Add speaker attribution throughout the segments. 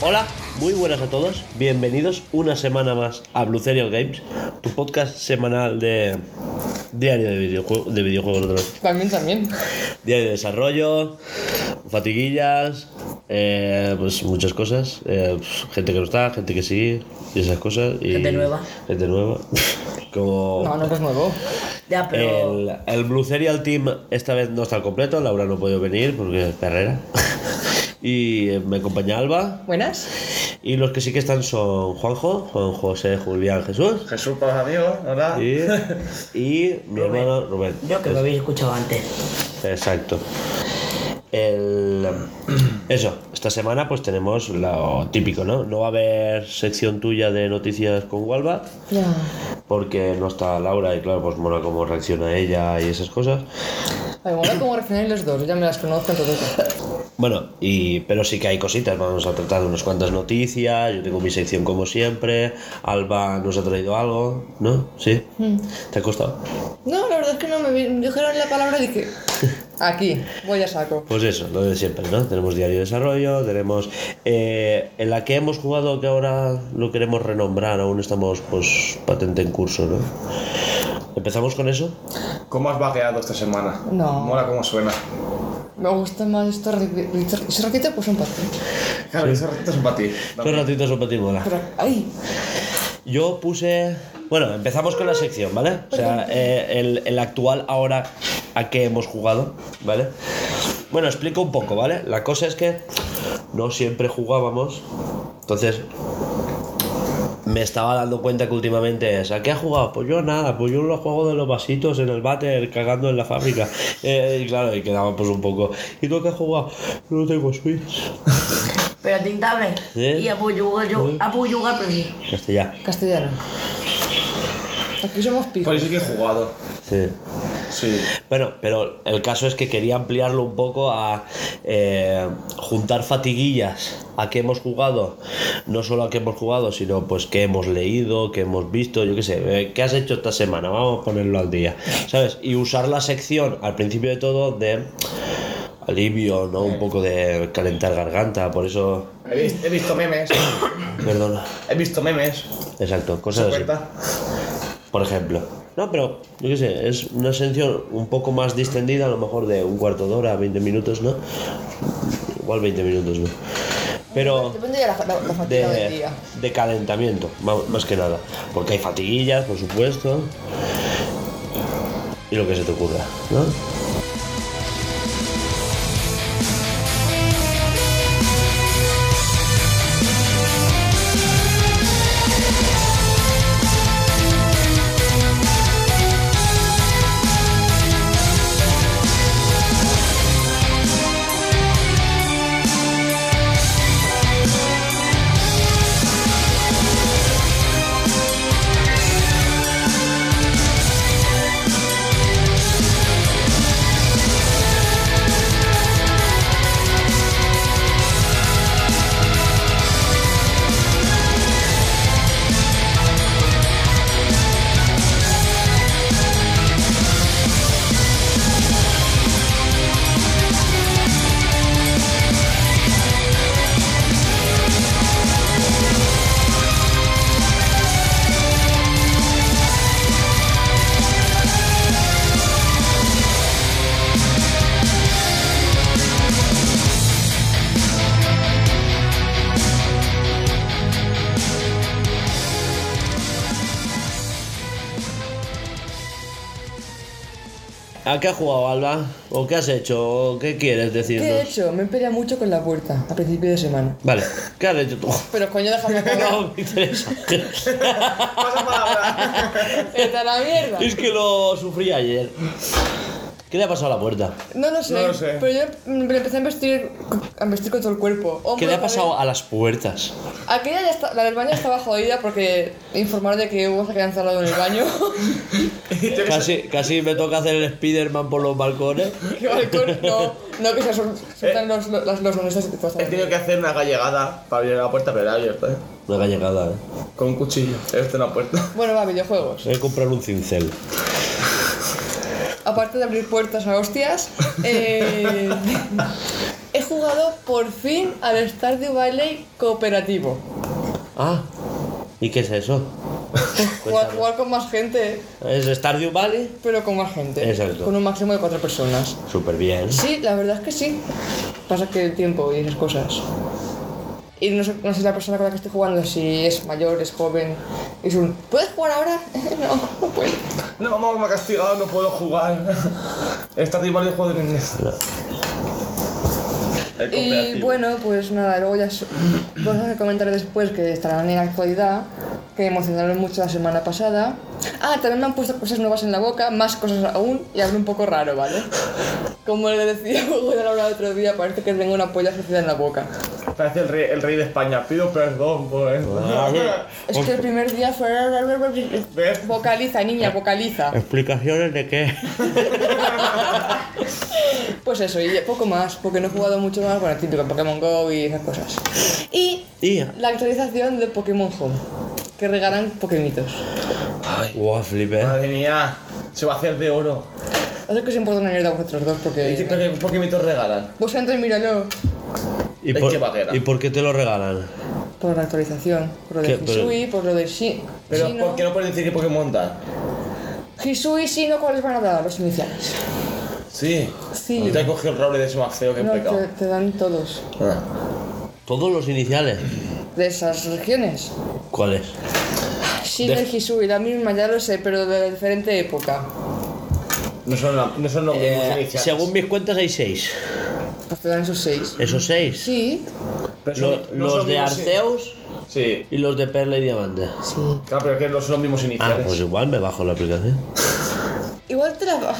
Speaker 1: Hola, muy buenas a todos. Bienvenidos una semana más a Blue Serial Games, tu podcast semanal de diario de, videojue- de videojuegos. perdón.
Speaker 2: También, también.
Speaker 1: Diario de desarrollo, fatiguillas, eh, pues muchas cosas. eh, pf, gente que no está, gente que sí, y esas cosas. y-
Speaker 3: Gente nueva.
Speaker 1: Gente nueva. Como
Speaker 2: No, no que es nuevo.
Speaker 3: Ya, pero.
Speaker 1: el, el Blue Serial Team esta vez no está al completo, Laura no ha podido venir porque es perrera. y eh, me acompaña Alba.
Speaker 2: Buenas.
Speaker 1: Y los que sí que están son Juanjo, Juan José, Julián, Jesús.
Speaker 4: Jesús para los amigos, hola.
Speaker 1: Y, y mi
Speaker 3: Rubén.
Speaker 1: hermano Rubén.
Speaker 3: Yo que lo habéis escuchado antes.
Speaker 1: Exacto. El- Eso, esta semana pues tenemos lo típico, ¿no? No va a haber sección tuya de noticias con Walva,
Speaker 2: Ya.
Speaker 1: porque no está Laura y claro, pues mola cómo reacciona ella y esas cosas.
Speaker 2: A ver, mola cómo reaccionáis los dos, ya me las conozco, entonces.
Speaker 1: Bueno, y, pero sí que hay cositas, vamos a tratar unas cuantas noticias, yo tengo mi sección como siempre, Alba nos ha traído algo, ¿no? ¿Sí? ¿Te ha costado?
Speaker 2: No, la verdad es que no me vi- me dijeron la palabra y dije. Aquí, voy a saco.
Speaker 1: Pues eso, lo de siempre, ¿no? Tenemos diario de desarrollo, tenemos eh, en la que hemos jugado que ahora lo queremos renombrar, aún estamos pues patente en curso, ¿no? ¿Empezamos con eso?
Speaker 4: ¿Cómo has vagueado esta semana?
Speaker 2: No.
Speaker 4: Mola cómo suena.
Speaker 2: Me gusta más esto. Si ratito, pues un pastel.
Speaker 4: Claro, esos ratitos son para ti.
Speaker 1: Dos ratitos o patimola.
Speaker 2: Pero, ¡ay!
Speaker 1: Yo puse. Bueno, empezamos con la sección, ¿vale? O sea, eh, el, el actual ahora a qué hemos jugado, ¿vale? Bueno, explico un poco, ¿vale? La cosa es que no siempre jugábamos. Entonces, me estaba dando cuenta que últimamente es, ¿a qué ha jugado? Pues yo nada, pues yo lo juego de los vasitos en el váter, cagando en la fábrica. Eh, y claro, y quedaba pues un poco. ¿Y tú a qué has jugado? No tengo Switch.
Speaker 3: Pero tintable.
Speaker 1: ¿Eh?
Speaker 3: Y a poder jugar yo. A poder jugar, pero sí.
Speaker 1: Castellano.
Speaker 2: Castellano. Aquí somos
Speaker 4: Por
Speaker 2: pijos.
Speaker 4: eso que he jugado.
Speaker 1: Sí.
Speaker 4: Sí.
Speaker 1: Bueno, pero el caso es que quería ampliarlo un poco a eh, juntar fatiguillas a qué hemos jugado, no solo a qué hemos jugado, sino pues qué hemos leído, qué hemos visto, yo qué sé, eh, qué has hecho esta semana, vamos a ponerlo al día, ¿sabes? Y usar la sección al principio de todo de alivio, ¿no? Un poco de calentar garganta, por eso,
Speaker 4: He, vis- he visto memes.
Speaker 1: perdona,
Speaker 4: he visto memes.
Speaker 1: exacto,
Speaker 4: ¿Se
Speaker 1: cosas así.
Speaker 4: cuenta?
Speaker 1: por ejemplo. No, pero yo qué sé, es una sección un poco más distendida, a lo mejor de un cuarto de hora, 20 minutos, ¿no? Igual 20 minutos, ¿no? Pero
Speaker 2: Depende de la, la, la fatiga del
Speaker 1: Pues de,
Speaker 2: día.
Speaker 1: de calentamiento, ma- más que nada. Porque hay fatiguillas, por supuesto. Y lo que se te ocurra, ¿no? ¿A qué has jugado, Alba? ¿O qué has hecho? ¿O qué quieres
Speaker 2: ¿Qué he
Speaker 1: decirnos?
Speaker 2: hecho? Me he peleado mucho con la puerta a principio de semana.
Speaker 1: Vale, ¿qué has hecho tú?
Speaker 2: Pero coño, déjame acabar.
Speaker 1: No, me interesa.
Speaker 4: Pasa palabra.
Speaker 2: ¡Está la mierda!
Speaker 1: Es que lo sufrí ayer. ¿Qué le ha pasado a la puerta?
Speaker 2: No lo sé,
Speaker 4: No lo sé.
Speaker 2: pero yo me empecé a investir, a investir con todo el cuerpo.
Speaker 1: ¿Qué le ha
Speaker 4: pues
Speaker 1: pasado a las puertas?
Speaker 2: cabeza. Aquella ya está, la del baño estaba jodida porque informaron de que hubo se quedado encerrado en el baño.
Speaker 1: Casi, casi me toca hacer el Spiderman por los balcones.
Speaker 2: que balcón, no, no que se sol- sueltan los, los, las- los monedas y te
Speaker 4: He
Speaker 2: cosas.
Speaker 4: tenido que hacer una gallegada para abrir la puerta, pero la he abierto, ¿eh?
Speaker 1: Una gallegada, ¿eh?
Speaker 4: Con un cuchillo. He abierto una puerta.
Speaker 2: Bueno, va, videojuegos.
Speaker 1: Voy a comprar un cincel.
Speaker 2: Aparte de abrir puertas a hostias, eh, he jugado por fin al Stardew Valley cooperativo.
Speaker 1: Ah, ¿y qué es eso?
Speaker 2: Jugar, jugar con más gente,
Speaker 1: ¿Es Stardew Valley?
Speaker 2: pero con más gente.
Speaker 1: Exacto.
Speaker 2: Con un máximo de cuatro personas.
Speaker 1: Súper bien.
Speaker 2: Sí, la verdad es que sí. Pasa que el tiempo y esas cosas. Y no sé, no sé la persona con la que estoy jugando, si es mayor, es joven. Es un. ¿Puedes jugar ahora? no, no puedo.
Speaker 4: No, mamá me ha castigado, no puedo jugar. Está tipo el juego de niñez. El
Speaker 2: Y
Speaker 4: cooperativo.
Speaker 2: bueno, pues nada, luego ya vamos a comentar después que estarán en la actualidad, que me emocionaron mucho la semana pasada. Ah, también me han puesto cosas nuevas en la boca, más cosas aún, y hablo un poco raro, ¿vale? Como le decía a Laura el otro día, parece que tengo una polla sucia en la boca.
Speaker 4: Parece el rey, el rey de España. Pido perdón por esto.
Speaker 2: Es que el primer día fue...
Speaker 4: ¿Ves?
Speaker 2: Vocaliza, niña, vocaliza.
Speaker 4: Eh.
Speaker 1: ¿Explicaciones de qué?
Speaker 2: Pues eso, y poco más, porque no he jugado mucho más, bueno, típico Pokémon GO y esas cosas. Y
Speaker 1: Tía.
Speaker 2: la actualización de Pokémon Home, que regalan Pokémitos.
Speaker 4: Ay,
Speaker 1: Guau, flipé.
Speaker 4: madre mía. Se va a hacer de oro.
Speaker 2: O sea que os importa una mierda a vosotros dos
Speaker 4: ¿Y qué,
Speaker 2: porque.
Speaker 4: qué- por qué me te regalan?
Speaker 2: Vos entra y míralo.
Speaker 1: ¿Y
Speaker 4: Es
Speaker 1: por,
Speaker 4: que vaquera.
Speaker 1: ¿Y por qué te lo regalan?
Speaker 2: Por la actualización, por lo de
Speaker 1: ¿Qué? Pero-
Speaker 2: Hisui, por lo de Shi.
Speaker 4: Pero
Speaker 2: Shino.
Speaker 4: ¿por qué no puedes decir qué Pokémon dan?
Speaker 2: Hisui, Shino, ¿cuáles van a dar los iniciales?
Speaker 4: Sí.
Speaker 2: Sí.
Speaker 4: Y te has cogido el roble de ese más feo que
Speaker 2: No,
Speaker 4: pecado.
Speaker 2: te, te dan todos.
Speaker 4: Ah.
Speaker 1: Todos los iniciales.
Speaker 2: De esas regiones.
Speaker 1: ¿Cuáles?
Speaker 2: Shino
Speaker 1: De-
Speaker 2: y Hisui, la misma, ya lo sé, pero de diferente época.
Speaker 4: No son, la- no son los mismos
Speaker 1: Eh,
Speaker 4: iniciales.
Speaker 1: según mis cuentas hay seis.
Speaker 2: Pues te dan esos seis.
Speaker 1: ¿Esos seis?
Speaker 2: Sí.
Speaker 4: Pero son-
Speaker 1: Lo-
Speaker 4: no
Speaker 1: los
Speaker 4: son
Speaker 1: de
Speaker 4: mismos in-
Speaker 1: Arceus
Speaker 4: Sí.
Speaker 1: y los de Perla y Diamante.
Speaker 2: Sí.
Speaker 4: Claro, pero es que no son los mismos
Speaker 1: Ah,
Speaker 4: iniciales.
Speaker 1: pues igual me bajo la aplicación.
Speaker 2: Igual te la.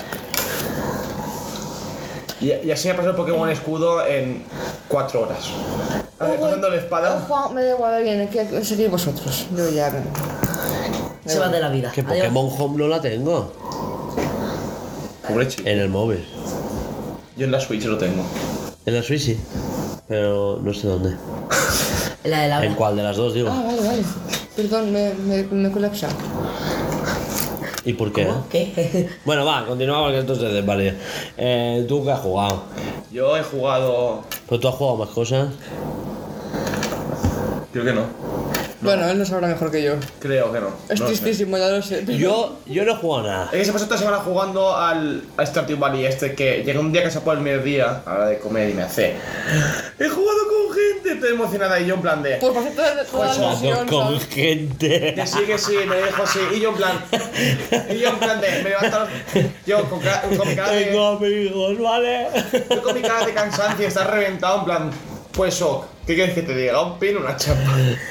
Speaker 4: y, y así me pasado el Pokémon Escudo en 4 horas. A ver, cogiendo la
Speaker 2: Oh,
Speaker 4: espada.
Speaker 2: Juan, me da igual, bien, que seguir vosotros. Yo ya.
Speaker 3: Se va de la vida.
Speaker 1: Que
Speaker 3: Adiós.
Speaker 1: Pokémon Home no la tengo
Speaker 4: Pobre chico.
Speaker 1: en el móvil.
Speaker 4: Yo en la Switch lo tengo.
Speaker 1: En la Switch sí, pero no sé dónde.
Speaker 3: La de la
Speaker 1: ¿En cuál de las dos digo?
Speaker 2: Ah, vale, vale. Perdón, me, me, me he colapsado.
Speaker 1: ¿Y por qué?
Speaker 3: ¿Qué?
Speaker 1: Bueno, va, continuamos que esto se desvaría. Eh, ¿Tú qué has jugado?
Speaker 4: Yo he jugado.
Speaker 1: ¿Pero tú has jugado más cosas?
Speaker 4: Creo que no.
Speaker 2: Bueno, él lo sabrá mejor que yo.
Speaker 4: Creo que no.
Speaker 2: Es
Speaker 4: No lo sé.
Speaker 2: tristísimo, ya lo sé. pero-
Speaker 1: Yo, yo no he jugado nada.
Speaker 4: Es que se pasó esta semana jugando al a Stardew Valley este que llega un día que se por el mediodía a la hora de comer y me hace He jugado con gente, estoy emocionada y yo en plan de
Speaker 2: Por pasar toda, toda la
Speaker 1: Jugando
Speaker 2: emoción,
Speaker 1: con
Speaker 2: ¿sabes?
Speaker 1: gente.
Speaker 4: Que sí, que sí, me dijo sí y yo en plan Y yo en plan de, me levanto yo con, ca- con mi cara
Speaker 1: Tengo
Speaker 4: de,
Speaker 1: amigos, ¿vale?
Speaker 4: yo con mi cara de cansancio, está reventado en plan Pues shock, ¿qué quieres que te diga? Un pin, una chapa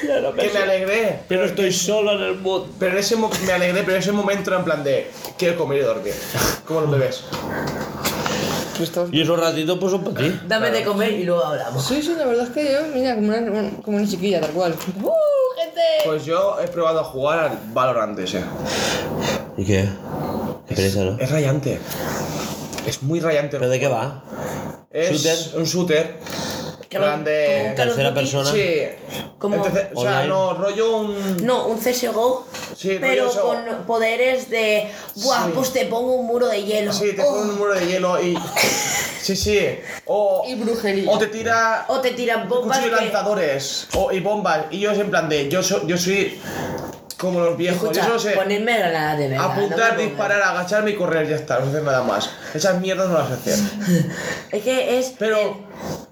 Speaker 1: Ya no me
Speaker 4: Que me
Speaker 1: sé.
Speaker 4: alegré
Speaker 1: Pero estoy solo en el mundo.
Speaker 4: Pero en ese mo- me alegré, pero en ese momento era en plan de Quiero comer y dormir Como los bebés
Speaker 2: Pues todos-
Speaker 1: Y esos ratitos pues son para ti.
Speaker 3: Dame de comer y luego hablamos.
Speaker 2: Sí, sí, la verdad es que yo, mira, como una, como una chiquilla, tal cual. ¡Uh, gente!
Speaker 4: Pues yo he probado a jugar al Valorant ese
Speaker 1: ¿Y qué? Qué pereza, ¿no?
Speaker 4: Es rayante. Es muy rayante.
Speaker 1: ¿Pero de qué va?
Speaker 4: es
Speaker 1: shooter?
Speaker 4: un shooter.
Speaker 3: Que lo-
Speaker 4: Grande.
Speaker 3: Call of
Speaker 1: Tercera
Speaker 3: Duty.
Speaker 1: persona.
Speaker 4: Sí.
Speaker 3: Como-
Speaker 4: Entonces, o sea,
Speaker 1: Online.
Speaker 4: no, rollo un.
Speaker 3: No, un CSGO,
Speaker 4: Sí,
Speaker 3: pero
Speaker 4: rollo eso.
Speaker 3: con poderes de. Buah,
Speaker 4: Sí.
Speaker 3: pues te pongo un muro de hielo.
Speaker 4: Sí, te
Speaker 3: Oh,
Speaker 4: ponen un muro de hielo y. Sí, sí. O.
Speaker 2: Y brujería.
Speaker 4: O te tira.
Speaker 3: Oh, O te tiran bombas.
Speaker 4: Cuchillo
Speaker 3: que-
Speaker 4: lanzadores. O, y bombas. Y yo es en plan de. Yo, so- yo soy. Como los viejos.
Speaker 3: Escucha,
Speaker 4: yo solo sé.
Speaker 3: ponerme granada de verdad.
Speaker 4: Apuntar,
Speaker 3: no me
Speaker 4: disparar, agacharme y correr, ya está, no sé hacer nada más. Esas mierdas no las hacer.
Speaker 3: pongas. Es que es.
Speaker 4: Pero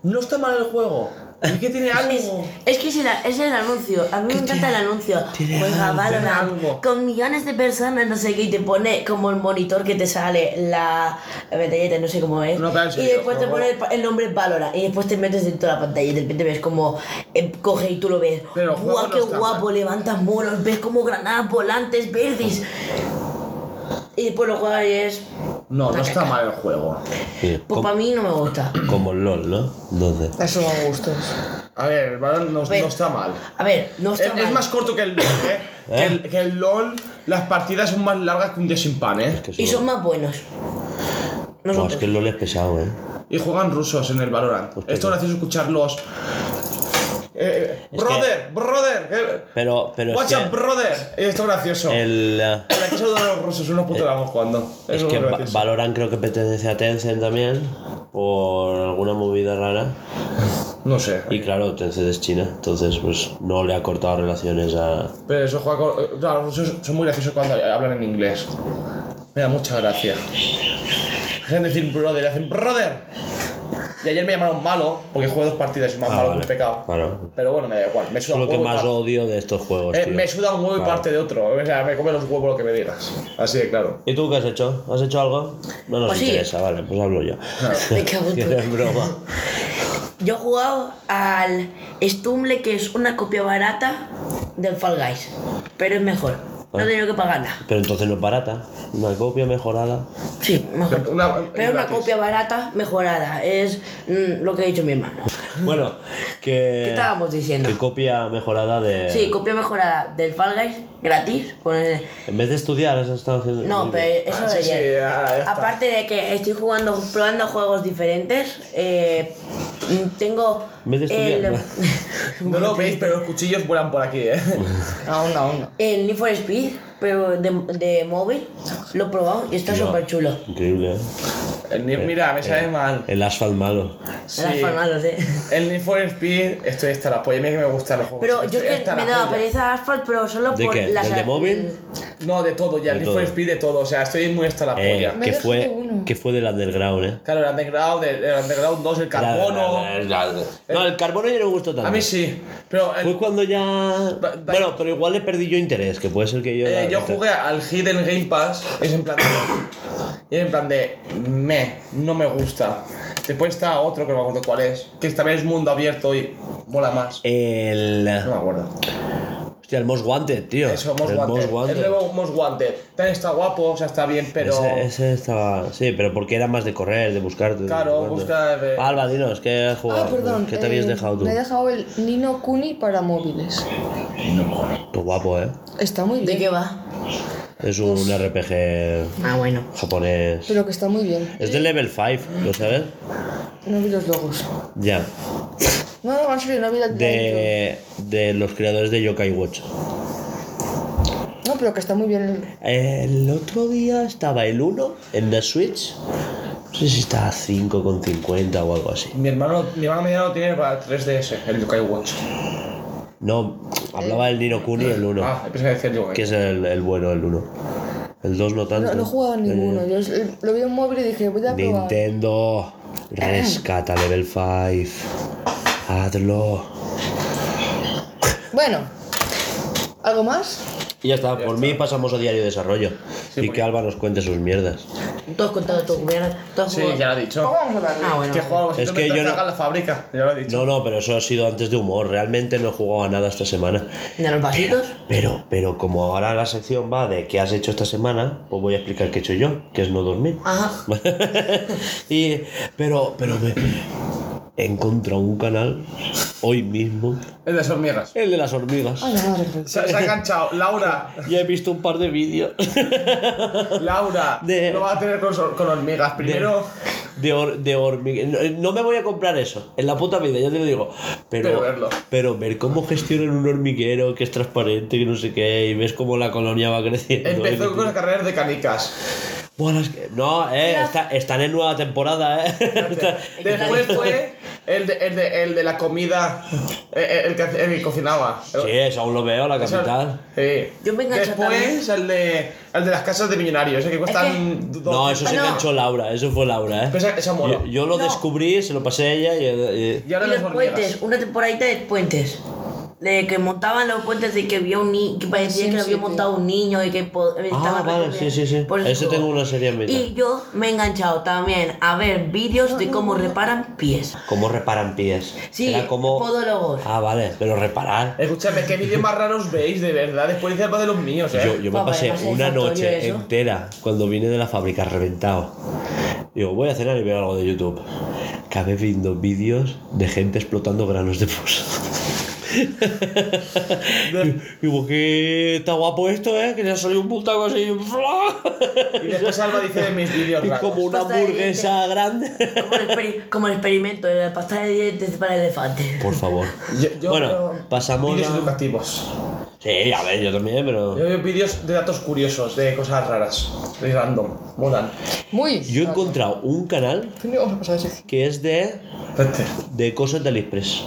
Speaker 4: no está mal el juego. Es que tiene
Speaker 3: Es,
Speaker 4: algo.
Speaker 3: es que es el, es el anuncio, a mí me encanta el anuncio. Pues,
Speaker 1: tiene
Speaker 3: Juega
Speaker 1: algo,
Speaker 4: tiene
Speaker 3: Valorant
Speaker 4: algo.
Speaker 3: con millones de personas, no sé qué, y te pone como el monitor que te sale la la pantallita, no sé cómo es.
Speaker 4: No, pero en
Speaker 3: y
Speaker 4: serio,
Speaker 3: después te
Speaker 4: no.
Speaker 3: pone el, pa- el nombre Valorant, y después te metes dentro de la pantalla y de repente ves como eh, coge y tú lo ves.
Speaker 4: Pero el juego
Speaker 3: Guau,
Speaker 4: no
Speaker 3: qué
Speaker 4: está
Speaker 3: guapo, levantas muros, ves como granadas volantes verdes. Y después lo juegas y es.
Speaker 4: No, no está mal el juego.
Speaker 1: Sí,
Speaker 3: Pues
Speaker 1: com-
Speaker 3: para mí no me gusta.
Speaker 1: como el LOL, ¿no? ¿Dónde?
Speaker 2: Eso me gusta.
Speaker 4: A ver, el balón no,
Speaker 3: Pero-
Speaker 4: no está mal.
Speaker 3: A ver, no
Speaker 4: Es,
Speaker 3: está mal.
Speaker 4: es más corto que el LOL, ¿eh? Que, el, que el LOL, las partidas son más largas que un día sin pan,
Speaker 1: Es
Speaker 4: ¿eh?
Speaker 1: que
Speaker 3: Y son
Speaker 1: son-
Speaker 3: más buenos. No son
Speaker 1: Buah, es que el LOL es pesado, ¿eh?
Speaker 4: Y juegan rusos en el Valorant.
Speaker 1: Pues
Speaker 4: Esto
Speaker 1: perdón.
Speaker 4: es gracioso escucharlos. Eh,
Speaker 1: que-
Speaker 4: brother, brother, eh,
Speaker 1: Pero, pero es
Speaker 4: what's up,
Speaker 1: que
Speaker 4: brother. Eh, Esto es gracioso.
Speaker 1: el... eh,
Speaker 4: Por aquí saludan a los rusos, unos putos vamos jugando.
Speaker 1: Es
Speaker 4: muy
Speaker 1: que Va-
Speaker 4: gracioso.
Speaker 1: Valorant creo que pertenece a Tencent también. por alguna movida rara.
Speaker 4: No sé.
Speaker 1: Y claro, Tencent es China, entonces pues no le ha cortado relaciones a...
Speaker 4: Pero eso juega con- eh, Claro, son, son muy graciosos cuando hablan en inglés. Me da mucha gracia. Dejan de decir brother, y hacen brother. Y ayer me llamaron malo porque jugué dos partidas y más malo que un pecado.
Speaker 1: Ah, Claro.
Speaker 4: Pero bueno, me da igual. Me
Speaker 1: Es
Speaker 4: suda
Speaker 1: lo
Speaker 4: un
Speaker 1: que
Speaker 4: huevo. y
Speaker 1: más
Speaker 4: par-
Speaker 1: odio de estos juegos.
Speaker 4: eh,
Speaker 1: tío.
Speaker 4: me suda un huevo y
Speaker 1: Claro.
Speaker 4: parte de otro. eh, O sea, me come los huevos lo que me digas. Así de claro.
Speaker 1: ¿Y tú qué has hecho? ¿Has hecho algo? No nos
Speaker 3: Pues sí.
Speaker 1: interesa, vale, pues hablo yo.
Speaker 4: Ah.
Speaker 3: Me cago en
Speaker 1: Que
Speaker 3: todo.
Speaker 1: es broma.
Speaker 3: Yo he jugado al Stumble, que es una copia barata del Fall Guys, pero es mejor.
Speaker 1: Ah.
Speaker 3: No he tenido que pagarla.
Speaker 1: Pero entonces no es barata. Una copia mejorada.
Speaker 3: Sí, mejor.
Speaker 4: Una-
Speaker 3: Pero es una
Speaker 4: gratis.
Speaker 3: copia barata mejorada. Es mm, lo que ha dicho mi hermano.
Speaker 1: Bueno, que...
Speaker 3: ¿Qué estábamos diciendo?
Speaker 1: Que copia mejorada de...
Speaker 3: Sí, copia mejorada del Fall Guys, gratis. con el-
Speaker 1: En vez de estudiar, has estado haciendo...
Speaker 3: No, pero eso
Speaker 4: Ah, sí,
Speaker 3: de
Speaker 4: sí,
Speaker 3: ayer.
Speaker 4: ah, ya está.
Speaker 3: Aparte de que estoy jugando, probando juegos diferentes, eh, mm, tengo
Speaker 1: En vez de estudiar,
Speaker 3: el,
Speaker 4: No lo veis, pero los cuchillos vuelan por aquí, eh.
Speaker 2: Aún no, aún no.
Speaker 3: el Need for Speed, pero de, de móvil. Lo he probado y está
Speaker 1: Tío,
Speaker 3: súper chulo.
Speaker 1: Increíble, ¿eh?
Speaker 4: El Need- Mira, me sabe mal.
Speaker 1: El asfalt malo.
Speaker 4: Sí.
Speaker 3: Las formadas, eh.
Speaker 4: El Need for Speed, estoy hasta la polla. Mira que me gustan los juegos.
Speaker 3: Pero yo
Speaker 4: Estoy
Speaker 3: que
Speaker 4: hasta
Speaker 3: me
Speaker 4: la
Speaker 3: daba
Speaker 4: polla.
Speaker 3: pereza Asphalt, pero solo
Speaker 1: ¿De
Speaker 3: por
Speaker 1: qué?
Speaker 3: las.
Speaker 1: ¿Del de móvil?
Speaker 4: No, de todo ya.
Speaker 1: De
Speaker 4: El Need for
Speaker 1: todo.
Speaker 4: Speed de todo. O sea, estoy muy hasta la
Speaker 1: Eh,
Speaker 4: polla.
Speaker 2: Me
Speaker 1: que,
Speaker 2: dejaste
Speaker 1: fue,
Speaker 2: uno.
Speaker 1: que fue del underground, ¿eh?
Speaker 4: Claro, el Underground, el, el Underground 2, el Carbono.
Speaker 1: La- la- la- la- No, el carbono ya no me gustó tanto.
Speaker 4: A mí sí. Pero eh, el-
Speaker 1: Fue cuando ya.
Speaker 4: Ba- ba-
Speaker 1: Bueno, pero igual le perdí yo interés, que puede ser que yo.
Speaker 4: eh,
Speaker 1: la-
Speaker 4: yo jugué al Hidden Game Pass. Es en plan de. y es en plan de. Me, no me gusta. Después está otro que no me acuerdo cuál es. Que esta vez es mundo abierto y mola más.
Speaker 1: El.
Speaker 4: No me acuerdo.
Speaker 1: Hostia, el Most Wanted, tío.
Speaker 4: Eso, Most
Speaker 1: el
Speaker 4: Wanted.
Speaker 1: Most Wanted.
Speaker 4: El nuevo Most Wanted. También está guapo, o sea, está bien, pero.
Speaker 1: Ese, ese estaba. Sí, pero porque era más de correr, de buscarte. de
Speaker 4: Claro,
Speaker 1: cuando.
Speaker 4: busca de-
Speaker 1: Alba, dinos, ¿qué has jugado?
Speaker 2: Ah, perdón.
Speaker 1: ¿Qué te habías
Speaker 2: eh,
Speaker 1: dejado tú?
Speaker 2: Me he dejado el Nino Kuni para móviles.
Speaker 1: Qué guapo, ¿eh?
Speaker 2: Está muy
Speaker 3: ¿De
Speaker 2: bien.
Speaker 3: qué va?
Speaker 1: Es un RPG
Speaker 3: Ah, bueno.
Speaker 1: japonés.
Speaker 2: Pero que está muy bien.
Speaker 1: Es del level 5, ¿lo sabes?
Speaker 2: No vi los logos.
Speaker 1: Ya.
Speaker 2: No, no, en serio, no vi la
Speaker 1: De, de los creadores de Yokai Watch.
Speaker 2: No, pero que está muy bien. el-
Speaker 1: El otro día estaba el 1 en la Switch. No sé si está a 5,50 o algo así.
Speaker 4: Mi hermano, mi hermano mediano lo tiene para 3DS, el Yokai Watch.
Speaker 1: No,
Speaker 2: Eh.
Speaker 1: hablaba del Nino Kuni el 1,
Speaker 4: Ah, empecé a decir yo.
Speaker 1: que es el, el bueno, el 1. El 2 no tanto.
Speaker 2: No, no he jugado a ninguno.
Speaker 1: Eh,
Speaker 2: Yo es- lo vi en móvil y dije, voy a probar. Ah.
Speaker 1: Nintendo, rescata level 5. Hazlo.
Speaker 2: Bueno, ¿algo más?
Speaker 1: Y ya está, por mí pasamos a diario desarrollo. y que Alba nos cuente sus mierdas.
Speaker 3: Tú has contado tu mierda. tú has
Speaker 4: Sí,
Speaker 3: jugado-
Speaker 4: ya lo he dicho.
Speaker 2: ¿Cómo vamos a darle?
Speaker 3: Ah, bueno.
Speaker 4: Que he jugado
Speaker 1: Es que yo no-
Speaker 4: la fábrica, ya lo he dicho.
Speaker 1: No, no, pero eso ha sido antes de humor. Realmente no he jugado a nada esta semana.
Speaker 3: ¿De los vasitos?
Speaker 1: Pero, pero como ahora la sección va de qué has hecho esta semana, pues voy a explicar qué he hecho yo, que es no dormir.
Speaker 3: Ajá.
Speaker 1: y, pero, pero me he encontrado un canal hoy mismo,
Speaker 4: Es de hormigas.
Speaker 1: el de las hormigas.
Speaker 2: Ay, la madre.
Speaker 4: Se, se ha enganchado. Laura,
Speaker 1: Y he visto un par de vídeos
Speaker 4: Laura,
Speaker 1: De-
Speaker 4: no va a tener con, sor- con hormigas. Primero,
Speaker 1: de, hor- de hormigas. No, no me voy a comprar eso, en la puta vida, ya te lo digo. Pero,
Speaker 4: Pero verlo.
Speaker 1: pero ver cómo gestionan un hormiguero que es transparente, que no sé qué, y ves cómo la colonia va creciendo.
Speaker 4: empezó
Speaker 1: Y-
Speaker 4: con las carreras de canicas.
Speaker 1: Bueno, es que- No, eh, está- están en nueva temporada, eh. Está-
Speaker 4: Después fue el de, el de, el de la comida, el, el que, hace- el que cocinaba.
Speaker 1: Sí, eso aún lo veo, la
Speaker 4: Eso-
Speaker 1: capital.
Speaker 4: Sí.
Speaker 3: Yo me engancho
Speaker 4: Después el de, el de las casas de millonarios, el que cuestan. do-
Speaker 1: No, eso se
Speaker 3: Ah, no.
Speaker 1: enganchó Laura, eso fue Laura, ¿eh?
Speaker 4: Pero esa- esa mola.
Speaker 1: Yo, yo lo
Speaker 3: No.
Speaker 1: descubrí, se lo pasé a ella y... y-
Speaker 4: Y ahora
Speaker 3: Y
Speaker 4: las
Speaker 3: los
Speaker 4: hormigas.
Speaker 3: puentes, una temporadita de puentes. De que montaban los puentes de que había un ni que parecía
Speaker 2: Sí,
Speaker 3: que
Speaker 2: sí,
Speaker 3: había
Speaker 2: sí.
Speaker 3: montado un niño y que po- estaba
Speaker 1: Ah, vale,
Speaker 3: recorriendo.
Speaker 1: sí, sí, sí.
Speaker 3: Por
Speaker 1: Ese
Speaker 3: juego.
Speaker 1: tengo una serie en mente.
Speaker 3: Y yo me he enganchado también a ver vídeos de cómo reparan pies.
Speaker 1: ¿Cómo reparan pies?
Speaker 3: Sí,
Speaker 1: Era como...
Speaker 3: podólogos.
Speaker 1: Ah, vale, pero reparar...
Speaker 4: Escúchame, ¿qué vídeos más raros veis de verdad? Después dice algo de los míos, ¿eh?
Speaker 1: Yo, yo me
Speaker 3: Papá,
Speaker 1: pasé
Speaker 3: además es
Speaker 1: una
Speaker 3: factorio
Speaker 1: noche
Speaker 3: eso.
Speaker 1: entera cuando vine de la fábrica reventado. Digo, voy a cenar y veo algo de YouTube. Acabé viendo vídeos de gente explotando granos de pus. Digo, que está guapo esto, ¿eh? Que le ha salido un puntaco así.
Speaker 4: Y después Alba dice de mis vídeos
Speaker 1: Y
Speaker 4: raros.
Speaker 1: como una
Speaker 3: Pasta de
Speaker 1: hamburguesa grande.
Speaker 3: Como el, experi- como el experimento de la pasta de dientes para elefantes.
Speaker 1: Por favor.
Speaker 4: Yo- yo
Speaker 1: bueno,
Speaker 4: veo
Speaker 1: pasamos
Speaker 4: Vídeos
Speaker 1: a...
Speaker 4: educativos.
Speaker 1: Sí, Sí, a ver, yo también, pero.
Speaker 4: Yo veo vídeos de datos curiosos, de cosas raras, de random, molan.
Speaker 2: Muy.
Speaker 1: Yo he encontrado un canal
Speaker 2: ¿Qué le vamos a pasar a ese?
Speaker 1: que es de.
Speaker 4: Vete.
Speaker 1: de cosas de AliExpress.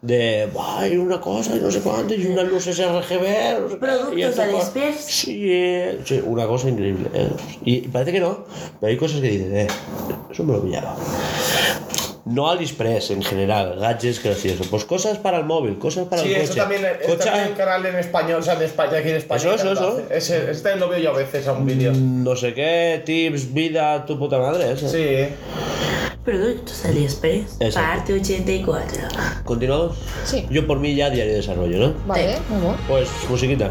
Speaker 1: De, "Buah, hay una cosa y no sé cuánto, y unas luces RGB. no sé qué,
Speaker 3: Productos
Speaker 1: y esta
Speaker 3: de
Speaker 1: cosa".
Speaker 3: AliExpress.
Speaker 1: Sí, eh, sí, una cosa increíble. eh. Y parece que no, pero hay cosas que dices, eh, eso me lo pillaba. No AliExpress en general, gadgets graciosos. Pues cosas para el móvil, cosas para
Speaker 4: Sí,
Speaker 1: el coche.
Speaker 4: eso también, eh,
Speaker 1: Coche-
Speaker 4: también hay un canal en español, o sea, de España, aquí en España.
Speaker 1: Eso,
Speaker 4: que
Speaker 1: eso,
Speaker 4: lo
Speaker 1: eso. Mm.
Speaker 4: hace. Ese, ese también lo veo yo a veces a un vídeo.
Speaker 1: No sé qué, tips, vida, tu puta madre, eso.
Speaker 4: Sí, eh.
Speaker 3: Productos AliExpress,
Speaker 1: Exacto.
Speaker 3: parte 84.
Speaker 1: ¿Continuamos?
Speaker 2: Sí.
Speaker 1: Yo por mí ya diario de desarrollo, ¿no?
Speaker 2: Vale, vamos.
Speaker 1: Pues musiquita.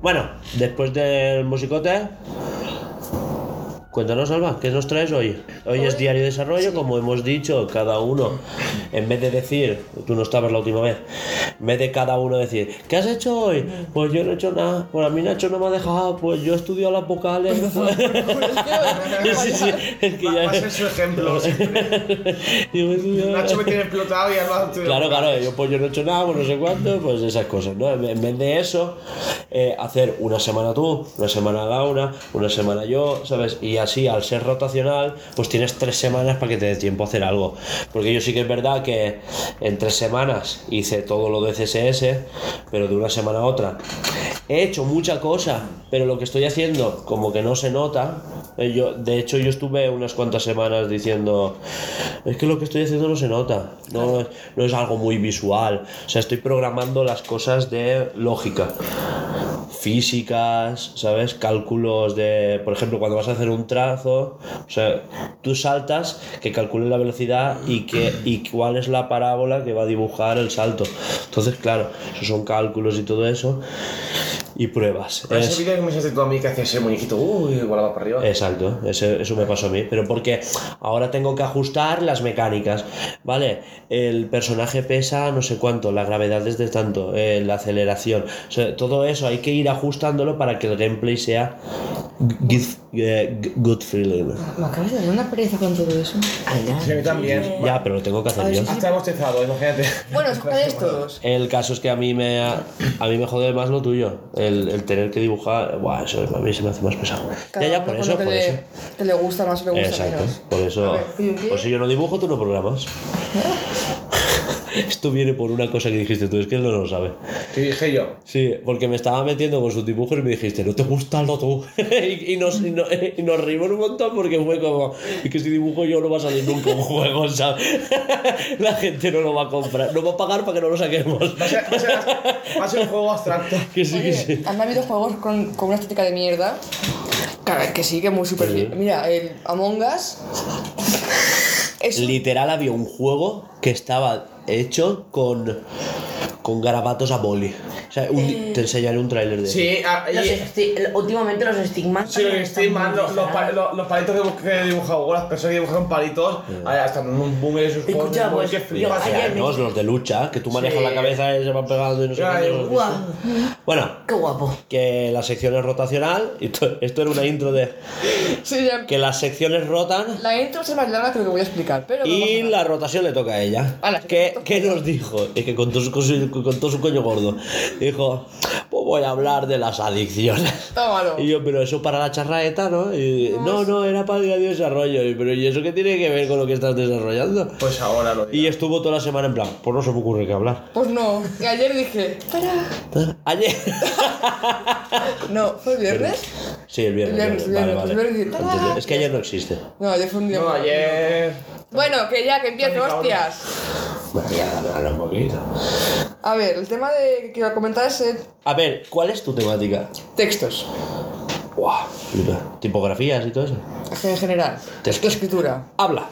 Speaker 1: Bueno, después del musicote, cuéntanos, Alba, ¿qué nos traes hoy? Hoy es diario de desarrollo, como hemos dicho, cada uno, en vez de decir, tú no estabas la última vez, en vez de cada uno decir, ¿qué has hecho hoy? Pues yo no he hecho nada, pues a mí Nacho no me ha dejado, pues yo he estudiado las vocales.
Speaker 2: Pues
Speaker 1: sí, sí, es que
Speaker 4: Va, va a
Speaker 1: ya.
Speaker 4: ser su ejemplo. siempre.
Speaker 1: Yo he estudiado-
Speaker 4: Nacho me tiene explotado y además. tú-
Speaker 1: Claro, claro, yo pues yo no he hecho nada, pues no sé cuánto, pues esas cosas, ¿no? En en vez de eso, eh, hacer una semana tú, una semana Laura, una semana yo, ¿sabes? Y así, al ser rotacional, pues tienes tres semanas para que te dé tiempo a hacer algo. Porque yo sí que es verdad que en tres semanas hice todo lo de E, CSS, pero de una semana a otra. He hecho mucha cosa, pero lo que estoy haciendo como que no se nota. Eh, Yo, de hecho, yo estuve unas cuantas semanas diciendo, es que lo que estoy haciendo no se nota, no, es- no es algo muy visual. O sea, estoy programando las cosas de lógica, físicas, ¿sabes? Cálculos de, por ejemplo, cuando vas a hacer un trazo, o sea, tú saltas, que calcule la velocidad y, que, y cuál es la parábola que va a dibujar el salto. Entonces, claro, esos son cálculos y todo eso. Y pruebas.
Speaker 4: Pero
Speaker 1: Es- Eh,
Speaker 4: Ese vídeo que me hiciste tú a mí que hacía ese muñequito, uy, volaba para arriba.
Speaker 1: Exacto, ese- eso me pasó a mí. Pero porque ahora tengo que ajustar las mecánicas. Vale, el personaje pesa no sé cuánto, la gravedad es de tanto, eh, la aceleración. O sea, todo eso hay que ir ajustándolo para que el gameplay sea good, eh, good feeling.
Speaker 2: Me acabas de dar una pereza con todo eso.
Speaker 4: Sí, a mí también.
Speaker 1: Ya, pero lo tengo que hacer
Speaker 2: Ay,
Speaker 1: yo.
Speaker 2: sí.
Speaker 4: Hasta hemos tezado, imagínate.
Speaker 2: Bueno, es culpa de todos.
Speaker 1: El caso es que a mí me a mí me jode más lo tuyo. El, el tener que dibujar. Buah, eso a mí se me hace más pesado. Ya, ya, por
Speaker 2: uno
Speaker 1: eso,
Speaker 2: con
Speaker 1: por
Speaker 2: lo que
Speaker 1: eso.
Speaker 2: le, que le gusta más o le gusta
Speaker 1: Exacto,
Speaker 2: menos.
Speaker 1: por eso.
Speaker 2: A ver, ¿y qué?
Speaker 1: Pues si yo no dibujo, tú no programas. Esto viene por una cosa que dijiste tú, es que él no lo sabe.
Speaker 4: ¿Qué dije yo?
Speaker 1: Sí, porque me estaba metiendo con sus dibujos y me dijiste, no te gusta lo tú. y, y nos, y no- y nos rimos un montón porque fue como, es que si dibujo yo no va a salir nunca un juego, ¿sabes? La gente no lo va a comprar, no va a pagar para que no lo saquemos.
Speaker 4: Va a ser, va a ser- va a ser un juego abstracto.
Speaker 1: Que sí, que
Speaker 2: Oye,
Speaker 1: sí.
Speaker 2: Han habido juegos con, con una estética de mierda. Claro, que sí, que muy super. Mira, el Among Us. Es un-
Speaker 1: Literal había un juego que estaba hecho con, con garabatos a boli. O sea, un- te enseñaré un tráiler de eso.
Speaker 4: Sí, ah,
Speaker 3: Los
Speaker 4: y,
Speaker 3: esti- últimamente los estigmas.
Speaker 4: sí, lo que estoy mal, los, los pa-
Speaker 3: palos.
Speaker 4: los- los palitos que, bu- que he dibujado, o las personas que dibujan palitos, ahora están en un boomer esos
Speaker 3: Escucha,
Speaker 4: juegos. de
Speaker 3: pues,
Speaker 4: móvil que flipas.
Speaker 3: yo ayer-
Speaker 1: Años, los de lucha, que tú manejas
Speaker 4: Sí.
Speaker 1: la cabeza y se van pegando y no sé
Speaker 4: Ya,
Speaker 1: qué.
Speaker 4: yo-
Speaker 1: ¿no?
Speaker 3: Guau,
Speaker 1: Bueno,
Speaker 3: qué guapo.
Speaker 1: que la sección es rotacional. y Esto, esto era una intro de
Speaker 2: sí, ya-
Speaker 1: que las secciones rotan
Speaker 2: La intro es más larga que lo que voy a explicar, pero. no pasa
Speaker 1: y
Speaker 2: nada.
Speaker 1: la rotación le toca a ella.
Speaker 2: Ala,
Speaker 1: ¿Qué,
Speaker 2: perfecto.
Speaker 1: qué nos dijo? Es que con todo su, cosi- con todo su coño gordo. dijo, pues voy a hablar de las adicciones.
Speaker 2: Tómalo.
Speaker 1: Y yo, pero eso para la charraeta, ¿no? Y, no, no, era para el desarrollo. Y, pero ¿y eso qué tiene que ver con lo que estás desarrollando?
Speaker 4: Pues ahora lo
Speaker 1: Y
Speaker 4: digo.
Speaker 1: estuvo toda la semana en plan, pues no se me ocurre qué hablar.
Speaker 2: Pues no, y ayer dije, para.
Speaker 1: Ayer.
Speaker 2: No, ¿fue el viernes?
Speaker 1: Sí, el viernes.
Speaker 2: Viernes,
Speaker 1: viernes. Vale,
Speaker 2: viernes,
Speaker 1: vale.
Speaker 2: viernes.
Speaker 1: Entendido. Es que ayer no existe.
Speaker 2: No, ayer fue un día.
Speaker 4: No, ayer.
Speaker 2: Bueno, que ya, que empiezo,
Speaker 4: Cabrón.
Speaker 2: hostias.
Speaker 1: Bueno, ya, dale un poquito.
Speaker 2: A ver, el tema de que quiero comentar es eh,
Speaker 1: A ver, ¿cuál es tu temática?
Speaker 2: textos,
Speaker 1: Buah, flipa. Tipografías y todo eso.
Speaker 2: en general.
Speaker 1: Textos.
Speaker 2: La escritura.
Speaker 1: Habla.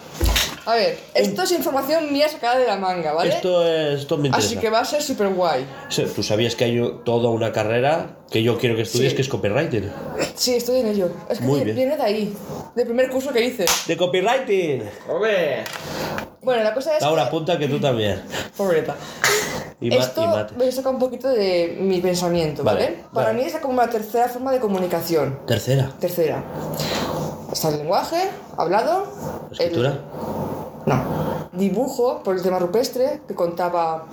Speaker 2: A ver, esto es información mía sacada de la manga, ¿vale?
Speaker 1: Esto es. Esto me interesa.
Speaker 2: Así que va a ser súper guay.
Speaker 1: Sí, Tú sabías que hay u- toda una carrera que yo quiero que estudies
Speaker 2: Sí.
Speaker 1: que es copywriting.
Speaker 2: Sí, estoy en ello. Es que
Speaker 1: Muy
Speaker 2: vi-
Speaker 1: bien.
Speaker 2: viene de ahí, del primer curso que hice.
Speaker 1: ¡De copywriting!
Speaker 4: ¡Hombre!
Speaker 2: Bueno, la cosa es.
Speaker 1: Laura,
Speaker 2: que-
Speaker 1: apunta que tú también.
Speaker 2: Pobreta.
Speaker 1: Y, ma-
Speaker 2: Esto
Speaker 1: y mate.
Speaker 2: me saca un poquito de mi pensamiento,
Speaker 1: Vale,
Speaker 2: ¿vale?
Speaker 1: vale.
Speaker 2: Para mí es la- como la tercera forma de comunicación.
Speaker 1: Tercera.
Speaker 2: Tercera. Está el lenguaje, hablado. el-
Speaker 1: Escritura.
Speaker 2: no. Dibujo, por el tema rupestre, que contaba.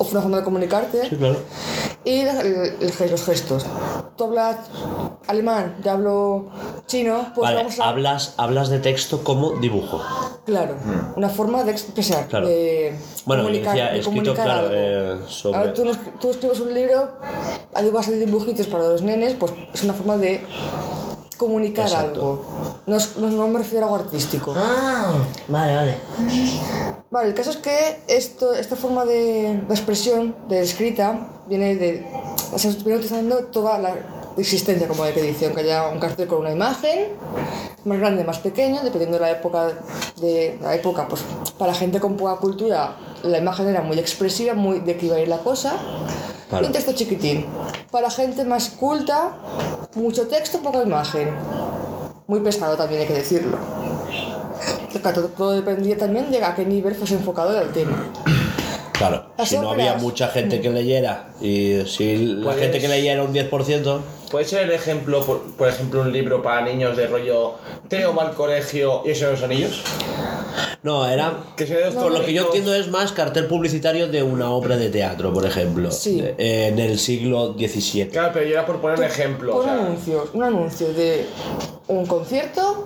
Speaker 2: o fue una forma de comunicarte.
Speaker 1: Sí, claro.
Speaker 2: Y la- el- el- los gestos. Tú hablas alemán, yo hablo chino, pues
Speaker 1: vale, ah.
Speaker 2: vamos a.
Speaker 1: hablas, hablas de texto como dibujo.
Speaker 2: Claro, una forma de expresar.
Speaker 1: Claro.
Speaker 2: De
Speaker 1: Bueno, yo
Speaker 2: comunicar,
Speaker 1: decía
Speaker 2: de
Speaker 1: escrito,
Speaker 2: comunicar
Speaker 1: claro,
Speaker 2: algo.
Speaker 1: eh, sobre-
Speaker 2: Ahora tú, nos- tú escribes un libro, además de dibujitos para los nenes, pues es una forma de comunicar
Speaker 1: Exacto.
Speaker 2: algo. No, es- no, no me refiero a algo artístico.
Speaker 3: Ah, vale, vale.
Speaker 2: Vale, el caso es que esto, esta forma de, de expresión, de escrita, viene de. O sea, viene utilizando toda la existencia como de que dice, aunque haya un cartel con una imagen, más grande, más pequeño, dependiendo de la época de la época, pues para gente con poca cultura la imagen era muy expresiva, muy de que iba a ir la cosa.
Speaker 1: Claro.
Speaker 2: Y un texto chiquitín. Para gente más culta, mucho texto, poca imagen. Muy pesado también hay que decirlo. Claro, todo, todo dependía también de a qué nivel fuese enfocado el tema.
Speaker 1: Claro.
Speaker 2: Las
Speaker 1: si no había
Speaker 2: obras. Mm.
Speaker 1: mucha gente que leyera y si la
Speaker 4: Pues-
Speaker 1: gente que leyera un 10%,
Speaker 4: ¿Puede ser el ejemplo, por, por ejemplo, un libro para niños de rollo Teo va al colegio y eso de los anillos?
Speaker 1: no, era
Speaker 4: Que se ve
Speaker 1: Por lo que yo entiendo es más cartel publicitario de una obra de teatro, por ejemplo.
Speaker 2: Sí.
Speaker 1: Eh, en el siglo XVII.
Speaker 4: Claro, pero yo era por poner un ejemplo. o
Speaker 2: Un
Speaker 4: sea,
Speaker 2: anuncio, un anuncio de un concierto,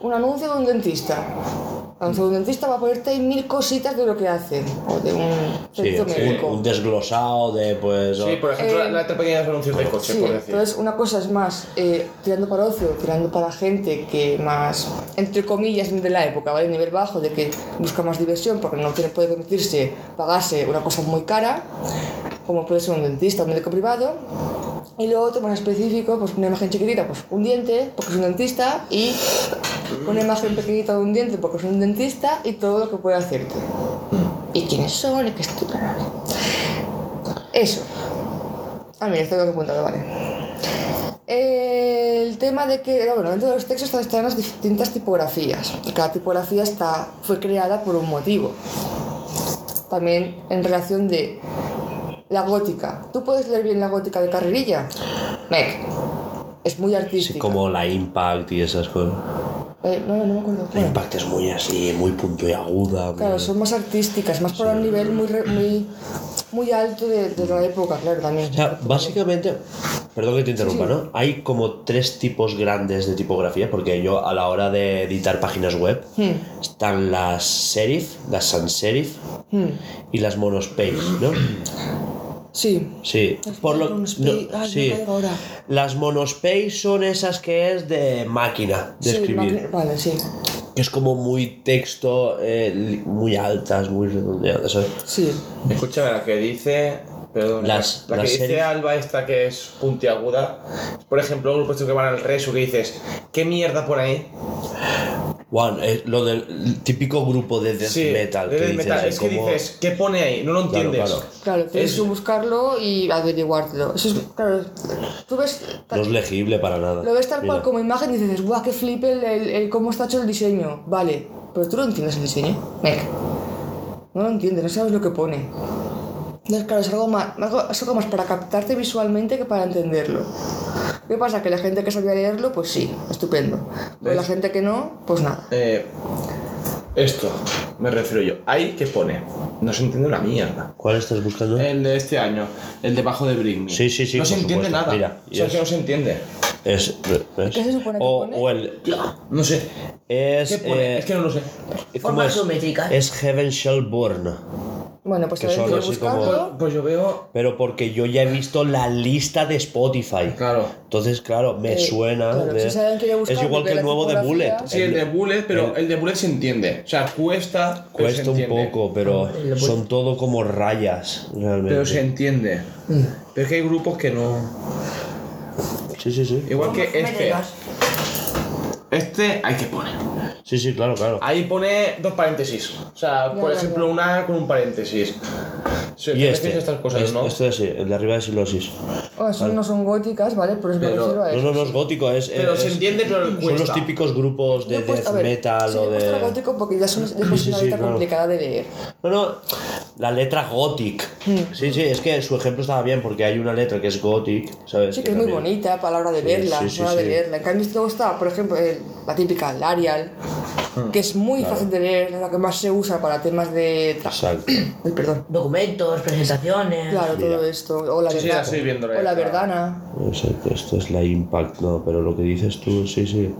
Speaker 2: un anuncio de un dentista. El anuncio de un dentista va a ponerte ahí mil cositas de lo que hace, o de un
Speaker 1: Sí,
Speaker 2: servicio
Speaker 1: un,
Speaker 2: médico.
Speaker 1: un desglosado de pues.
Speaker 4: sí, por ejemplo,
Speaker 2: Eh,
Speaker 4: la letras pequeñas de anuncios de coche,
Speaker 2: Sí,
Speaker 4: por decir.
Speaker 2: entonces una cosa es más eh, tirando para ocio, tirando para gente que más, entre comillas, de la época, ¿vale? Nivel bajo, de que busca más diversión porque no tiene, puede permitirse pagarse una cosa muy cara, como puede ser un dentista o un médico privado. Y luego otro más específico, pues una imagen chiquitita, pues un diente, porque es un dentista, y una imagen pequeñita de un diente, porque es un dentista, y todo lo que puede hacerte. Y quiénes son, y qué estudian. Eso. Ah, mira, esto lo que apuntado, vale. El tema de que, bueno, dentro de los textos están las distintas tipografías. Y cada tipografía está, fue creada por un motivo. También en relación de la gótica. ¿Tú puedes leer bien la gótica de carrerilla? Mec. Es muy artística.
Speaker 1: Como la Impact y esas cosas.
Speaker 2: Eh, no, no me acuerdo.
Speaker 1: La
Speaker 2: Bueno,
Speaker 1: Impact es muy así, muy puntiaguda.
Speaker 2: claro,
Speaker 1: muy-
Speaker 2: son más artísticas, más para un nivel muy, re- muy, muy alto de, de la época, claro, también.
Speaker 1: O sea, básicamente, perdón que te interrumpa, ¿no? Hay como tres tipos grandes de tipografía, porque yo a la hora de editar páginas web están las serif, las sans serif
Speaker 2: Hmm,
Speaker 1: y las monospace, ¿no?
Speaker 2: Sí.
Speaker 1: Sí, por lo
Speaker 2: Pues Con
Speaker 1: no,
Speaker 2: spe- Ay,
Speaker 1: sí.
Speaker 2: no caigo ahora.
Speaker 1: Las monospace son esas que es de máquina de
Speaker 2: Sí,
Speaker 1: escribir.
Speaker 2: magni- Vale, sí.
Speaker 1: Que es como muy texto, eh, li- muy altas, muy redondeadas. ¿sabes?
Speaker 2: Sí.
Speaker 4: Escúchame, la que dice. Perdón,
Speaker 1: Las-
Speaker 4: la, la
Speaker 1: las
Speaker 4: que
Speaker 1: series.
Speaker 4: dice Alba, esta que es puntiaguda. Por ejemplo, grupos que van al resu que dices, ¿qué mierda por ahí?
Speaker 1: Juan, eh, lo del típico grupo de death metal.
Speaker 4: de
Speaker 1: que
Speaker 4: death
Speaker 1: dices,
Speaker 4: metal.
Speaker 1: eh,
Speaker 4: Es que
Speaker 1: como-
Speaker 4: dices, ¿qué pone ahí? No lo
Speaker 1: Claro,
Speaker 4: entiendes.
Speaker 1: claro.
Speaker 2: Claro, tienes
Speaker 4: Es-
Speaker 2: que buscarlo y averiguártelo. Eso es, claro, tú ves,
Speaker 1: No es legible para nada.
Speaker 2: lo ves tal
Speaker 1: Mira.
Speaker 2: cual como imagen y dices, guau, qué flip el, el- el cómo está hecho el diseño. Vale, pero tú no entiendes el diseño. Mec. No lo entiendes, no sabes lo que pone. Entonces, claro, es algo, más, algo- es algo más para captarte visualmente que para entenderlo. ¿Qué pasa? Que la gente que sabía leerlo, pues sí, estupendo. Pero la
Speaker 4: ¿Ves?
Speaker 2: gente que no, pues nada.
Speaker 4: Eh, Esto, me refiero yo. Ahí que pone. No se entiende una mierda.
Speaker 1: ¿Cuál estás buscando?
Speaker 4: El de este año, el debajo de Britney.
Speaker 1: Sí, sí, sí,
Speaker 4: No se
Speaker 1: por
Speaker 4: entiende
Speaker 1: supuesto.
Speaker 4: nada.
Speaker 1: Mira,
Speaker 4: o sea,
Speaker 1: y
Speaker 4: que
Speaker 1: es-
Speaker 4: no se entiende.
Speaker 1: Es, ¿ves?
Speaker 2: ¿Qué se supone que
Speaker 1: o,
Speaker 2: pone?
Speaker 1: o el.
Speaker 4: No sé.
Speaker 1: Es.
Speaker 4: ¿Qué pone?
Speaker 1: eh,
Speaker 4: es que no lo sé.
Speaker 1: ¿cómo
Speaker 3: Formas
Speaker 1: es?
Speaker 3: geométricas.
Speaker 1: Es Heaven Shall Burn.
Speaker 2: Bueno, pues
Speaker 1: Que
Speaker 2: a ver,
Speaker 1: son
Speaker 2: quiero
Speaker 1: así como-
Speaker 2: buscarlo.
Speaker 4: Pues yo veo.
Speaker 1: Pero porque yo ya he visto la lista de Spotify.
Speaker 4: Claro.
Speaker 1: Entonces, claro, me
Speaker 2: Eh,
Speaker 1: suena.
Speaker 2: claro,
Speaker 1: de-
Speaker 2: si saben que yo
Speaker 1: es
Speaker 2: buscaba,
Speaker 1: igual que
Speaker 2: porque
Speaker 1: el
Speaker 2: la
Speaker 1: nuevo de Bullet.
Speaker 2: tipografía-
Speaker 4: Sí, el de Bullet, pero el de Bullet se entiende. O sea, cuesta. pero se
Speaker 1: Cuesta un
Speaker 4: entiende. Ah,
Speaker 1: poco, pero
Speaker 3: El de Bullet.
Speaker 1: son todo como rayas, realmente.
Speaker 4: Pero se entiende. Pero es que hay grupos que no.
Speaker 1: Sí, sí, sí.
Speaker 4: Igual que
Speaker 3: Formas
Speaker 4: este.
Speaker 3: geométricas.
Speaker 4: Este hay que poner.
Speaker 1: Sí, sí, claro, claro.
Speaker 4: Ahí pone dos paréntesis. O sea, por
Speaker 2: ya,
Speaker 4: ejemplo, una con un paréntesis. Se
Speaker 1: Y este.
Speaker 4: estas cosas,
Speaker 1: Es-
Speaker 4: ¿no?
Speaker 1: Este así, el de arriba de Silosis.
Speaker 2: Bueno, son- Oh, no son góticas, ¿vale? Pero es lo que
Speaker 4: Pero-
Speaker 2: refiero a
Speaker 1: No,
Speaker 2: eso.
Speaker 1: no, no es gótico, es.
Speaker 4: Pero
Speaker 1: es-
Speaker 4: se entiende, pero el
Speaker 1: este. Son
Speaker 4: cuesta.
Speaker 1: los típicos grupos de
Speaker 2: Yo he puesto- a
Speaker 1: death
Speaker 2: ver,
Speaker 1: metal
Speaker 2: sí,
Speaker 1: o
Speaker 2: yo he puesto lo
Speaker 1: de.
Speaker 2: gótico porque ya es una, ya es
Speaker 1: sí,
Speaker 2: una
Speaker 1: sí,
Speaker 2: letra
Speaker 1: claro.
Speaker 2: complicada de leer.
Speaker 1: No, no, la letra gothic. Sí, sí, es que su ejemplo estaba bien porque hay una letra que es gothic, ¿sabes?
Speaker 2: Sí, que es muy
Speaker 1: también-
Speaker 2: bonita para la hora de
Speaker 1: Sí,
Speaker 2: verla,
Speaker 1: sí, sí,
Speaker 2: a la hora
Speaker 1: sí.
Speaker 2: de leerla. En cambio, luego está, por ejemplo, el- la típica L'Arial,
Speaker 1: Hmm.
Speaker 2: que es muy fácil de leer, es la que más se usa para temas de... tra-
Speaker 1: Exacto.
Speaker 2: Ay, perdón.
Speaker 3: Documentos, presentaciones.
Speaker 2: Claro,
Speaker 1: Mira.
Speaker 2: todo esto. O la
Speaker 4: Sí, sí,
Speaker 2: verdad.
Speaker 4: la estoy viendo, la
Speaker 2: o la
Speaker 4: letra.
Speaker 2: verdana.
Speaker 1: Exacto, esto es la impact, no, pero lo que dices tú, sí, sí.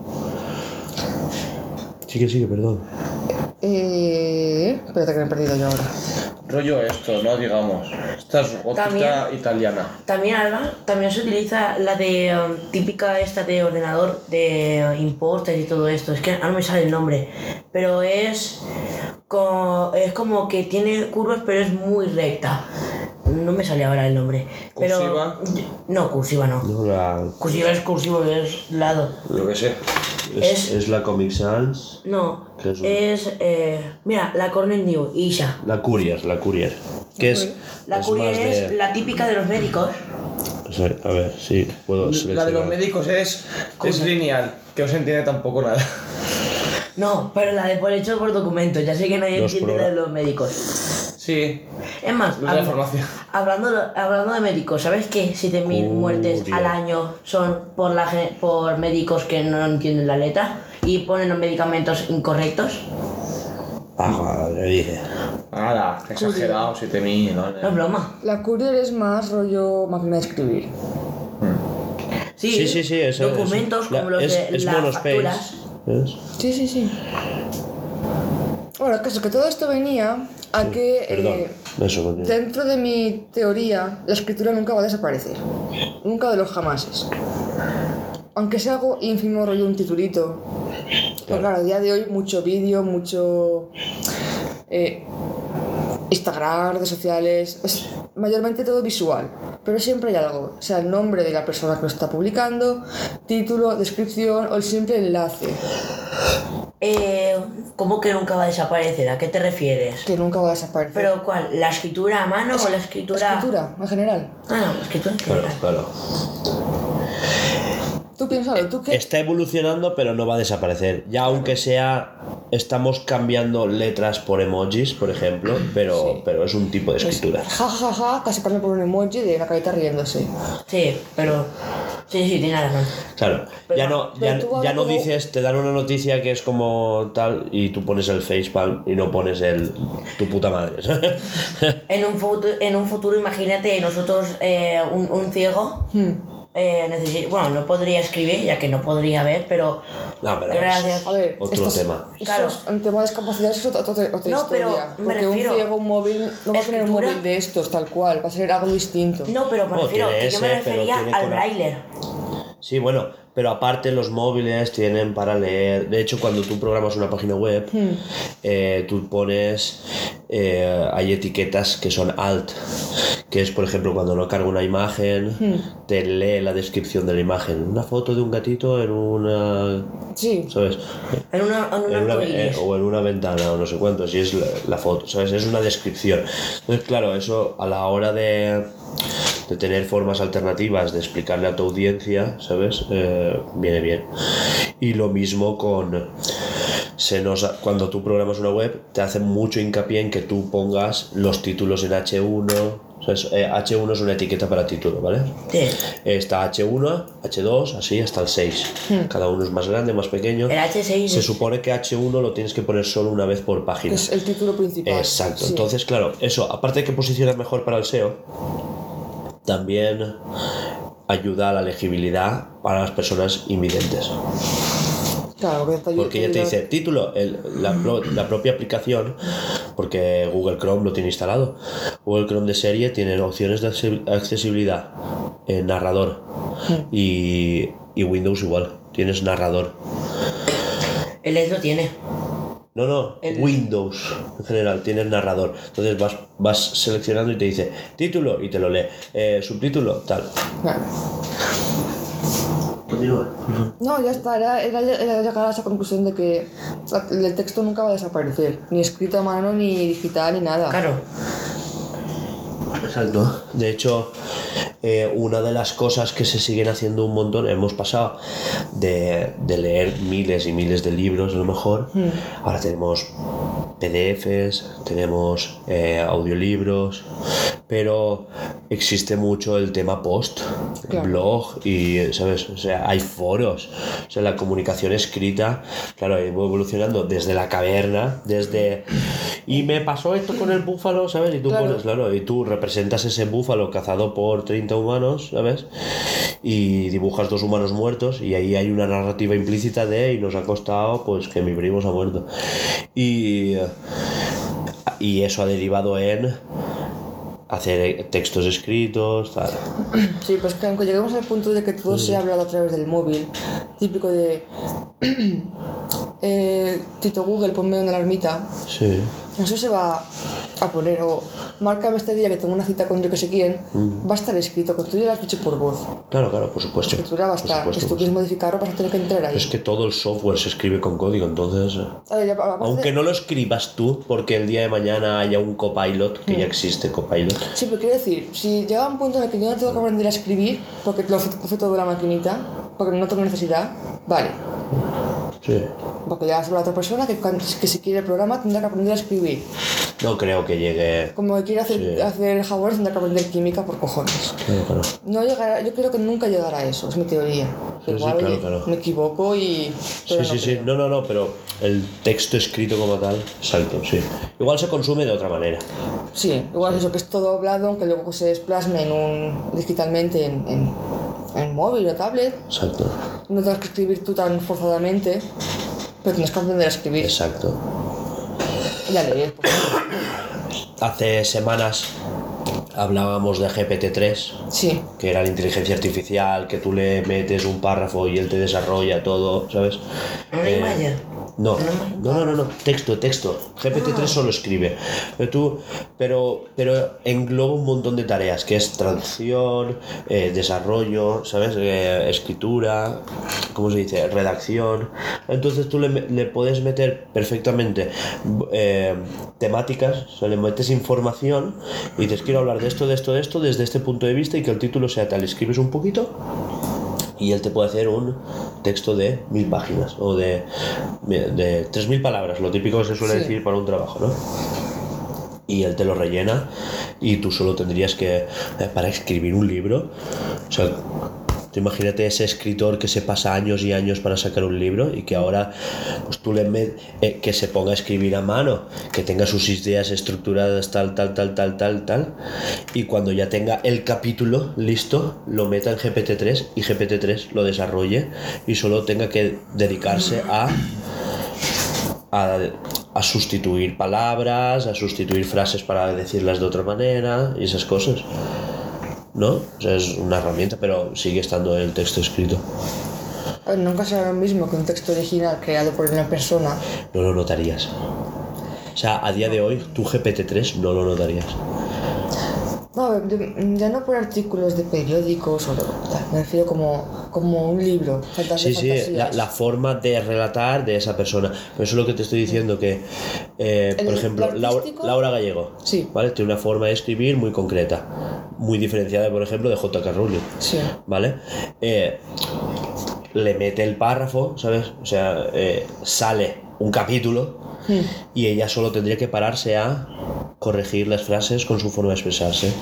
Speaker 1: Sí que sigue, perdón.
Speaker 2: Eh... Espérate que me he perdido yo ahora.
Speaker 4: Rollo esto, ¿no? Digamos. Esta es gótica
Speaker 3: También.
Speaker 4: italiana.
Speaker 3: También, Alba, también se utiliza la de um, típica esta de ordenador de uh, importes y todo esto. Es que ahora no me sale el nombre. Pero es como, es como que tiene curvas, pero es muy recta. No me sale ahora el nombre. Pero,
Speaker 4: ¿Cursiva?
Speaker 3: No, cursiva no.
Speaker 1: No, la,
Speaker 3: Cursiva es cursivo, es lado.
Speaker 4: Yo qué sé.
Speaker 1: es,
Speaker 3: Es-
Speaker 1: es la Comic Sans,
Speaker 3: No,
Speaker 1: ¿Qué es?
Speaker 3: es... eh, mira, la Cornell New, Isha.
Speaker 1: la Courier, la Courier. Que es.
Speaker 3: La
Speaker 1: es
Speaker 3: Courier
Speaker 1: más de-
Speaker 3: es la típica de los médicos.
Speaker 1: Sí, A ver, sí, puedo
Speaker 4: La de los
Speaker 1: seleccionar.
Speaker 4: médicos es, es lineal, que no se entiende tampoco nada.
Speaker 3: No, pero la de por hecho por documentos. Ya sé que nadie
Speaker 1: Los
Speaker 3: entiende la de
Speaker 1: progra-
Speaker 3: los médicos.
Speaker 4: Sí,
Speaker 3: Es más,
Speaker 4: Los de la
Speaker 3: hab-
Speaker 4: farmacia.
Speaker 3: Hablando, hablando de médicos, ¿sabes que 7.000
Speaker 1: Uh,
Speaker 3: muertes
Speaker 1: tío.
Speaker 3: al año son por, la, gen- por médicos que no entienden la letra y ponen los medicamentos incorrectos?
Speaker 1: Ah, madre, dije.
Speaker 4: nada, exagerado, 7000, ¿no?
Speaker 3: No es broma.
Speaker 2: La courier es más rollo máquina de escribir.
Speaker 3: Sí,
Speaker 1: Sí, sí, sí, eso es.
Speaker 3: Documentos
Speaker 1: La-
Speaker 3: como los
Speaker 1: es-
Speaker 3: de
Speaker 1: es
Speaker 3: las
Speaker 1: monospace,
Speaker 3: facturas.
Speaker 1: ¿ves?
Speaker 2: Sí, sí, sí. Bueno, el caso es que todo esto venía a que...
Speaker 1: Perdón,
Speaker 2: eh,
Speaker 1: eso coño.
Speaker 2: Dentro de mi teoría, la escritura nunca va a desaparecer. Nunca de los jamases. Aunque sea algo ínfimo, rollo un titulito. Pero claro, a día de hoy mucho vídeo, mucho eh, Instagram, redes sociales, es mayormente todo visual. Pero siempre hay algo, o sea, el nombre de la persona que lo está publicando, título, descripción o el simple enlace,
Speaker 3: Eh, ¿Cómo que nunca va a desaparecer? ¿A qué te refieres?
Speaker 2: que nunca va a desaparecer.
Speaker 3: ¿Pero cuál? ¿La escritura a mano o la escritura...?
Speaker 2: La escritura, en general.
Speaker 3: Ah, no, escritura en
Speaker 1: Claro,
Speaker 3: general.
Speaker 1: claro.
Speaker 2: Tú piénsalo, tú qué...
Speaker 1: Está evolucionando, pero no va a desaparecer. Ya aunque sea, estamos cambiando letras por emojis, por ejemplo, pero, pero es un tipo de escritura.
Speaker 2: Ja, ja, ja, casi pasa por un emoji de una carita riéndose.
Speaker 3: Sí, pero... Sí, sí, tiene razón.
Speaker 1: Claro,
Speaker 3: Pero-
Speaker 1: ya no,
Speaker 2: pero
Speaker 1: ya,
Speaker 2: tú ahora
Speaker 1: ya no
Speaker 2: como-
Speaker 1: dices, te dan una noticia que es como tal y tú pones el facepalm y no pones el tu puta madre.
Speaker 3: En un, futu- en un futuro, imagínate, nosotros, eh, un, un ciego,
Speaker 2: Hmm.
Speaker 3: eh, necesi- bueno, no podría escribir, ya que no podría ver, pero...
Speaker 1: No, pero
Speaker 3: gracias.
Speaker 2: A ver,
Speaker 1: Otro tema.
Speaker 2: Eso
Speaker 3: Claro.
Speaker 2: es- el tema de discapacidad es otra, otra- otra
Speaker 3: No, pero
Speaker 2: historia.
Speaker 3: me
Speaker 2: porque
Speaker 3: refiero-
Speaker 2: un ciego un móvil no va a tener un
Speaker 3: Escritura.
Speaker 2: móvil de estos, tal cual. Va a ser algo distinto.
Speaker 3: No, pero me
Speaker 1: No,
Speaker 3: refiero,
Speaker 1: tiene
Speaker 3: que yo me
Speaker 1: ese, pero
Speaker 3: refería
Speaker 1: tiene
Speaker 3: al
Speaker 1: con-
Speaker 3: braille.
Speaker 1: Sí, bueno, pero aparte los móviles tienen para leer. De hecho, cuando tú programas una página web, eh, tú pones. eh, hay etiquetas que son alt, que es, por ejemplo, cuando no carga una imagen, te lee la descripción de la imagen. Una foto de un gatito en una.
Speaker 2: Sí,
Speaker 1: ¿Sabes?
Speaker 3: En, una, en un
Speaker 1: En una-
Speaker 3: arcoíris.
Speaker 1: eh, o en una ventana o no sé cuánto, si es la, la foto, ¿sabes? Es una descripción. Entonces, claro, eso a la hora de, de tener formas alternativas, de explicarle a tu audiencia, ¿sabes? Eh, viene bien. Y lo mismo con... se nos, ha- cuando tú programas una web, te hacen mucho hincapié en que tú pongas los títulos en H1. O sea, es- eh, H1 es una etiqueta para título, ¿vale? Eh,
Speaker 3: Sí.
Speaker 1: Está H1, H2, así hasta el 6. Cada uno es más grande, más pequeño.
Speaker 3: Hmm. El H6
Speaker 1: Se
Speaker 3: es-
Speaker 1: supone que H1 lo tienes que poner solo una vez por página.
Speaker 2: Es el título principal.
Speaker 1: Exacto.
Speaker 2: sí.
Speaker 1: Entonces, claro, eso, aparte de que posicionas mejor para el SEO, también ayuda a la legibilidad para las personas invidentes.
Speaker 2: Claro, que está
Speaker 1: Porque ya te dice título, el- la, pro- la propia aplicación, porque Google Chrome lo tiene instalado. Google Chrome de serie tiene opciones de accesi- accesibilidad, eh, narrador
Speaker 2: Mm.
Speaker 1: y, y Windows igual, tienes narrador.
Speaker 3: El Edge lo tiene.
Speaker 1: No, no,
Speaker 3: El-
Speaker 1: Windows en general, tienes narrador. Entonces vas, vas seleccionando y te dice título y te lo lee, eh, subtítulo, tal.
Speaker 2: Vale.
Speaker 1: Continúa.
Speaker 2: No, ya está, era, era- era llegar a esa conclusión de que la- el texto nunca va a desaparecer, ni escrito a mano, ni digital, ni nada.
Speaker 3: Claro.
Speaker 1: Exacto. De hecho, eh, una de las cosas que se siguen haciendo un montón, hemos pasado de, de leer miles y miles de libros a lo mejor, ahora tenemos PDFs, tenemos eh, audiolibros, pero existe mucho el tema post,
Speaker 2: Claro.
Speaker 1: blog y, ¿sabes? O sea, hay foros, o sea, la comunicación escrita, claro, ha ido evolucionando desde la caverna, desde... Y me pasó esto con el búfalo, ¿sabes? Y tú
Speaker 2: Claro.
Speaker 1: pones, claro, y tú representas ese búfalo cazado por 30 humanos, ¿sabes? Y dibujas dos humanos muertos y ahí hay una narrativa implícita de y nos ha costado pues que mi primo se ha muerto. Y, y eso ha derivado en hacer eh, textos escritos, tal.
Speaker 2: Sí, pues que aunque lleguemos al punto de que todo sea hablado a través del móvil, típico de. eh, Tito Google, ponme una alarmita.
Speaker 1: Sí.
Speaker 2: Eso se va a poner, o márcame este día que tengo una cita con yo que sé quién,
Speaker 1: Mm.
Speaker 2: va a estar escrito, que tú ya lo has dicho por voz,
Speaker 1: Claro, claro, por supuesto.
Speaker 2: que tú ya va a
Speaker 1: Por
Speaker 2: estar, que
Speaker 1: supuesto,
Speaker 2: si
Speaker 1: por
Speaker 2: tú quieres modificarlo vas a tener que entrar ahí.
Speaker 1: Es que todo el software se escribe con código, entonces... eh,
Speaker 2: A ver, ya- aparte-
Speaker 1: Aunque no lo escribas tú, porque el día de mañana haya un copilot, que ya
Speaker 2: Mm.
Speaker 1: existe copilot.
Speaker 2: Sí, pero quiero decir, si llega un punto en el que yo no tengo que aprender a escribir, porque lo hace, hace todo la maquinita, porque no tengo necesidad, vale.
Speaker 1: Sí.
Speaker 2: Porque ya sobre la otra persona que, cuan- que si quiere el programa tendrá que aprender a escribir.
Speaker 1: No creo que llegue...
Speaker 2: Como que quiere hacer,
Speaker 1: Sí.
Speaker 2: hacer jabones tendrá que aprender química por cojones.
Speaker 1: Claro, claro.
Speaker 2: No llegará, yo creo que nunca llegará a eso, es mi teoría.
Speaker 1: Sí,
Speaker 2: Igual,
Speaker 1: sí, claro,
Speaker 2: oye,
Speaker 1: claro.
Speaker 2: me equivoco y...
Speaker 1: Sí, sí, sí. No, no, no, pero el texto escrito como tal, exacto, sí. Igual se consume de otra manera.
Speaker 2: Sí, igual eso que es todo hablado, aunque luego se desplasme en un, digitalmente en, en, en móvil o tablet.
Speaker 1: Exacto.
Speaker 2: No tienes que escribir tú tan forzadamente, pero tienes que aprender a escribir
Speaker 1: Exacto.
Speaker 2: y a leer. por ejemplo.
Speaker 1: Hace semanas hablábamos de GPT-3,
Speaker 2: Sí,
Speaker 1: que era la inteligencia artificial, que tú le metes un párrafo y él te desarrolla todo, ¿sabes?
Speaker 3: Una
Speaker 1: Eh,
Speaker 3: imagen.
Speaker 1: No, no, no, no, no, texto, texto. GPT-3 solo escribe. Pero tú, pero, pero engloba un montón de tareas, que es traducción, eh, desarrollo, ¿sabes? Eh, escritura, ¿cómo se dice? Redacción. Entonces tú le, me- le puedes meter perfectamente eh, temáticas, o sea, le metes información y dices, quiero hablar de esto, de esto, de esto, desde este punto de vista y que el título sea tal. Escribes un poquito y él te puede hacer un texto de mil páginas o de, de tres mil palabras, lo típico que se suele
Speaker 2: Sí.
Speaker 1: decir para un trabajo, ¿no? Y él te lo rellena y tú solo tendrías que, eh, para escribir un libro, o sea, tú imagínate ese escritor que se pasa años y años para sacar un libro y que ahora, pues tú le met- eh, que se ponga a escribir a mano, que tenga sus ideas estructuradas tal, tal, tal, tal, tal, tal, y cuando ya tenga el capítulo listo, lo meta en GPT-3 y GPT-3 lo desarrolle y solo tenga que dedicarse a a, a sustituir palabras, a sustituir frases para decirlas de otra manera y esas cosas. ¿No? O sea, es una herramienta, pero sigue estando el texto escrito.
Speaker 2: A ver, nunca será lo mismo que un texto original creado por una persona.
Speaker 1: No lo notarías. O sea, a día de hoy, tu GPT-3 no lo notarías.
Speaker 2: No, a ver, yo- ya no por artículos de periódicos o de, me refiero como, como un libro. Fantasía,
Speaker 1: Sí, sí, la, la forma de relatar de esa persona. Pero eso es lo que te estoy diciendo, que, eh,
Speaker 2: El-
Speaker 1: por
Speaker 2: lo
Speaker 1: ejemplo, Laura,
Speaker 2: artístico-
Speaker 1: Laura Gallego,
Speaker 2: Sí.
Speaker 1: ¿vale? Tiene una forma de escribir muy concreta, muy diferenciada, por ejemplo, de J.K. Rowling.
Speaker 2: Sí,
Speaker 1: ¿vale? Eh, le mete el párrafo, ¿sabes? O sea, eh, sale un capítulo y ella solo tendría que pararse a corregir las frases con su forma de expresarse.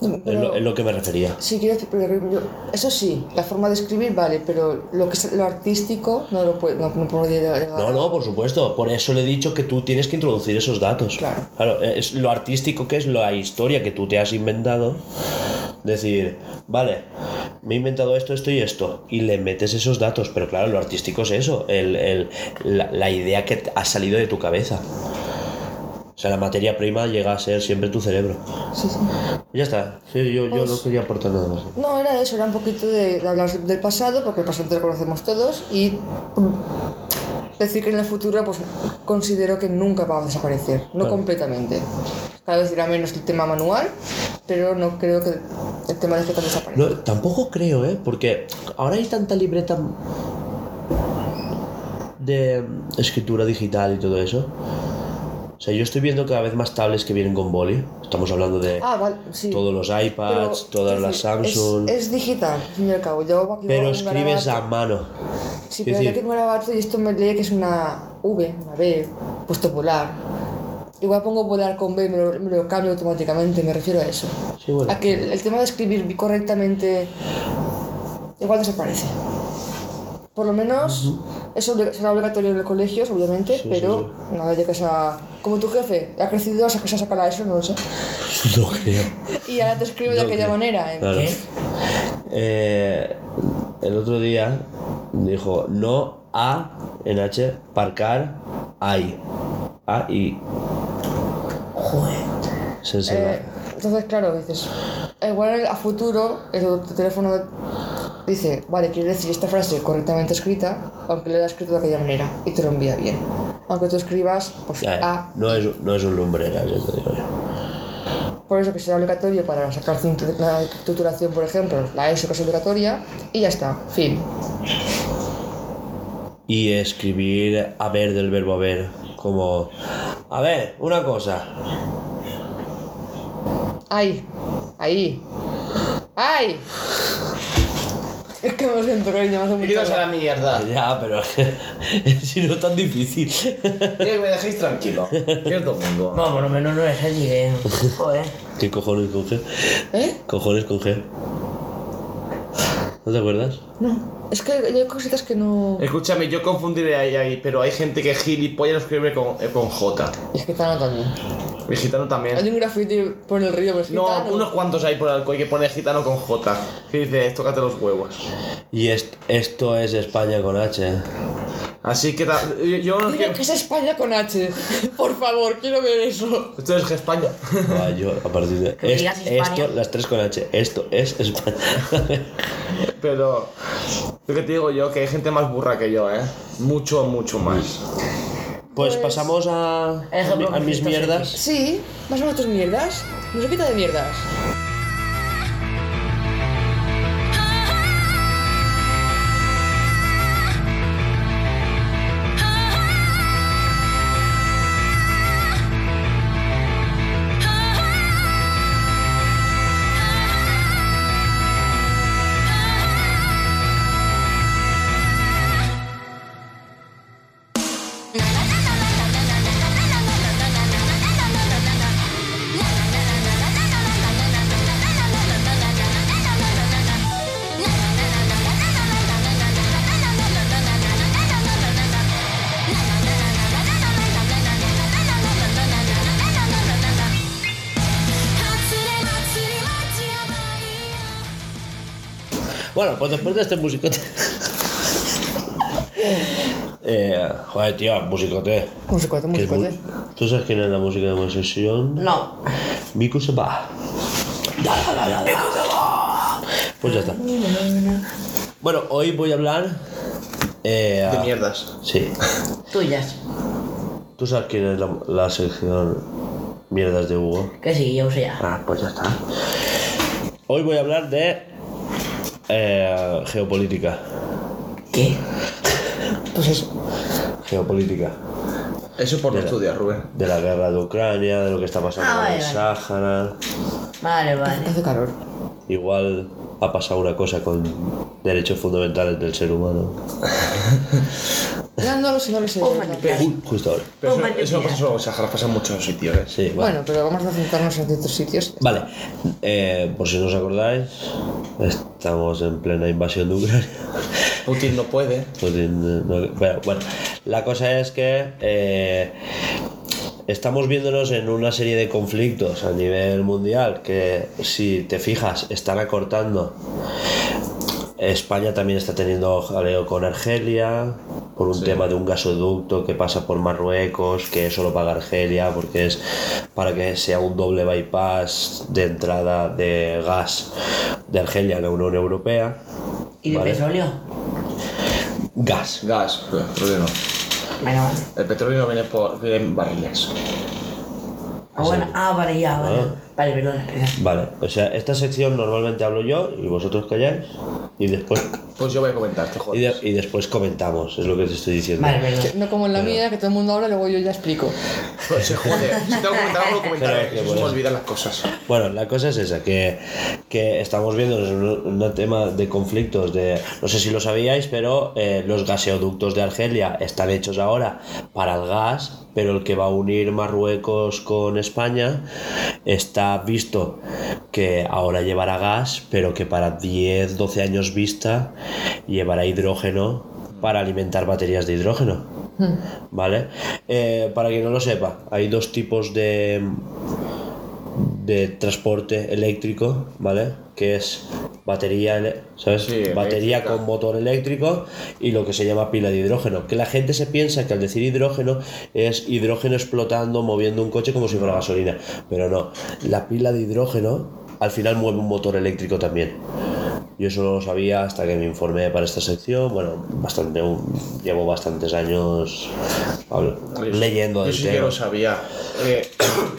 Speaker 1: Es lo, es lo que me refería.
Speaker 2: Sí, quiero decir, pero yo- eso sí, la forma de escribir vale, pero lo que es lo artístico no lo puedo, no, no puedo llegar.
Speaker 1: No, no, por supuesto. Por eso le he dicho que tú tienes que introducir esos datos.
Speaker 2: Claro.
Speaker 1: es lo artístico que es la historia que tú te has inventado. Decir, vale, me he inventado esto, esto y esto. Y le metes esos datos. Pero claro, lo artístico es eso. el- el- la, la idea que te- ha salido de tu cabeza. O sea, la materia prima llega a ser siempre tu cerebro.
Speaker 2: Sí, sí.
Speaker 1: Ya está. Sí, yo, yo no
Speaker 2: Pues-
Speaker 1: quería aportar nada más.
Speaker 2: No, era eso, era un poquito de, de hablar del pasado, porque el pasado lo conocemos todos, y mm, decir que en el futuro, pues considero que nunca va a desaparecer, no
Speaker 1: Claro.
Speaker 2: completamente. Cada vez irá menos el tema manual, pero no creo que el tema de digital desaparezca.
Speaker 1: No, tampoco creo, ¿eh? Porque ahora hay tanta libreta de escritura digital y todo eso. O sea, yo estoy viendo cada vez más tablets que vienen con boli. Estamos hablando de
Speaker 2: Ah, vale, sí.
Speaker 1: todos los
Speaker 2: Pero,
Speaker 1: iPads, todas
Speaker 2: es
Speaker 1: las
Speaker 2: decir, es-
Speaker 1: Samsung.
Speaker 2: Es, digital, al fin y al cabo. Yo aquí hago
Speaker 1: pero
Speaker 2: un
Speaker 1: escribes a
Speaker 2: garabato.
Speaker 1: mano.
Speaker 2: Sí,
Speaker 1: Quiero
Speaker 2: pero yo
Speaker 1: decir-
Speaker 2: tengo un garabato y esto me lee que es una V, una B, puesto volar. Igual pongo volar con B y me lo, me lo cambio automáticamente, me refiero a eso.
Speaker 1: Sí, bueno.
Speaker 2: A que el, el tema de escribir correctamente igual desaparece. Por lo menos es obli- será obligatorio en los colegios, obviamente,
Speaker 1: Sí,
Speaker 2: pero nada, ya que sea... Como tu jefe ha crecido, se se sacará eso, no lo sé.
Speaker 1: No creo.
Speaker 2: Y ahora te escribo de
Speaker 1: No
Speaker 2: aquella
Speaker 1: creo.
Speaker 2: manera. ¿eh?
Speaker 1: Claro.
Speaker 3: ¿Qué?
Speaker 1: Eh, el otro día dijo no a en H parcar hay. A y
Speaker 3: Joder.
Speaker 1: se enseña.
Speaker 2: Eh, entonces, claro, dices, eh, igual a futuro el, tu teléfono dice, vale, quiero decir esta frase correctamente escrita, aunque lo haya escrito de aquella manera, y te lo envía bien. Aunque tú escribas, pues,
Speaker 1: Ya, eh,
Speaker 2: A,
Speaker 1: no, es, no es un lumbrera, yo te digo yo.
Speaker 2: por eso que será obligatorio para sacar cintu- la titulación, por ejemplo, la ESO que es obligatoria, y ya está, fin.
Speaker 1: Y escribir haber del verbo haber, como... A ver, una cosa.
Speaker 2: ¡Ay! ¡Ahí! ¡Ay! Es que me lo siento, cariño, me hace
Speaker 4: Me
Speaker 2: mucha
Speaker 4: quiero a la
Speaker 2: gracia.
Speaker 4: mierda.
Speaker 1: Ya, pero si no es tan difícil.
Speaker 4: Quiero que me dejéis tranquilo. Que es domingo.
Speaker 3: Vamos, por lo menos no es allí, eh. Joder.
Speaker 1: ¿Qué cojones con G?
Speaker 2: ¿Eh?
Speaker 1: Cojones con G. ¿No te acuerdas?
Speaker 2: No, es que hay cositas que no...
Speaker 4: Escúchame, yo confundiré ahí, ahí, pero hay gente que gilipollas lo escribe con, eh, con J.
Speaker 2: Es que están también.
Speaker 4: El gitano
Speaker 2: Hay
Speaker 4: también.
Speaker 2: un graffiti por el río, pero es
Speaker 4: No,
Speaker 2: gitano.
Speaker 4: unos cuantos hay por alcohol que pone gitano con J. Que dice, tócate los huevos.
Speaker 1: Y est- esto es España con H. ¿eh?
Speaker 4: Así que ta- yo, yo no
Speaker 2: Dime
Speaker 4: quiero.
Speaker 2: que es España con H. Por favor, quiero ver eso.
Speaker 4: Esto es España.
Speaker 1: Ah, yo, a partir de...
Speaker 3: Que
Speaker 1: Est-
Speaker 3: digas Hispania.
Speaker 1: esto, las tres con H. Esto es España. Pues
Speaker 4: Pero. Lo que te digo yo, que hay gente más burra que yo, eh. Mucho, mucho más.
Speaker 1: Pues pasamos a, a, mi- a mis mierdas.
Speaker 2: Sí, más o menos tus mierdas. No se quita de mierdas.
Speaker 1: Bueno, pues después de este musicote. eh, joder, tío, musicote.
Speaker 2: Musicote,
Speaker 1: Que es mu-
Speaker 2: musicote.
Speaker 1: ¿Tú sabes quién es la música de mi sesión?
Speaker 3: No.
Speaker 1: Miku se va. Da, da, da, da, da. Pues ya está. Bueno, hoy voy a hablar. eh,
Speaker 4: De
Speaker 1: a-
Speaker 4: mierdas.
Speaker 1: Sí.
Speaker 3: Tuyas.
Speaker 1: ¿Tú sabes quién es la, la sección Mierdas de Hugo?
Speaker 3: Que sí, yo sé ya.
Speaker 1: Ah, pues ya está. Hoy voy a hablar de. eh, geopolítica.
Speaker 3: ¿Qué? Pues eso.
Speaker 1: Geopolítica.
Speaker 4: Eso por no estudiar, Rubén.
Speaker 1: de la guerra de Ucrania, de lo que está pasando
Speaker 3: Ah,
Speaker 1: en
Speaker 3: vale,
Speaker 1: el
Speaker 3: vale.
Speaker 1: Sáhara.
Speaker 3: Vale, vale.
Speaker 2: Hace calor.
Speaker 1: Igual ha pasado una cosa con derechos fundamentales del ser humano.
Speaker 2: Ya matando a los señores
Speaker 3: Oh,
Speaker 2: serios.
Speaker 3: maldita.
Speaker 1: Ju- Justo ahora.
Speaker 4: Pero
Speaker 3: Oh,
Speaker 4: eso,
Speaker 3: madre
Speaker 4: eso no
Speaker 3: mía.
Speaker 4: pasa solo en Oaxaca, pasa en muchos sitios, ¿eh?
Speaker 1: Sí, vale.
Speaker 2: Bueno, pero vamos a centrarnos en ciertos sitios.
Speaker 1: Vale, eh, por si no os acordáis, estamos en plena invasión de Ucrania.
Speaker 4: Putin no puede.
Speaker 1: Pues, eh, no- bueno, bueno, la cosa es que eh, estamos viéndonos en una serie de conflictos a nivel mundial que, si te fijas, están acortando. España también está teniendo jaleo con Argelia por un tema de un gasoducto que pasa por Marruecos, que eso lo paga Argelia porque es para que sea un doble bypass de entrada de gas de Argelia a la Unión Europea.
Speaker 3: ¿Y de
Speaker 1: Vale.
Speaker 3: petróleo?
Speaker 1: Gas.
Speaker 4: Gas, petróleo no.
Speaker 3: Bueno, vale.
Speaker 4: El petróleo no viene por viene en barriles.
Speaker 3: Ah, bueno. Ah, vale, ya, vale. Vale, perdón, perdón.
Speaker 1: Vale, o sea, esta sección normalmente hablo yo y vosotros calláis y después
Speaker 4: Pues yo voy a comentar, te
Speaker 1: y,
Speaker 4: jodas.
Speaker 1: de- y después comentamos, es lo que te estoy diciendo.
Speaker 3: Vale, perdón.
Speaker 2: Que No como en la mía, que todo el mundo habla y luego yo ya explico.
Speaker 4: Pues se jode. Si tengo que comentar algo, lo comentaré.
Speaker 1: Pero que
Speaker 4: que se me
Speaker 1: bueno.
Speaker 4: olvidan las cosas.
Speaker 1: Bueno, la cosa es esa, que, que estamos viendo un, un tema de conflictos de, no sé si lo sabíais, pero eh, los gaseoductos de Argelia están hechos ahora para el gas, pero el que va a unir Marruecos con España está visto que ahora llevará gas, pero que para 10, 12 años vista llevará hidrógeno para alimentar baterías de hidrógeno. ¿Vale? Eh, para quien no lo sepa, hay dos tipos de, de transporte eléctrico, ¿vale? Que es batería, ele- ¿sabes?
Speaker 4: Sí,
Speaker 1: batería
Speaker 4: eléctrica.
Speaker 1: con motor eléctrico y lo que se llama pila de hidrógeno. Que la gente se piensa que al decir hidrógeno es hidrógeno explotando, moviendo un coche como si fuera gasolina. Pero no, la pila de hidrógeno al final mueve un motor eléctrico también. Yo eso no lo sabía hasta que me informé para esta sección. Bueno, bastante, un- llevo bastantes años Pablo, leyendo
Speaker 4: Yo
Speaker 1: del
Speaker 4: sí que
Speaker 1: tema.
Speaker 4: lo sabía. Eh,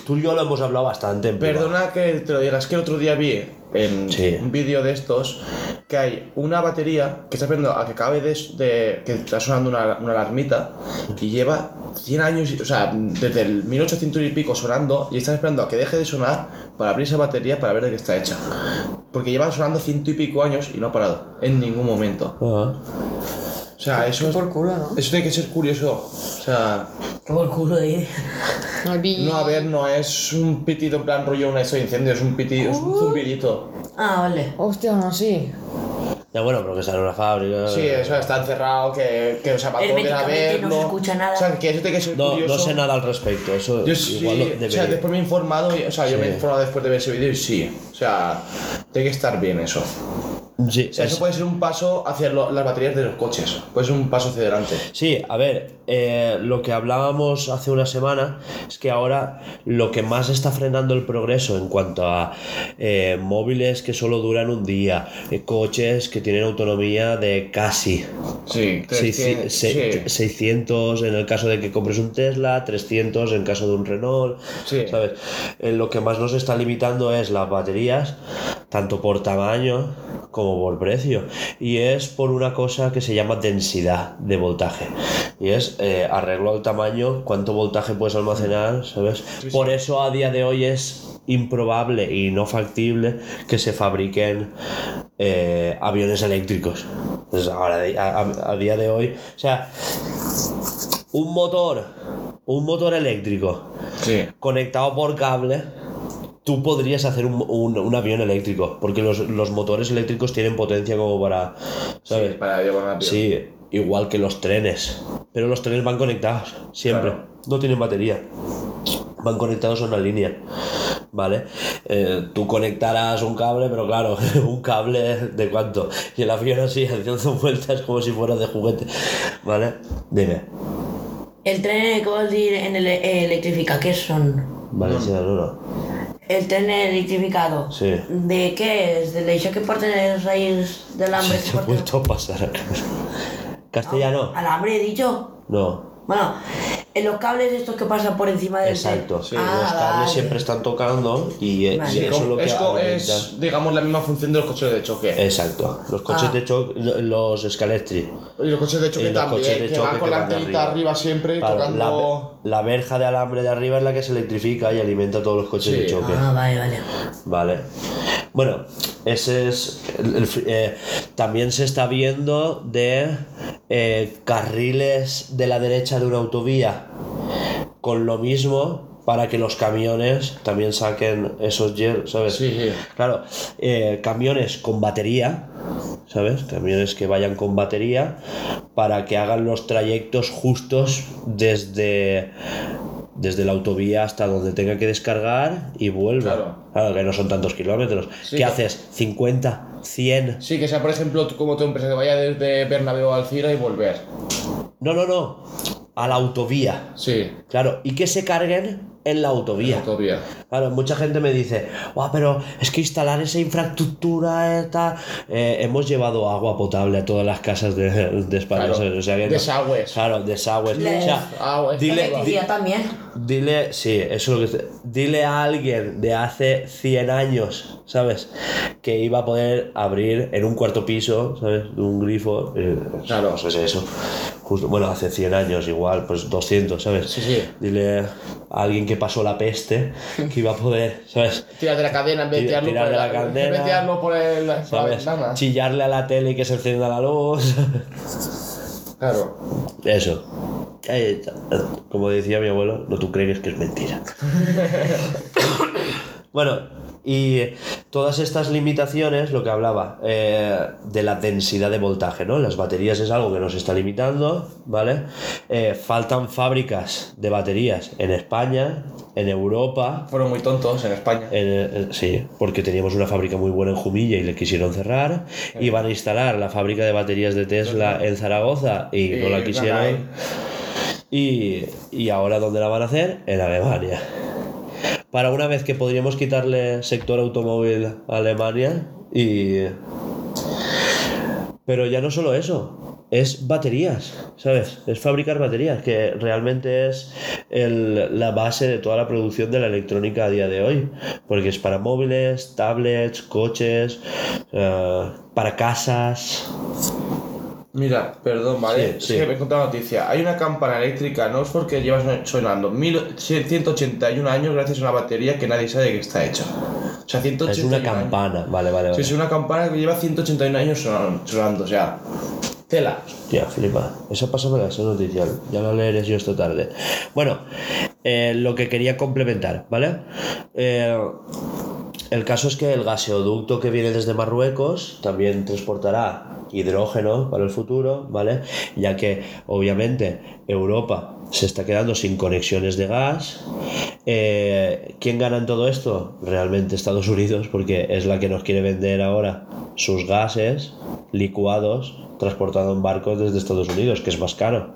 Speaker 1: Tú y yo lo hemos hablado bastante. en privado.
Speaker 4: Perdona que te lo digas, que el otro día vi en
Speaker 1: Sí.
Speaker 4: un vídeo de estos que hay una batería que está esperando a que acabe de, de- que está sonando una, una alarmita y lleva 100 años, o sea, desde el 1800 y pico sonando y están esperando a que deje de sonar para abrir esa batería para ver de qué está hecha. Porque lleva sonando ciento y pico años y no ha parado en ningún momento.
Speaker 1: Ah.
Speaker 4: O sea, eso es-
Speaker 2: Por culo, ¿no?
Speaker 4: eso tiene que ser curioso. O sea,
Speaker 3: Como el culo de ahí.
Speaker 2: No, vi-
Speaker 4: no, a ver, no es un pitido en plan rollo una eso de incendio, es un pitido, es un zumbidito.
Speaker 3: Ah, vale.
Speaker 2: Hostia, no, sí.
Speaker 1: Ya bueno, pero que está en una fábrica.
Speaker 4: Sí, eso está encerrado, que, que o sea, para poder a
Speaker 3: Herméticamente no
Speaker 4: verlo.
Speaker 3: se escucha nada.
Speaker 4: O sea, que eso tiene que ser
Speaker 1: No,
Speaker 4: curioso.
Speaker 1: no sé nada al respecto. Eso
Speaker 4: Yo sí,
Speaker 1: igual lo
Speaker 4: o sea,
Speaker 1: debería.
Speaker 4: después me he informado, y- o sea, yo me he informado después de ver ese vídeo y sí, o sea, tiene que estar bien eso.
Speaker 1: Sí,
Speaker 4: O sea,
Speaker 1: es-
Speaker 4: eso puede ser un paso hacia lo- las baterías de los coches, puede ser un paso hacia adelante.
Speaker 1: sí, a ver, eh, lo que hablábamos hace una semana es que ahora lo que más está frenando el progreso en cuanto a eh, móviles que solo duran un día, eh, coches que tienen autonomía de casi
Speaker 4: Sí,
Speaker 1: Seis-
Speaker 4: tiene-
Speaker 1: se-
Speaker 4: sí.
Speaker 1: 600 en el caso de que compres un Tesla, 300 en caso de un Renault,
Speaker 4: Sí.
Speaker 1: ¿sabes? Eh, lo que más nos está limitando es las baterías, tanto por tamaño como por precio, y es por una cosa que se llama densidad de voltaje, y es eh, arreglo al tamaño, cuánto voltaje puedes almacenar, ¿sabes? Por eso a día de hoy es improbable y no factible que se fabriquen eh, aviones eléctricos. Pues ahora, de- a, a- a día de hoy, o sea, un motor, un motor eléctrico
Speaker 4: sí.
Speaker 1: conectado por cable, tú podrías hacer un, un- un avión eléctrico, porque los, los motores eléctricos tienen potencia como para, ¿sabes?
Speaker 4: Sí, para llevar una
Speaker 1: Sí, igual que los trenes. Pero los trenes van conectados, siempre.
Speaker 4: Claro.
Speaker 1: No tienen batería. Van conectados a una línea. ¿Vale? Eh, tú conectarás un cable, pero claro, un cable de cuánto. Y el avión así, haciendo vueltas como si fuera de juguete. ¿Vale? Dime.
Speaker 3: El tren que vas a decir en el eh, electrifica, ¿qué son?
Speaker 1: ¿Vale? sí, no, no.
Speaker 3: El tren electrificado.
Speaker 1: Sí.
Speaker 3: ¿De qué es? ¿De la que parte de raíz del hambre?
Speaker 1: Se ha vuelto a pasar. Castellano.
Speaker 3: ¿Alambre he dicho?
Speaker 1: No.
Speaker 3: Bueno, en los cables estos que pasan por encima del tren.
Speaker 1: Exacto.
Speaker 4: Sí,
Speaker 3: Ah,
Speaker 1: los cables
Speaker 3: vale.
Speaker 1: siempre están tocando y, eh,
Speaker 3: Vale.
Speaker 1: y
Speaker 4: Sí,
Speaker 1: eso es lo
Speaker 4: como-
Speaker 1: que Eh,
Speaker 4: es, co-
Speaker 1: alimenta.
Speaker 4: es, digamos, la misma función de los coches de choque.
Speaker 1: Exacto. Los coches
Speaker 3: Ah.
Speaker 1: de choque, los escalestri.
Speaker 4: y los coches de choque
Speaker 1: y eh, los
Speaker 4: también,
Speaker 1: coches de
Speaker 4: que
Speaker 1: choque
Speaker 4: van con
Speaker 1: que
Speaker 4: la
Speaker 1: van
Speaker 4: antenita
Speaker 1: arriba.
Speaker 4: arriba siempre,
Speaker 1: Claro,
Speaker 4: tocando...
Speaker 1: la, la verja de alambre de arriba es la que se electrifica y alimenta todos los coches
Speaker 4: Sí.
Speaker 1: de choque.
Speaker 3: Ah, vale, vale.
Speaker 1: Vale. Bueno, ese es. el- el fri- eh, también se está viendo de eh, carriles de la derecha de una autovía con lo mismo para que los camiones también saquen esos hielos, ¿sabes?
Speaker 4: Sí, sí.
Speaker 1: Claro, eh, camiones con batería, ¿sabes? Camiones que vayan con batería para que hagan los trayectos justos desde, desde la autovía hasta donde tenga que descargar y vuelva.
Speaker 4: Claro.
Speaker 1: que no son tantos kilómetros.
Speaker 4: Sí.
Speaker 1: ¿Qué haces? ¿50? ¿100?
Speaker 4: Sí, que sea, por ejemplo, tú como tu empresa que vaya desde Bernabéu al Cira y volver.
Speaker 1: No, no, no. A la autovía.
Speaker 4: Sí,
Speaker 1: Claro, y que se carguen en la autovía.
Speaker 4: autovía.
Speaker 1: Claro, mucha gente me dice, "Buah, pero es que instalar esa infraestructura eh, tal". Eh, hemos llevado agua potable a todas las casas de, de España.
Speaker 4: Claro,
Speaker 1: ¿sabes? O sea que no-
Speaker 4: desagües.
Speaker 1: Claro, desagües.
Speaker 3: Le-
Speaker 1: O sea,
Speaker 4: Agua,
Speaker 1: Dile-
Speaker 4: agua.
Speaker 3: Electricidad también.
Speaker 1: dile, sí, eso es lo que... Dile a alguien de hace 100 años, ¿sabes? Que iba a poder abrir en un cuarto piso, ¿sabes? De un grifo. eh,
Speaker 4: Claro.
Speaker 1: Pues eso. Justo, bueno, hace 100 años igual, pues 200, ¿sabes?
Speaker 4: Sí, sí.
Speaker 1: Dile a alguien que pasó la peste que iba a poder, ¿sabes?
Speaker 4: Tirar de la cadena en vez de
Speaker 1: Tira-
Speaker 4: tirarlo
Speaker 1: tirar
Speaker 4: por
Speaker 1: de
Speaker 4: la,
Speaker 1: la
Speaker 4: en vez de
Speaker 1: cadena.
Speaker 4: tirarlo por el- la
Speaker 1: ¿Sabes?
Speaker 4: ventana.
Speaker 1: Chillarle a la tele y que se encienda la luz.
Speaker 4: Claro.
Speaker 1: Eso. Ahí está. Como decía mi abuelo, no tú crees que es mentira. bueno, y eh, todas estas limitaciones, lo que hablaba, eh, de la densidad de voltaje, ¿no? Las baterías es algo que nos está limitando, ¿vale? Eh, faltan fábricas de baterías en España, en Europa,
Speaker 4: Fueron muy tontos en España.
Speaker 1: en- en- sí, porque teníamos una fábrica muy buena en Jumilla y le quisieron cerrar. Iban a instalar la fábrica de baterías de Tesla en Zaragoza y no la quisieron. Y, y ahora, ¿dónde la van a hacer? En Alemania. Para una vez que podríamos quitarle sector automóvil a Alemania y... Pero ya no solo eso, es baterías, ¿sabes? Es fabricar baterías, que realmente es el- la base de toda la producción de la electrónica a día de hoy, porque es para móviles, tablets, coches, eh, para casas.
Speaker 4: Mira, perdón, ¿vale?
Speaker 1: Sí,
Speaker 4: es
Speaker 1: sí.
Speaker 4: que me he encontrado una noticia. Hay una cámpana eléctrica en Oxford que lleva son- sonando 1181 años gracias a una batería que nadie sabe de qué está hecha. O sea, 181
Speaker 1: Es una
Speaker 4: años.
Speaker 1: campana, vale, vale,
Speaker 4: Sí,
Speaker 1: vale.
Speaker 4: es una campana que lleva 181 años sonando, sonando o sea... Tela.
Speaker 1: Ya, flipa. Esa pasa por la noticia. Ya la leeré yo esta tarde. Bueno, eh, lo que quería complementar, ¿vale? Eh, el caso es que el gaseoducto que viene desde Marruecos también transportará hidrógeno para el futuro, ¿vale? Ya que obviamente Europa se está quedando sin conexiones de gas. Eh, ¿Quién gana en todo esto? Realmente Estados Unidos, porque es la que nos quiere vender ahora sus gases licuados transportados en barcos desde Estados Unidos, que es más caro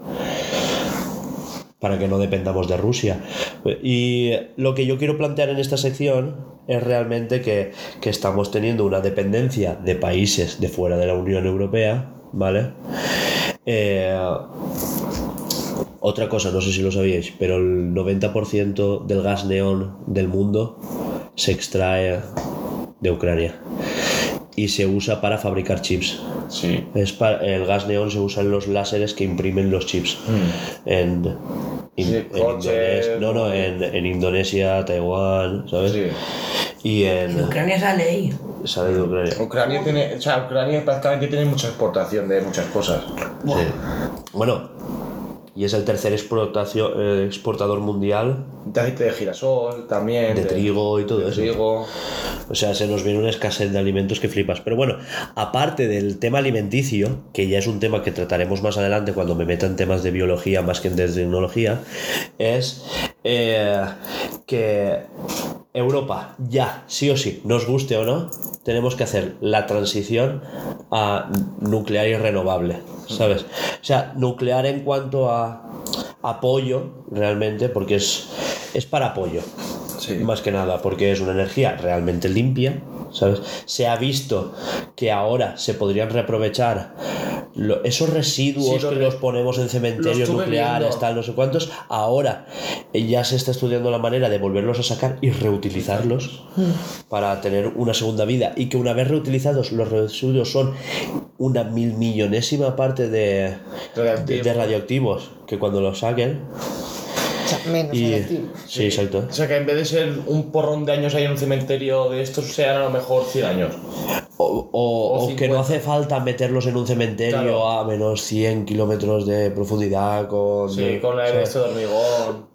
Speaker 1: para que no dependamos de Rusia. Y lo que yo quiero plantear en esta sección es realmente que, que estamos teniendo una dependencia de países de fuera de la Unión Europea, ¿vale? Eh, otra cosa, no sé si lo sabíais, pero el 90% del gas neón del mundo se extrae de Ucrania y se usa para fabricar chips.
Speaker 4: Sí.
Speaker 1: Es pa- el gas neón se usa en los láseres que imprimen los chips. En, in-
Speaker 4: Mm. Sí,
Speaker 1: en
Speaker 4: coches,
Speaker 1: Indones- no, no, en, en Indonesia, Taiwán, ¿sabes?
Speaker 4: Sí.
Speaker 1: Y
Speaker 3: En
Speaker 1: en.
Speaker 3: Ucrania sale ahí.
Speaker 1: Sale de Ucrania.
Speaker 4: Ucrania tiene... O sea, Ucrania prácticamente tiene mucha exportación de muchas cosas.
Speaker 1: Sí. Bueno, y es el tercer exportacio- eh, exportador mundial
Speaker 4: De aceite de girasol, también...
Speaker 1: de trigo y todo
Speaker 4: De
Speaker 1: eso.
Speaker 4: trigo...
Speaker 1: O sea, se nos viene una escasez de alimentos que flipas. Pero bueno, aparte del tema alimenticio, que ya es un tema que trataremos más adelante cuando me metan temas de biología más que de tecnología, es eh, que Europa ya, sí o sí, nos guste o no, tenemos que hacer la transición a nuclear y renovable, ¿sabes? O sea, nuclear en cuanto a apoyo, realmente, porque es, es para apoyo.
Speaker 4: Sí.
Speaker 1: Más que nada, porque es una energía realmente limpia, ¿sabes? Se ha visto que ahora se podrían reaprovechar lo- esos residuos
Speaker 4: Sí, lo
Speaker 1: que
Speaker 4: re-
Speaker 1: los ponemos en cementerios
Speaker 4: estuve
Speaker 1: nucleares,
Speaker 4: viendo.
Speaker 1: tal, no sé cuántos. Ahora eh, ya se está estudiando la manera de volverlos a sacar y reutilizarlos
Speaker 4: Mm.
Speaker 1: para tener una segunda vida. Y que una vez reutilizados, los residuos son una mil millonésima parte de, de,
Speaker 4: Radioactivo.
Speaker 1: de radioactivos que cuando los saquen
Speaker 2: O sea, menos
Speaker 1: Y-
Speaker 2: negativo.
Speaker 1: sí, exacto.
Speaker 4: O sea, que en vez de ser un porrón de años ahí en un cementerio de estos, sean a lo mejor 100 años.
Speaker 1: O, o-
Speaker 4: O
Speaker 1: o que no
Speaker 4: 50.
Speaker 1: hace falta meterlos en un cementerio
Speaker 4: Claro.
Speaker 1: a menos 100 kilómetros de profundidad con...
Speaker 4: Sí, con la
Speaker 1: ¿sabes?
Speaker 4: de este de hormigón.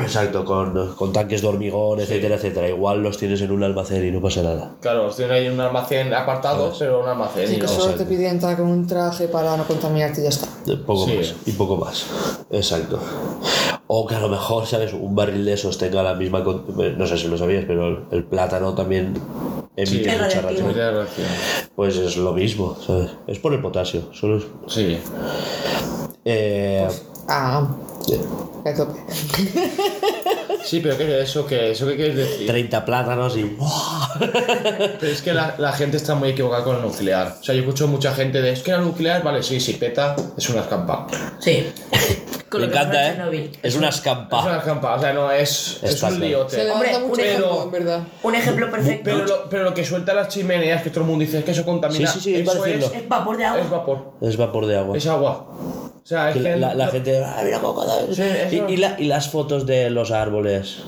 Speaker 1: Exacto, con, con tanques de hormigón, etcétera, etcétera. Igual los tienes en un almacén y no pasa nada.
Speaker 4: Claro, los tienen ahí en un almacén apartado, pero un almacén.
Speaker 2: Sí,
Speaker 4: y
Speaker 2: que
Speaker 4: no.
Speaker 2: solo te
Speaker 1: exacto.
Speaker 2: piden entrar con un traje para no contaminarte y ya está.
Speaker 1: Eh, Poco
Speaker 4: Sí.
Speaker 1: más, y poco más. Exacto. O que a lo mejor, ¿sabes? Un barril de esos tenga la misma. con- No sé si lo sabías, pero el, el plátano también emite
Speaker 4: Sí.
Speaker 1: mucha
Speaker 3: Es
Speaker 1: radiación.
Speaker 3: radioactivo.
Speaker 4: Mira, gracias.
Speaker 1: Pues es lo mismo, ¿sabes? Es por el potasio, solo es.
Speaker 4: Sí.
Speaker 1: Eh,
Speaker 2: Ah,
Speaker 4: Pues,
Speaker 1: eh,
Speaker 2: que a tope.
Speaker 4: Sí, pero ¿qué es eso? ¿Qué, ¿Eso qué quieres decir?
Speaker 1: 30 plátanos y.
Speaker 4: Pero es que la, la gente está muy equivocada con el nuclear. O sea, yo escucho mucha gente de, es que la nuclear, vale, sí, sí, peta, es una escampa.
Speaker 3: Sí. Con
Speaker 1: Me
Speaker 3: lo que pasó en
Speaker 1: encanta, ¿eh?
Speaker 3: Chernobyl.
Speaker 1: Es una
Speaker 4: Es una
Speaker 1: escampa.
Speaker 4: escampa, o sea, no, es, es
Speaker 1: Está
Speaker 4: un
Speaker 1: claro.
Speaker 2: Se
Speaker 4: liote.
Speaker 3: Hombre,
Speaker 2: levanta mucho
Speaker 3: un
Speaker 2: el
Speaker 4: ego.
Speaker 2: fuego, en verdad.
Speaker 3: Un ejemplo perfecto
Speaker 4: Pero lo, pero lo que suelta las chimeneas, que todo el mundo dice, es que eso contamina,
Speaker 1: Sí, sí, sí, iba a
Speaker 4: eso es,
Speaker 1: decirlo.
Speaker 3: es vapor de
Speaker 4: es
Speaker 3: agua.
Speaker 4: vapor,
Speaker 1: Es vapor de agua.
Speaker 4: es agua. O sea, es
Speaker 1: Que
Speaker 4: que...
Speaker 1: la, la- la
Speaker 4: no-
Speaker 1: gente. "Ah, mira cómo cada vez".
Speaker 4: Sí, eso.
Speaker 1: y, y la- y las fotos de los árboles.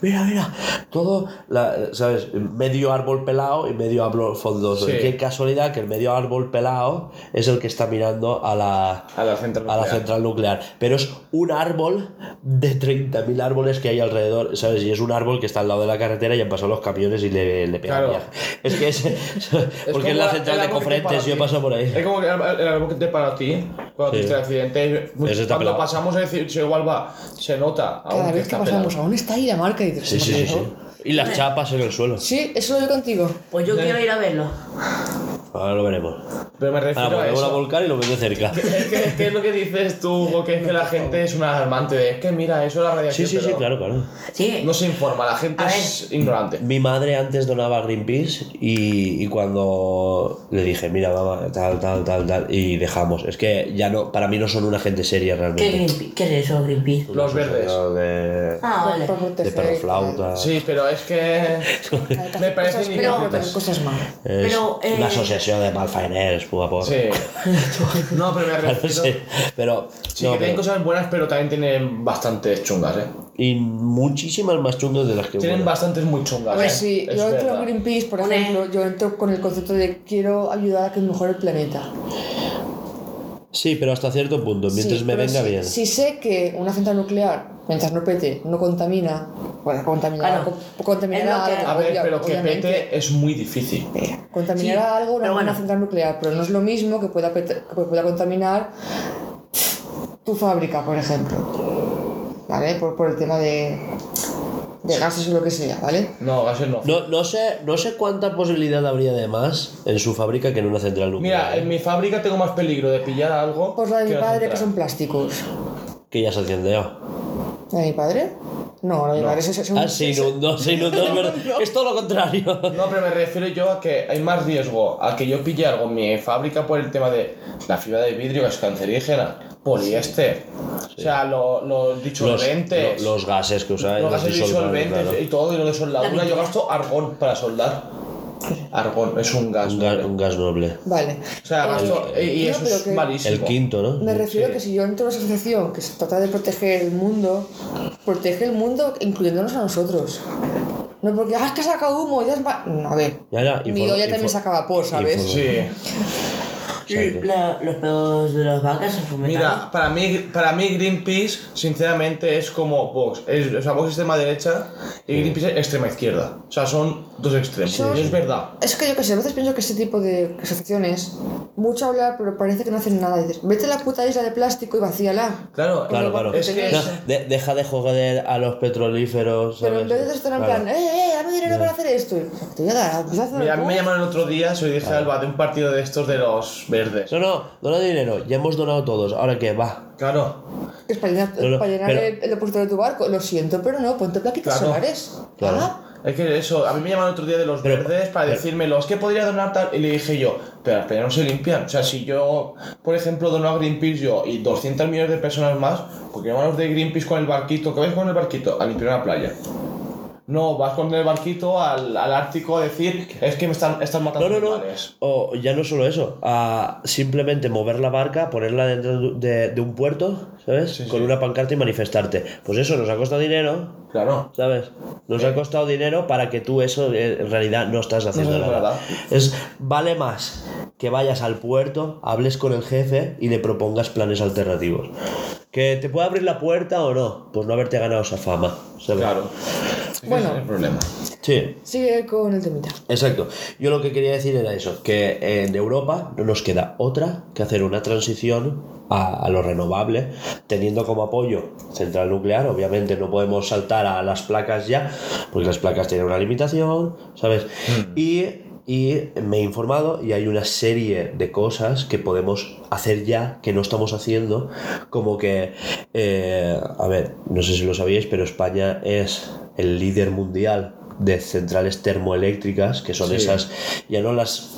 Speaker 1: Mira, mira, todo, la- ¿sabes? Medio árbol pelado y medio árbol frondoso.
Speaker 4: Sí.
Speaker 1: Y qué casualidad que el medio árbol pelado es el que está mirando a la,
Speaker 4: A la central
Speaker 1: a la
Speaker 4: nuclear.
Speaker 1: central nuclear. Pero es un árbol de 30.000 árboles que hay alrededor, ¿sabes? Y es un árbol que está al lado de la carretera y han pasado los camiones y le, le pegan
Speaker 4: Claro.
Speaker 1: viaje. Es que es. porque
Speaker 4: como
Speaker 1: es la
Speaker 4: la-
Speaker 1: central
Speaker 4: el
Speaker 1: de
Speaker 4: árbol que te para
Speaker 1: Cofrentes, yo
Speaker 4: ti.
Speaker 1: paso por ahí.
Speaker 4: Es como que el, el árbol que te para a ti, cuando
Speaker 1: Sí.
Speaker 4: tuviste el accidente, mu-
Speaker 1: Ese está
Speaker 4: cuando
Speaker 1: pelado.
Speaker 4: pasamos a decir, "Sí, igual va, se nota. aún
Speaker 2: Cada vez que
Speaker 4: está
Speaker 2: pasamos
Speaker 4: pelado.
Speaker 2: aún está ahí la marca y dices,
Speaker 1: Sí, sí, sí,
Speaker 2: "Marca,
Speaker 1: sí.
Speaker 2: ¿no?".
Speaker 1: Y las chapas en el suelo.
Speaker 2: Sí, eso yo contigo.
Speaker 3: Pues yo quiero ir a verlo.
Speaker 1: Ahora lo veremos.
Speaker 4: Pero me refiero
Speaker 1: Ahora
Speaker 4: a
Speaker 1: volvemos Ah, a
Speaker 4: eso.
Speaker 1: volcar y lo ves de cerca.
Speaker 4: Es que, que es lo que dices tú, Hugo, que es que la gente es una alarmante de, es que mira, eso es la
Speaker 1: Sí,
Speaker 4: radiación.
Speaker 1: sí, sí,
Speaker 4: pero
Speaker 1: claro, claro.
Speaker 3: Sí.
Speaker 4: No se informa, la gente
Speaker 3: A ver.
Speaker 4: es ignorante.
Speaker 1: Mi madre antes donaba a Greenpeace y, y cuando le dije, mira, mamá, tal, tal, tal, tal, y dejamos. Es que ya no, para mí no son una gente seria
Speaker 3: ¿Qué,
Speaker 1: realmente.
Speaker 3: Greenpeace? ¿Qué es eso, Greenpeace?
Speaker 4: Los verdes.
Speaker 1: De,
Speaker 3: Ah, vale.
Speaker 2: Por
Speaker 1: de
Speaker 2: proteger.
Speaker 1: perroflauta.
Speaker 4: Sí, pero es que. Me parece
Speaker 2: cosas,
Speaker 4: ignorantes.
Speaker 2: pero cosas malas.
Speaker 1: Es
Speaker 3: Pero, eh,
Speaker 1: una asociación de malfaeners, puta por.
Speaker 4: Sí. No, pero me refiero.
Speaker 1: Sí,
Speaker 4: Sí,
Speaker 1: Pero, no,
Speaker 4: que
Speaker 1: pero-
Speaker 4: tienen cosas buenas, pero también tienen bastantes chungas, ¿eh?
Speaker 1: y muchísimas más chungos de las que
Speaker 4: Tienen
Speaker 1: buenas.
Speaker 4: bastantes muy chungas.
Speaker 2: Hombre,
Speaker 4: ¿eh?
Speaker 2: Pues sí,
Speaker 4: Es
Speaker 2: yo entro
Speaker 4: verdad.
Speaker 2: en Greenpeace, por
Speaker 3: Hombre.
Speaker 2: ejemplo, yo entro con el concepto de quiero ayudar a que mejore el planeta.
Speaker 1: Sí, pero hasta cierto punto, mientras
Speaker 2: Sí,
Speaker 1: me
Speaker 2: pero
Speaker 1: venga
Speaker 2: si,
Speaker 1: bien.
Speaker 2: Si sé que una central nuclear, mientras no pete, no contamina, bueno,
Speaker 4: Ah,
Speaker 2: contaminará,
Speaker 3: Claro.
Speaker 2: co- contaminará
Speaker 3: Es lo que-
Speaker 2: algo.
Speaker 4: A ver,
Speaker 2: obvia-
Speaker 4: pero que
Speaker 2: obviamente.
Speaker 4: pete es muy difícil.
Speaker 2: Eh, Contaminará
Speaker 3: Sí,
Speaker 2: algo una,
Speaker 3: pero bueno.
Speaker 2: una central nuclear, pero no es lo mismo que pueda, pet- que pueda contaminar tu fábrica, por ejemplo. ¿Vale? Por, por el tema de, de gases o lo que sea, ¿vale?
Speaker 4: No, gases no.
Speaker 1: No, no, sé, no sé cuánta posibilidad habría de más en su fábrica que en una central nuclear.
Speaker 4: Mira, en mi fábrica tengo más peligro de pillar algo.
Speaker 2: Pues la de mi
Speaker 4: que
Speaker 2: padre, que
Speaker 4: central.
Speaker 2: son plásticos.
Speaker 1: Que ya se encendió.
Speaker 2: ¿La de mi padre? No, la de mi padre es, es un-
Speaker 1: Ah, se inundó, se inundó, es verdad. Es todo lo contrario.
Speaker 4: No, pero me refiero yo a que hay más riesgo a que yo pille algo en mi fábrica por el tema de la fibra de vidrio que es cancerígena, poliéster, o sea, lo- los
Speaker 1: Los,
Speaker 4: disolventes,
Speaker 1: lo- los gases que usáis.
Speaker 4: los gases
Speaker 1: disolvantes,
Speaker 4: disolventes eh, y todo, y lo de
Speaker 3: La
Speaker 4: soldadura. Yo
Speaker 3: pintura.
Speaker 4: gasto argón para soldar. Argón es un
Speaker 1: claro.
Speaker 4: gas.
Speaker 1: Un,
Speaker 4: noble.
Speaker 1: ga- un gas noble.
Speaker 2: Vale.
Speaker 4: O sea, gasto. y- y
Speaker 2: No,
Speaker 4: eso
Speaker 2: pero
Speaker 4: es
Speaker 2: que-
Speaker 4: malísimo.
Speaker 1: El quinto, ¿no?
Speaker 2: Me refiero
Speaker 4: sí.
Speaker 2: a que si yo entro a una asociación que se trata de proteger el mundo, protege el mundo incluyéndonos a nosotros. No porque, ah, es que saca humo, ya es ma-". No, a ver.
Speaker 1: Ya, ya,
Speaker 2: Mi
Speaker 1: informa-
Speaker 2: olla también
Speaker 1: info-
Speaker 2: saca vapor, ¿sabes?
Speaker 1: informa-
Speaker 4: Sí.
Speaker 3: Y la- los pedos de las vacas se
Speaker 4: Mira, para mí, para mí Greenpeace, sinceramente, es como Vox. Es, o sea, Vox es extrema derecha y Greenpeace es extrema izquierda. O sea, son dos extremos.
Speaker 2: Son-
Speaker 4: Y es verdad.
Speaker 2: Es que yo que sé, a veces pienso que este tipo de asociaciones, mucho hablar, pero parece que no hacen nada. Dices, vete a la puta isla de plástico y vacíala.
Speaker 4: Claro,
Speaker 1: Claro, claro.
Speaker 4: Es que
Speaker 1: No, de- deja de joder a los petrolíferos.
Speaker 2: Pero en
Speaker 1: ¿sabes?
Speaker 2: vez de estar en
Speaker 1: Claro.
Speaker 2: plan, eh, eh, dame dinero para hacer esto. Te voy a dar, pues hazlo,
Speaker 4: Mira, a mí
Speaker 2: ¿no?
Speaker 4: me llamaron el otro día, soy dije Alba, de un partido de estos de los verdes.
Speaker 1: No, no, dona dinero. Ya hemos donado todos. Ahora qué, va.
Speaker 4: Claro,
Speaker 2: Que es para llenar,
Speaker 1: No, no,
Speaker 2: para llenar
Speaker 1: pero-
Speaker 2: el, el depósito de tu barco. Lo siento, pero no, ponte plaquitas
Speaker 4: Claro.
Speaker 2: solares.
Speaker 1: Claro.
Speaker 2: Ah,
Speaker 4: es que eso, a mí me llamaron el otro día de los
Speaker 1: Pero-
Speaker 4: verdes para
Speaker 1: pero-
Speaker 4: decirme los que podría donar tal. Y le dije yo, pero las peñas no se limpian. O sea, si yo, por ejemplo, dono a Greenpeace yo y 200 millones de personas más, porque van los de Greenpeace con el barquito, que vais con el barquito a limpiar una playa. No, vas con el barquito al, al Ártico a decir, es que me están, están matando
Speaker 1: No, no, no.
Speaker 4: animales".
Speaker 1: O ya no solo eso. A simplemente mover la barca, ponerla dentro de, de un puerto, ¿sabes?
Speaker 4: Sí,
Speaker 1: Con
Speaker 4: sí.
Speaker 1: una pancarta y manifestarte. Pues eso nos ha costado dinero,
Speaker 4: Claro.
Speaker 1: ¿sabes? Nos ha costado dinero para que tú eso eh, en realidad no estás haciendo
Speaker 4: No, no,
Speaker 1: nada.
Speaker 4: nada.
Speaker 1: Es, vale más que vayas al puerto, hables con el jefe y le propongas planes alternativos. Que te pueda abrir la puerta o no, pues no haberte ganado esa fama, ¿sabes?
Speaker 4: Claro. Es que
Speaker 2: Bueno.
Speaker 4: ese es el problema.
Speaker 1: Sí.
Speaker 2: Sigue con el temita.
Speaker 1: Exacto. Yo lo que quería decir era eso, que en Europa no nos queda otra que hacer una transición a, a lo renovable, teniendo como apoyo central nuclear. Obviamente no podemos saltar a las placas ya, porque las placas tienen una limitación, ¿sabes? Y, y me he informado y hay una serie de cosas que podemos hacer ya que no estamos haciendo, como que, eh, a ver, no sé si lo sabíais, pero España es el líder mundial de centrales termoeléctricas, que son
Speaker 4: Sí.
Speaker 1: esas, ya no las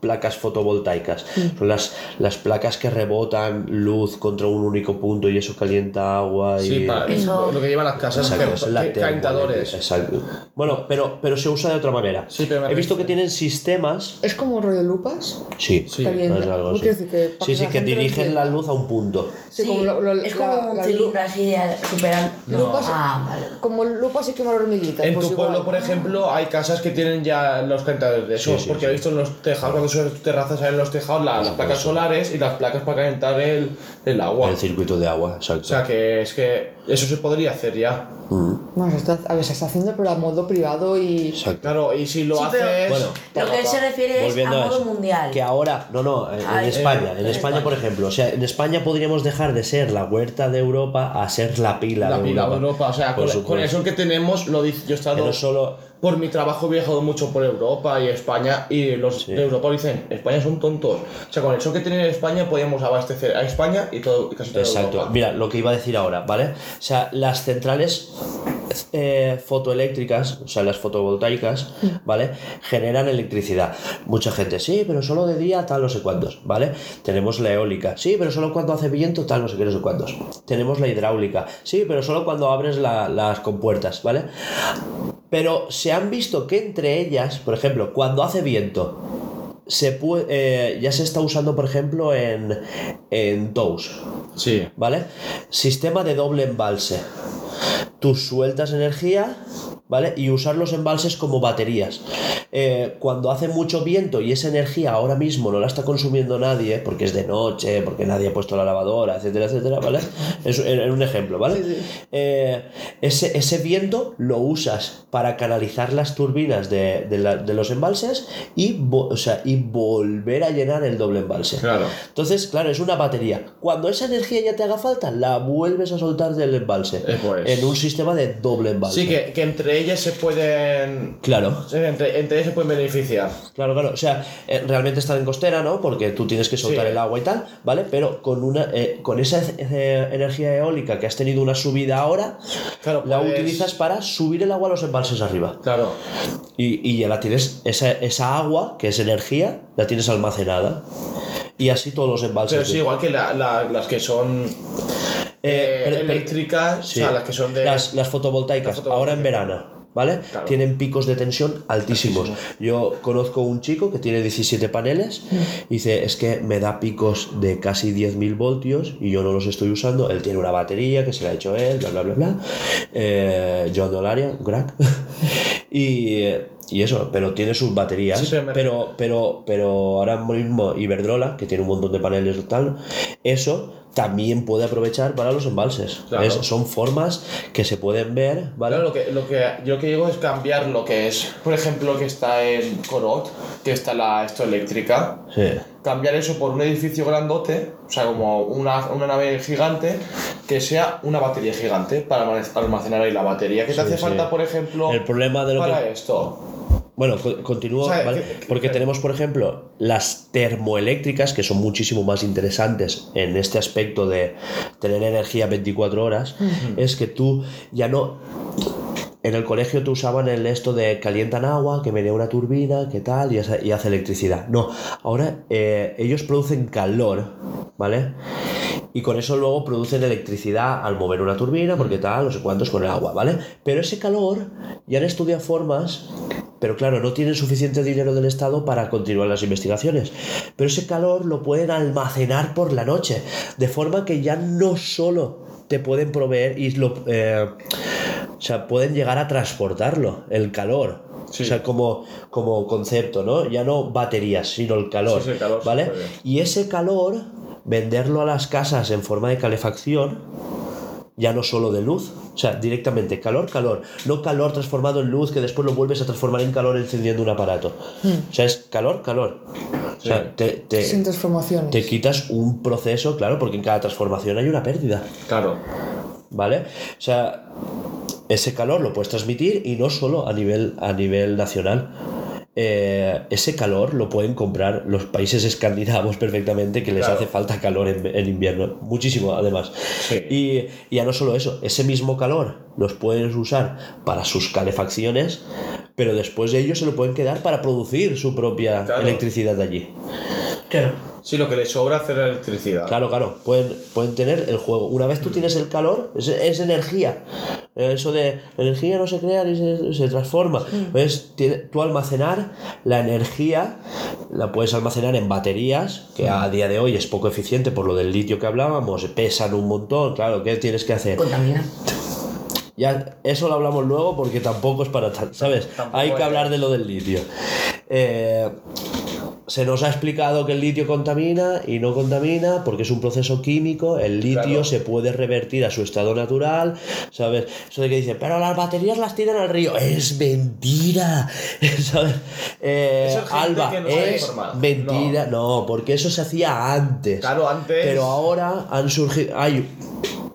Speaker 1: placas fotovoltaicas,
Speaker 4: Mm.
Speaker 1: son las, las placas que rebotan luz contra un único punto y eso calienta agua y...
Speaker 4: Sí, para-
Speaker 3: Eso-
Speaker 4: lo que llevan las casas,
Speaker 1: Exacto,
Speaker 4: que-
Speaker 1: es la
Speaker 4: que-
Speaker 1: termo-
Speaker 4: calentadores.
Speaker 1: Exacto. Bueno, pero, pero se usa de otra manera.
Speaker 4: Sí, pero me
Speaker 1: He visto que
Speaker 4: parece-
Speaker 1: tienen sistemas...
Speaker 2: Es como rollo lupas.
Speaker 1: Sí,
Speaker 4: Sí.
Speaker 2: También.
Speaker 1: es algo así.
Speaker 2: Quiero decir que para
Speaker 1: Sí,
Speaker 2: que
Speaker 1: sí,
Speaker 2: la
Speaker 1: que
Speaker 2: gente lo
Speaker 1: dirigen
Speaker 2: entienda.
Speaker 1: la luz a un punto.
Speaker 2: Sí, como lo- lo-
Speaker 3: es
Speaker 2: la-
Speaker 3: como un
Speaker 2: la-
Speaker 3: cilindro así de superando.
Speaker 2: No.
Speaker 3: Ah, vale.
Speaker 2: Como lupas y quemar hormiguitas.
Speaker 4: En
Speaker 2: pues
Speaker 4: tu
Speaker 2: igual.
Speaker 4: pueblo, por ejemplo, hay casas que tienen ya los calentadores de esos,
Speaker 1: Sí, sí, sí.
Speaker 4: porque he visto en los tejados, cuando subes tus terrazas, salen los tejados la- las placas solares y las placas para calentar el, el agua.
Speaker 1: El circuito de agua, exacto.
Speaker 4: O sea que es que eso se podría hacer ya.
Speaker 2: No, se está, a ver, se está haciendo, pero a modo privado y.
Speaker 1: Exacto.
Speaker 4: Claro, y si lo
Speaker 3: Sí, pero-
Speaker 4: haces.
Speaker 1: Bueno,
Speaker 4: pa,
Speaker 3: Lo que
Speaker 4: pa,
Speaker 3: él
Speaker 4: pa.
Speaker 3: se refiere es a
Speaker 1: Volviendo a
Speaker 3: modo
Speaker 1: eso,
Speaker 3: mundial.
Speaker 1: Que ahora, no, no, eh, en, en
Speaker 3: Ay,
Speaker 1: España, en
Speaker 4: en
Speaker 1: España, por ejemplo, o sea, en España podríamos dejar de ser la huerta de Europa a ser la pila
Speaker 4: la
Speaker 1: de
Speaker 4: pila de
Speaker 1: Europa.
Speaker 4: Europa, o sea,
Speaker 1: Por
Speaker 4: con, la- con el
Speaker 1: supuesto.
Speaker 4: sol que tenemos, lo dice, yo he estado
Speaker 1: Que no solo
Speaker 4: por mi trabajo he viajado mucho por Europa y España y los de Europa dicen, España son tontos. O sea, con el sol que tiene España podíamos abastecer a España y todo y casi toda
Speaker 1: Exacto.
Speaker 4: Europa.
Speaker 1: Mira, lo que iba a decir ahora, ¿vale? O sea, las centrales eh, fotoeléctricas, o sea, las fotovoltaicas, ¿vale? Generan electricidad. Mucha gente, sí, pero solo de día, tal, no sé cuántos, ¿vale? Tenemos la eólica, sí, pero solo cuando hace viento, tal, no sé qué, no sé cuántos. Tenemos la hidráulica, sí, pero solo cuando abres la- las compuertas, ¿vale? Pero se han visto que entre ellas, por ejemplo, cuando hace viento, se pue- eh, ya se está usando, por ejemplo, en, en Tous,
Speaker 4: Sí.
Speaker 1: ¿vale? Sistema de doble embalse. Tú sueltas energía, ¿vale? Y usar los embalses como baterías. Eh, cuando hace mucho viento y esa energía ahora mismo no la está consumiendo nadie, porque es de noche, porque nadie ha puesto la lavadora, etcétera, etcétera, ¿vale? Es era un ejemplo, ¿vale? Eh, ese, ese viento lo usas para canalizar las turbinas de, de la- de los embalses y, vo- o sea, y volver a llenar el doble embalse.
Speaker 4: Claro.
Speaker 1: Entonces, claro, es una batería. Cuando esa energía ya te haga falta, la vuelves a soltar del embalse.
Speaker 4: Eh, pues.
Speaker 1: En un sistema de doble embalse.
Speaker 4: Sí, que, que entre ellas se pueden.
Speaker 1: Claro,
Speaker 4: sí, Entre, entre ellas se pueden beneficiar.
Speaker 1: claro, claro. O sea, eh, realmente están en costera, ¿no? Porque tú tienes que soltar
Speaker 4: Sí.
Speaker 1: el agua y tal, ¿vale? Pero con una eh, con esa eh, energía eólica que has tenido una subida ahora,
Speaker 4: Claro,
Speaker 1: la
Speaker 4: puedes-
Speaker 1: utilizas para subir el agua a los embalses arriba.
Speaker 4: Claro.
Speaker 1: Y, y ya la tienes, esa, esa agua, que es energía, la tienes almacenada. Y así todos los embalses.
Speaker 4: Pero sí, igual que la- la- las que son
Speaker 1: Eh,
Speaker 4: eh,
Speaker 1: pero- pero-
Speaker 4: eléctricas,
Speaker 1: Sí.
Speaker 4: o sea, las que son de.
Speaker 1: las, las fotovoltaicas,
Speaker 4: Las fotovoltaicas.
Speaker 1: ahora en verano. ¿Vale?
Speaker 4: Claro.
Speaker 1: Tienen picos de tensión altísimos. Yo conozco un chico que tiene 17 paneles
Speaker 4: Mm.
Speaker 1: y dice, es que me da picos de casi 10.000 voltios y yo no los estoy usando. Él tiene una batería que se la ha hecho él, bla, bla, bla, bla. Eh, John Dolaria, crack. y, eh, y eso, pero tiene sus baterías.
Speaker 4: Sí, pero me-
Speaker 1: pero, pero, pero ahora mismo Iberdrola, que tiene un montón de paneles y tal, eso también puede aprovechar para los embalses.
Speaker 4: Claro.
Speaker 1: Es- son formas que se pueden ver, ¿vale?
Speaker 4: Claro, lo que, lo que yo lo que digo es cambiar lo que es, por ejemplo, lo que está en Corot, que está la esto eléctrica,
Speaker 1: Sí.
Speaker 4: cambiar eso por un edificio grandote, o sea, como una, una nave gigante, que sea una batería gigante para almane- almacenar ahí la batería. que te
Speaker 1: Sí,
Speaker 4: hace
Speaker 1: sí.
Speaker 4: falta, por ejemplo,
Speaker 1: El problema de lo
Speaker 4: para
Speaker 1: que-
Speaker 4: esto?
Speaker 1: Bueno, co- continúo,
Speaker 4: O sea,
Speaker 1: ¿vale?
Speaker 4: que- que-
Speaker 1: Porque
Speaker 4: que-
Speaker 1: tenemos, por ejemplo, las termoeléctricas, que son muchísimo más interesantes en este aspecto de tener energía 24 horas, es que tú ya no... En el colegio te usaban el esto de calientan agua, que menea una turbina, que tal, y, hace- y hace electricidad. No, ahora eh, ellos producen calor, ¿vale? y con eso luego producen electricidad al mover una turbina, porque tal, no sé cuántos con el agua, ¿vale? Pero ese calor ya han estudiado formas, pero claro, no tienen suficiente dinero del Estado para continuar las investigaciones. Pero ese calor lo pueden almacenar por la noche, de forma que ya no solo te pueden proveer y lo, eh, o sea, pueden llegar a transportarlo, el calor.
Speaker 4: Sí.
Speaker 1: O sea, como, como concepto, ¿no? Ya no baterías, sino el calor.
Speaker 4: Sí, sí, el calor,
Speaker 1: ¿Vale?
Speaker 4: sí, muy bien.
Speaker 1: Y ese calor, venderlo a las casas en forma de calefacción, ya no solo de luz, o sea, directamente calor, calor, no calor transformado en luz que después lo vuelves a transformar en calor encendiendo un aparato. O sea, es calor, calor. O sea, te, te-
Speaker 2: Sin transformaciones.
Speaker 1: te quitas un proceso, claro, porque en cada transformación hay una pérdida.
Speaker 4: Claro.
Speaker 1: ¿vale? O sea, ese calor lo puedes transmitir y no solo a nivel, a nivel nacional. Eh, ese calor lo pueden comprar los países escandinavos perfectamente, que les
Speaker 4: Claro.
Speaker 1: hace falta calor en, en invierno, muchísimo además.
Speaker 4: Sí.
Speaker 1: Y, y ya no solo eso, ese mismo calor los pueden usar para sus calefacciones, pero después de ellos se lo pueden quedar para producir su propia
Speaker 4: Claro.
Speaker 1: electricidad de allí.
Speaker 3: Claro.
Speaker 4: Sí, lo que le sobra hacer electricidad.
Speaker 1: Claro, claro, pueden, pueden tener el juego. Una vez tú tienes el calor, es, es energía. Eh, Eso de la energía no se crea ni se, se transforma. Pues, tiene- tú almacenar la energía, la puedes almacenar en baterías, que a día de hoy es poco eficiente por lo del litio que hablábamos, pesan un montón, claro, ¿qué tienes que hacer?
Speaker 3: Contamina.
Speaker 1: Ya, eso lo hablamos luego porque tampoco es para tal, ¿sabes?
Speaker 4: Tampoco
Speaker 1: Hay que
Speaker 4: es.
Speaker 1: hablar de lo del litio. Eh, se nos ha explicado que el litio contamina y no contamina porque es un proceso químico, el litio
Speaker 4: Claro.
Speaker 1: se puede revertir a su estado natural, ¿sabes? Eso de que dicen, pero las baterías las tiran al río, es mentira, ¿sabes? Eh,
Speaker 4: Eso es gente
Speaker 1: Alba,
Speaker 4: que no se ha
Speaker 1: es
Speaker 4: informado.
Speaker 1: mentira, no. porque eso se hacía antes.
Speaker 4: Claro, antes.
Speaker 1: Pero ahora han surgido. Hay,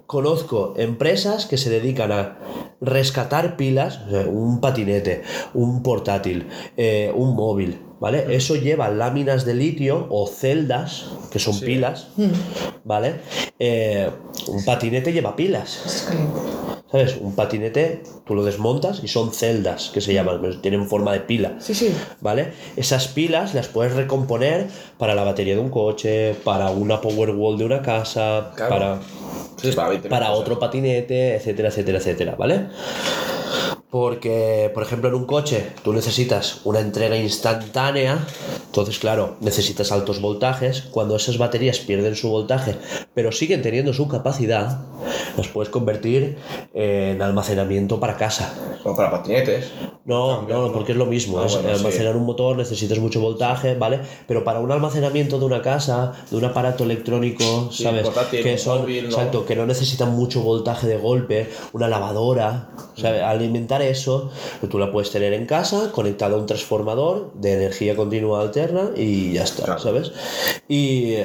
Speaker 1: conozco empresas que se dedican a rescatar pilas, o sea, un patinete, un portátil, eh, un móvil, ¿vale? Eso lleva láminas de litio o celdas, que son
Speaker 4: Sí.
Speaker 1: pilas, ¿vale? Eh, un patinete lleva pilas.
Speaker 2: Sí.
Speaker 1: ¿Sabes? Un patinete, tú lo desmontas y son celdas que se llaman, pero tienen forma de pila.
Speaker 2: Sí, sí.
Speaker 1: ¿Vale? Esas pilas las puedes recomponer para la batería de un coche, para una power wall de una casa,
Speaker 4: Claro.
Speaker 1: para,
Speaker 4: Sí, para 20
Speaker 1: para
Speaker 4: cosas.
Speaker 1: otro patinete, etcétera, etcétera, etcétera, ¿vale? Porque, por ejemplo, en un coche tú necesitas una entrega instantánea, entonces, claro, necesitas altos voltajes. Cuando esas baterías pierden su voltaje, pero siguen teniendo su capacidad, las puedes convertir en almacenamiento para casa.
Speaker 4: O para patinetes.
Speaker 1: No, no, porque es lo mismo.
Speaker 4: Ah,
Speaker 1: es
Speaker 4: bueno, sí.
Speaker 1: almacenar un motor necesitas mucho voltaje, ¿vale? Pero para un almacenamiento de una casa, de un aparato electrónico,
Speaker 4: Sí,
Speaker 1: ¿sabes?
Speaker 4: portátil,
Speaker 1: que son,
Speaker 4: móvil, ¿no?
Speaker 1: exacto, que no necesitan mucho voltaje de golpe, una lavadora, ¿sabes?
Speaker 4: Mm.
Speaker 1: Alimentar eso, que tú la puedes tener en casa, conectada a un transformador de energía continua alterna y ya está,
Speaker 4: Claro.
Speaker 1: ¿sabes? Y,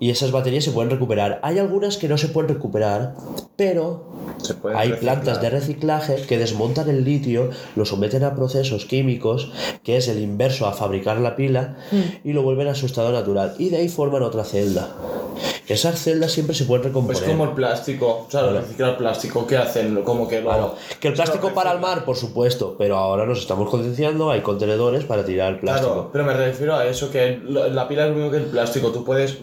Speaker 1: y esas baterías se pueden recuperar. Hay algunas que no se pueden recuperar, pero
Speaker 4: Se pueden
Speaker 1: hay
Speaker 4: reciclar.
Speaker 1: plantas de reciclaje que desmontan el litio, lo someten a procesos químicos, que es el inverso a fabricar la pila, y lo vuelven a su estado natural. Y de ahí forman otra celda. Esas celdas siempre se pueden recomponer.
Speaker 4: Pues como el plástico. O sea, reciclar plástico, ¿qué hacen? ¿Cómo que lo.?
Speaker 1: Claro. Que el plástico
Speaker 4: Claro,
Speaker 1: para el mar, por supuesto, pero ahora nos estamos concienciando, hay contenedores para tirar el plástico.
Speaker 4: Claro, pero me refiero a eso, que lo- la pila es lo mismo que el plástico, tú puedes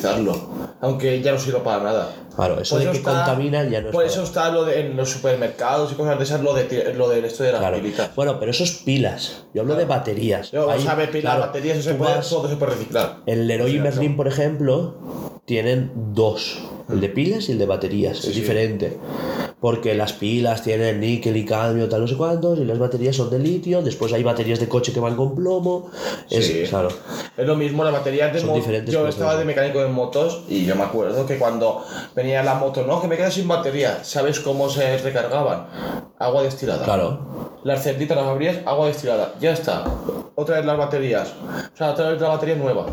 Speaker 4: reutilizarlo, aunque ya no sirva para nada.
Speaker 1: Claro, eso
Speaker 4: Por
Speaker 1: de que contamina ya no es
Speaker 4: Por
Speaker 1: para-
Speaker 4: pues eso está lo de, en los supermercados y cosas de esas, lo de, ti- lo del esto de las
Speaker 1: Claro.
Speaker 4: pilitas.
Speaker 1: Bueno, pero eso es pilas. Yo hablo de baterías.
Speaker 4: Yo,
Speaker 1: Hay-
Speaker 4: sabe, pila,
Speaker 1: claro,
Speaker 4: baterías, eso se
Speaker 1: tú
Speaker 4: puede,
Speaker 1: vas-
Speaker 4: todo se puede reciclar.
Speaker 1: El Leroy y
Speaker 4: Sí,
Speaker 1: Merlin, por ejemplo, tienen dos. El de pilas y el de baterías. es
Speaker 4: Mm. sí.
Speaker 1: diferente. Porque las pilas tienen níquel y cadmio, tal no sé cuántos, y las baterías son de litio. Después hay baterías de coche que van con plomo. Es,
Speaker 4: Sí.
Speaker 1: claro.
Speaker 4: Es lo mismo, la batería antes
Speaker 1: Son
Speaker 4: mo-
Speaker 1: diferentes
Speaker 4: yo
Speaker 1: cosas,
Speaker 4: estaba
Speaker 1: ¿no?
Speaker 4: de mecánico de motos y yo me acuerdo que cuando venía la moto, no, que me quedo sin batería, ¿sabes cómo se recargaban? Agua destilada.
Speaker 1: Claro.
Speaker 4: Las celditas las abrías, agua destilada, ya está. Otra vez las baterías, o sea, otra vez la batería nueva.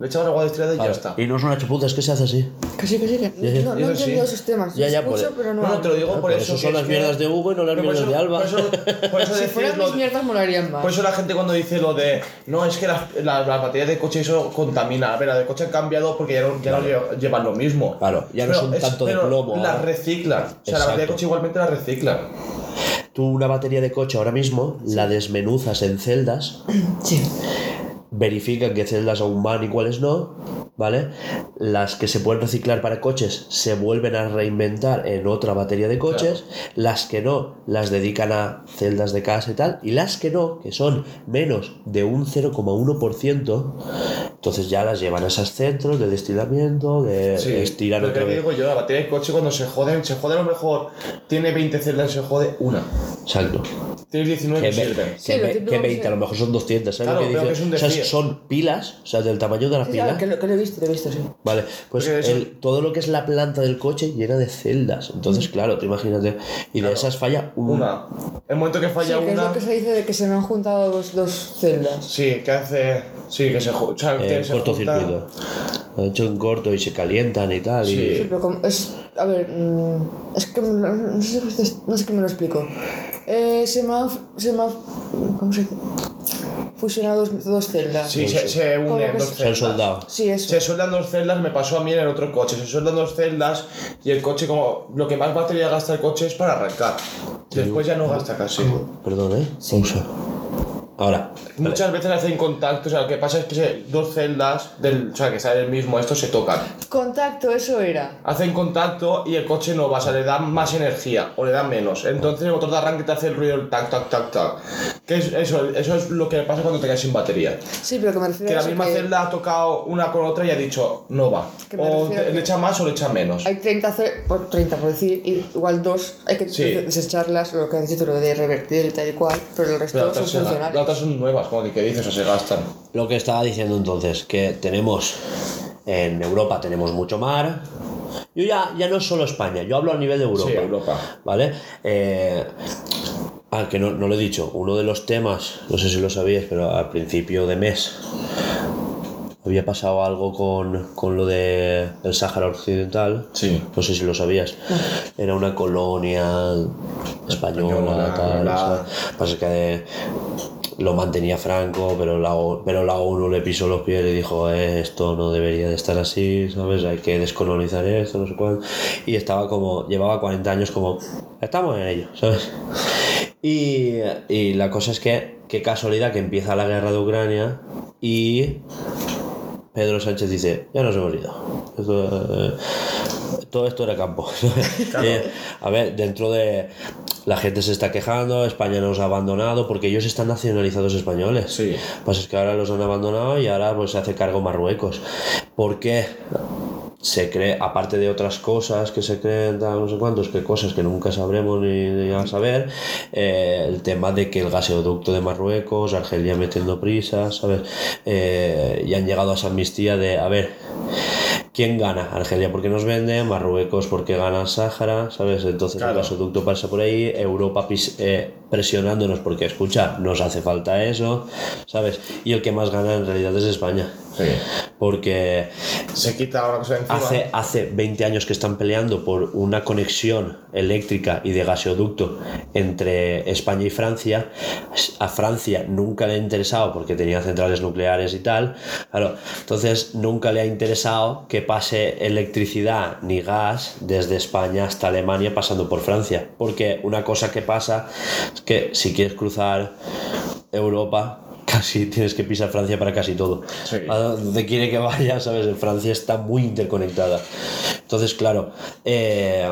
Speaker 4: Le echaban agua destilada y ya está.
Speaker 1: Y no es una chapuza, es que se hace así.
Speaker 2: Que sí, que sí. que-
Speaker 1: sí.
Speaker 2: No, no
Speaker 4: Eso
Speaker 2: he entendido
Speaker 4: sí. pues,
Speaker 2: los sistemas.
Speaker 1: Ya, ya,
Speaker 2: Escucho,
Speaker 1: por-
Speaker 2: pero no.
Speaker 4: No, no, te lo digo
Speaker 1: Ah,
Speaker 4: por,
Speaker 1: por
Speaker 4: eso.
Speaker 1: eso son
Speaker 4: que es
Speaker 1: las
Speaker 4: que-
Speaker 1: mierdas de Hugo y no las
Speaker 4: Pero por
Speaker 1: mierdas de Alba.
Speaker 4: Por eso, por eso
Speaker 2: Si
Speaker 4: decís
Speaker 2: fueran
Speaker 4: lo pues,
Speaker 2: mis
Speaker 4: de-
Speaker 2: mierdas, molarían más.
Speaker 4: Por eso la gente cuando dice lo de no, es que las, las, las baterías de coche eso contamina. A ver, las de coche han cambiado porque ya no, ya no lle- llevan lo mismo.
Speaker 1: Claro, ya no son tanto de
Speaker 4: pero
Speaker 1: plomo,
Speaker 4: Las
Speaker 1: ahora.
Speaker 4: reciclan. O sea, la batería de
Speaker 1: Exacto.
Speaker 4: coche igualmente las reciclan.
Speaker 1: Tú una batería de coche ahora mismo la desmenuzas en celdas,
Speaker 3: Sí.
Speaker 1: verifican qué celdas aún van y cuáles no, ¿vale? Las que se pueden reciclar para coches se vuelven a reinventar en otra batería de coches, las que no las dedican a celdas de casa y tal, y las que no, que son menos de un 0,1%, entonces ya las llevan a esos centros de destilamiento, de estirar
Speaker 4: lo que
Speaker 1: otra
Speaker 4: te
Speaker 1: vez.
Speaker 4: digo yo, la batería del coche cuando se joden, se jode a lo mejor, tiene 20 celdas y se jode una.
Speaker 1: Exacto.
Speaker 4: Tienes 19
Speaker 1: Que,
Speaker 4: que
Speaker 1: ve-
Speaker 4: sirven.
Speaker 1: que
Speaker 2: Sí, lo
Speaker 1: ve-
Speaker 2: típico
Speaker 1: que
Speaker 2: que
Speaker 1: 20,
Speaker 2: se-
Speaker 1: a lo mejor son 200, ¿sabes
Speaker 4: Claro,
Speaker 1: lo que
Speaker 4: pero
Speaker 1: dices?
Speaker 4: que es un
Speaker 1: O sea,
Speaker 4: desvío.
Speaker 1: son pilas, o sea, del tamaño de las
Speaker 2: Sí,
Speaker 1: pilas.
Speaker 2: ah, que lo, que lo he visto, lo he visto, sí.
Speaker 1: Vale, pues
Speaker 4: Porque eso-
Speaker 1: el- todo lo que es la planta del coche llena de celdas. Entonces, claro, tú imagínate. Y de esas falla eh, una.
Speaker 4: Mm. Una. El momento que
Speaker 2: Sí,
Speaker 4: falla
Speaker 2: que es
Speaker 4: una.
Speaker 2: lo que se dice de que se me han juntado dos, dos celdas.
Speaker 4: Sí, que hace. Sí, que se jo- o sea,
Speaker 1: eh,
Speaker 4: que
Speaker 1: en
Speaker 4: se junta-
Speaker 1: cortocircuito. Han hecho un corto y se calientan y tal. y-
Speaker 4: Sí.
Speaker 2: Sí, pero como- es. A ver, mm, es que no no sé, no sé cómo lo explico. Eh, se me han. Se me han ¿Cómo se dice? Fusionado dos, dos celdas.
Speaker 4: Sí, se, se
Speaker 2: Como
Speaker 4: unen
Speaker 2: que
Speaker 4: dos
Speaker 2: se-
Speaker 1: Se han
Speaker 4: celdas.
Speaker 1: soldado.
Speaker 2: Sí, eso.
Speaker 4: Se sueldan dos celdas, me pasó a mí en el otro coche. Se sueldan dos celdas y el coche, como lo que más batería gasta el coche es para arrancar. Después ya no gasta casi.
Speaker 1: Perdón, ¿eh? Pausa. Ahora. Vale.
Speaker 4: Muchas veces hacen contacto, o sea, lo que pasa es que se- dos celdas, del, o sea, que sale el mismo, estos se tocan.
Speaker 2: Contacto, eso era.
Speaker 4: Hacen contacto y el coche no basa, le da más energía o le da menos. Entonces el motor de arranque te hace el ruido, el tac, tac, tac, tac. Que es- eso, eso es lo que pasa cuando te quedas sin batería.
Speaker 2: Sí, pero que me refiero
Speaker 4: Que
Speaker 2: a
Speaker 4: la
Speaker 2: eso,
Speaker 4: misma
Speaker 2: que
Speaker 4: celda ha tocado una con otra y ha dicho, no va.
Speaker 2: Que me
Speaker 4: O
Speaker 2: refiero
Speaker 4: te-
Speaker 2: a-
Speaker 4: le echa más o le echa menos.
Speaker 2: Hay 30, ce- por 30 por decir, y igual dos, hay que
Speaker 4: Sí.
Speaker 2: desecharlas, lo que has dicho, lo de revertir y tal y cual, pero el resto
Speaker 4: Las
Speaker 2: son
Speaker 4: otras, se-
Speaker 2: funcionales.
Speaker 4: las otras son nuevas, como que dices, o se gastan.
Speaker 1: Lo que estaba diciendo entonces, que tenemos en Europa tenemos mucho mar. Yo ya, ya no solo España, yo hablo a nivel de Europa.
Speaker 4: Sí, Europa.
Speaker 1: ¿Vale? Eh, ah, que no, no lo he dicho. Uno de los temas, no sé si lo sabíais, pero al principio de mes había pasado algo con, con lo de el Sáhara Occidental.
Speaker 4: Sí.
Speaker 1: No sé si lo sabías. Era una colonia española,
Speaker 4: Española,
Speaker 1: tal.
Speaker 4: bla.
Speaker 1: o sea, Pasa que eh, lo mantenía Franco, pero la, O- pero la ONU le pisó los pies y dijo, "Eh, esto no debería de estar así, ¿sabes? Hay que descolonizar esto, no sé cuál. Y estaba como, llevaba 40 años como, estamos en ello, ¿sabes? Y, y la cosa es que, qué casualidad que empieza la guerra de Ucrania y Pedro Sánchez dice, ya nos hemos ido. Esto, eh, todo esto era campo. Eh, a ver, dentro de... La gente se está quejando, España nos ha abandonado, porque ellos están nacionalizados españoles.
Speaker 4: Sí.
Speaker 1: Pues es que ahora los han abandonado y ahora pues se hace cargo Marruecos. ¿Por qué? Se cree, aparte de otras cosas que se creen, tal, no sé cuántos, que cosas que nunca sabremos ni, ni a saber, eh, el tema de que el gasoducto de Marruecos, Argelia metiendo prisas, ¿sabes? Eh, y han llegado a esa amnistía de, a ver, ¿quién gana? Argelia porque nos vende, Marruecos porque gana Sáhara, ¿sabes? Entonces
Speaker 4: Claro.
Speaker 1: el gasoducto pasa por ahí, Europa pis- eh, presionándonos porque, escucha, nos hace falta eso, ¿sabes? Y el que más gana en realidad es España.
Speaker 4: Sí.
Speaker 1: Porque
Speaker 4: Se quita una cosa de encima.
Speaker 1: hace, hace 20 años que están peleando por una conexión eléctrica y de gasoducto entre España y Francia. A Francia nunca le ha interesado porque tenía centrales nucleares y tal. Claro, entonces nunca le ha interesado que pase electricidad ni gas desde España hasta Alemania pasando por Francia. Porque una cosa que pasa es que si quieres cruzar Europa, casi tienes que pisar Francia para casi todo.
Speaker 4: Sí.
Speaker 1: A donde quiere que vaya, ¿sabes? En Francia está muy interconectada. Entonces, claro, eh,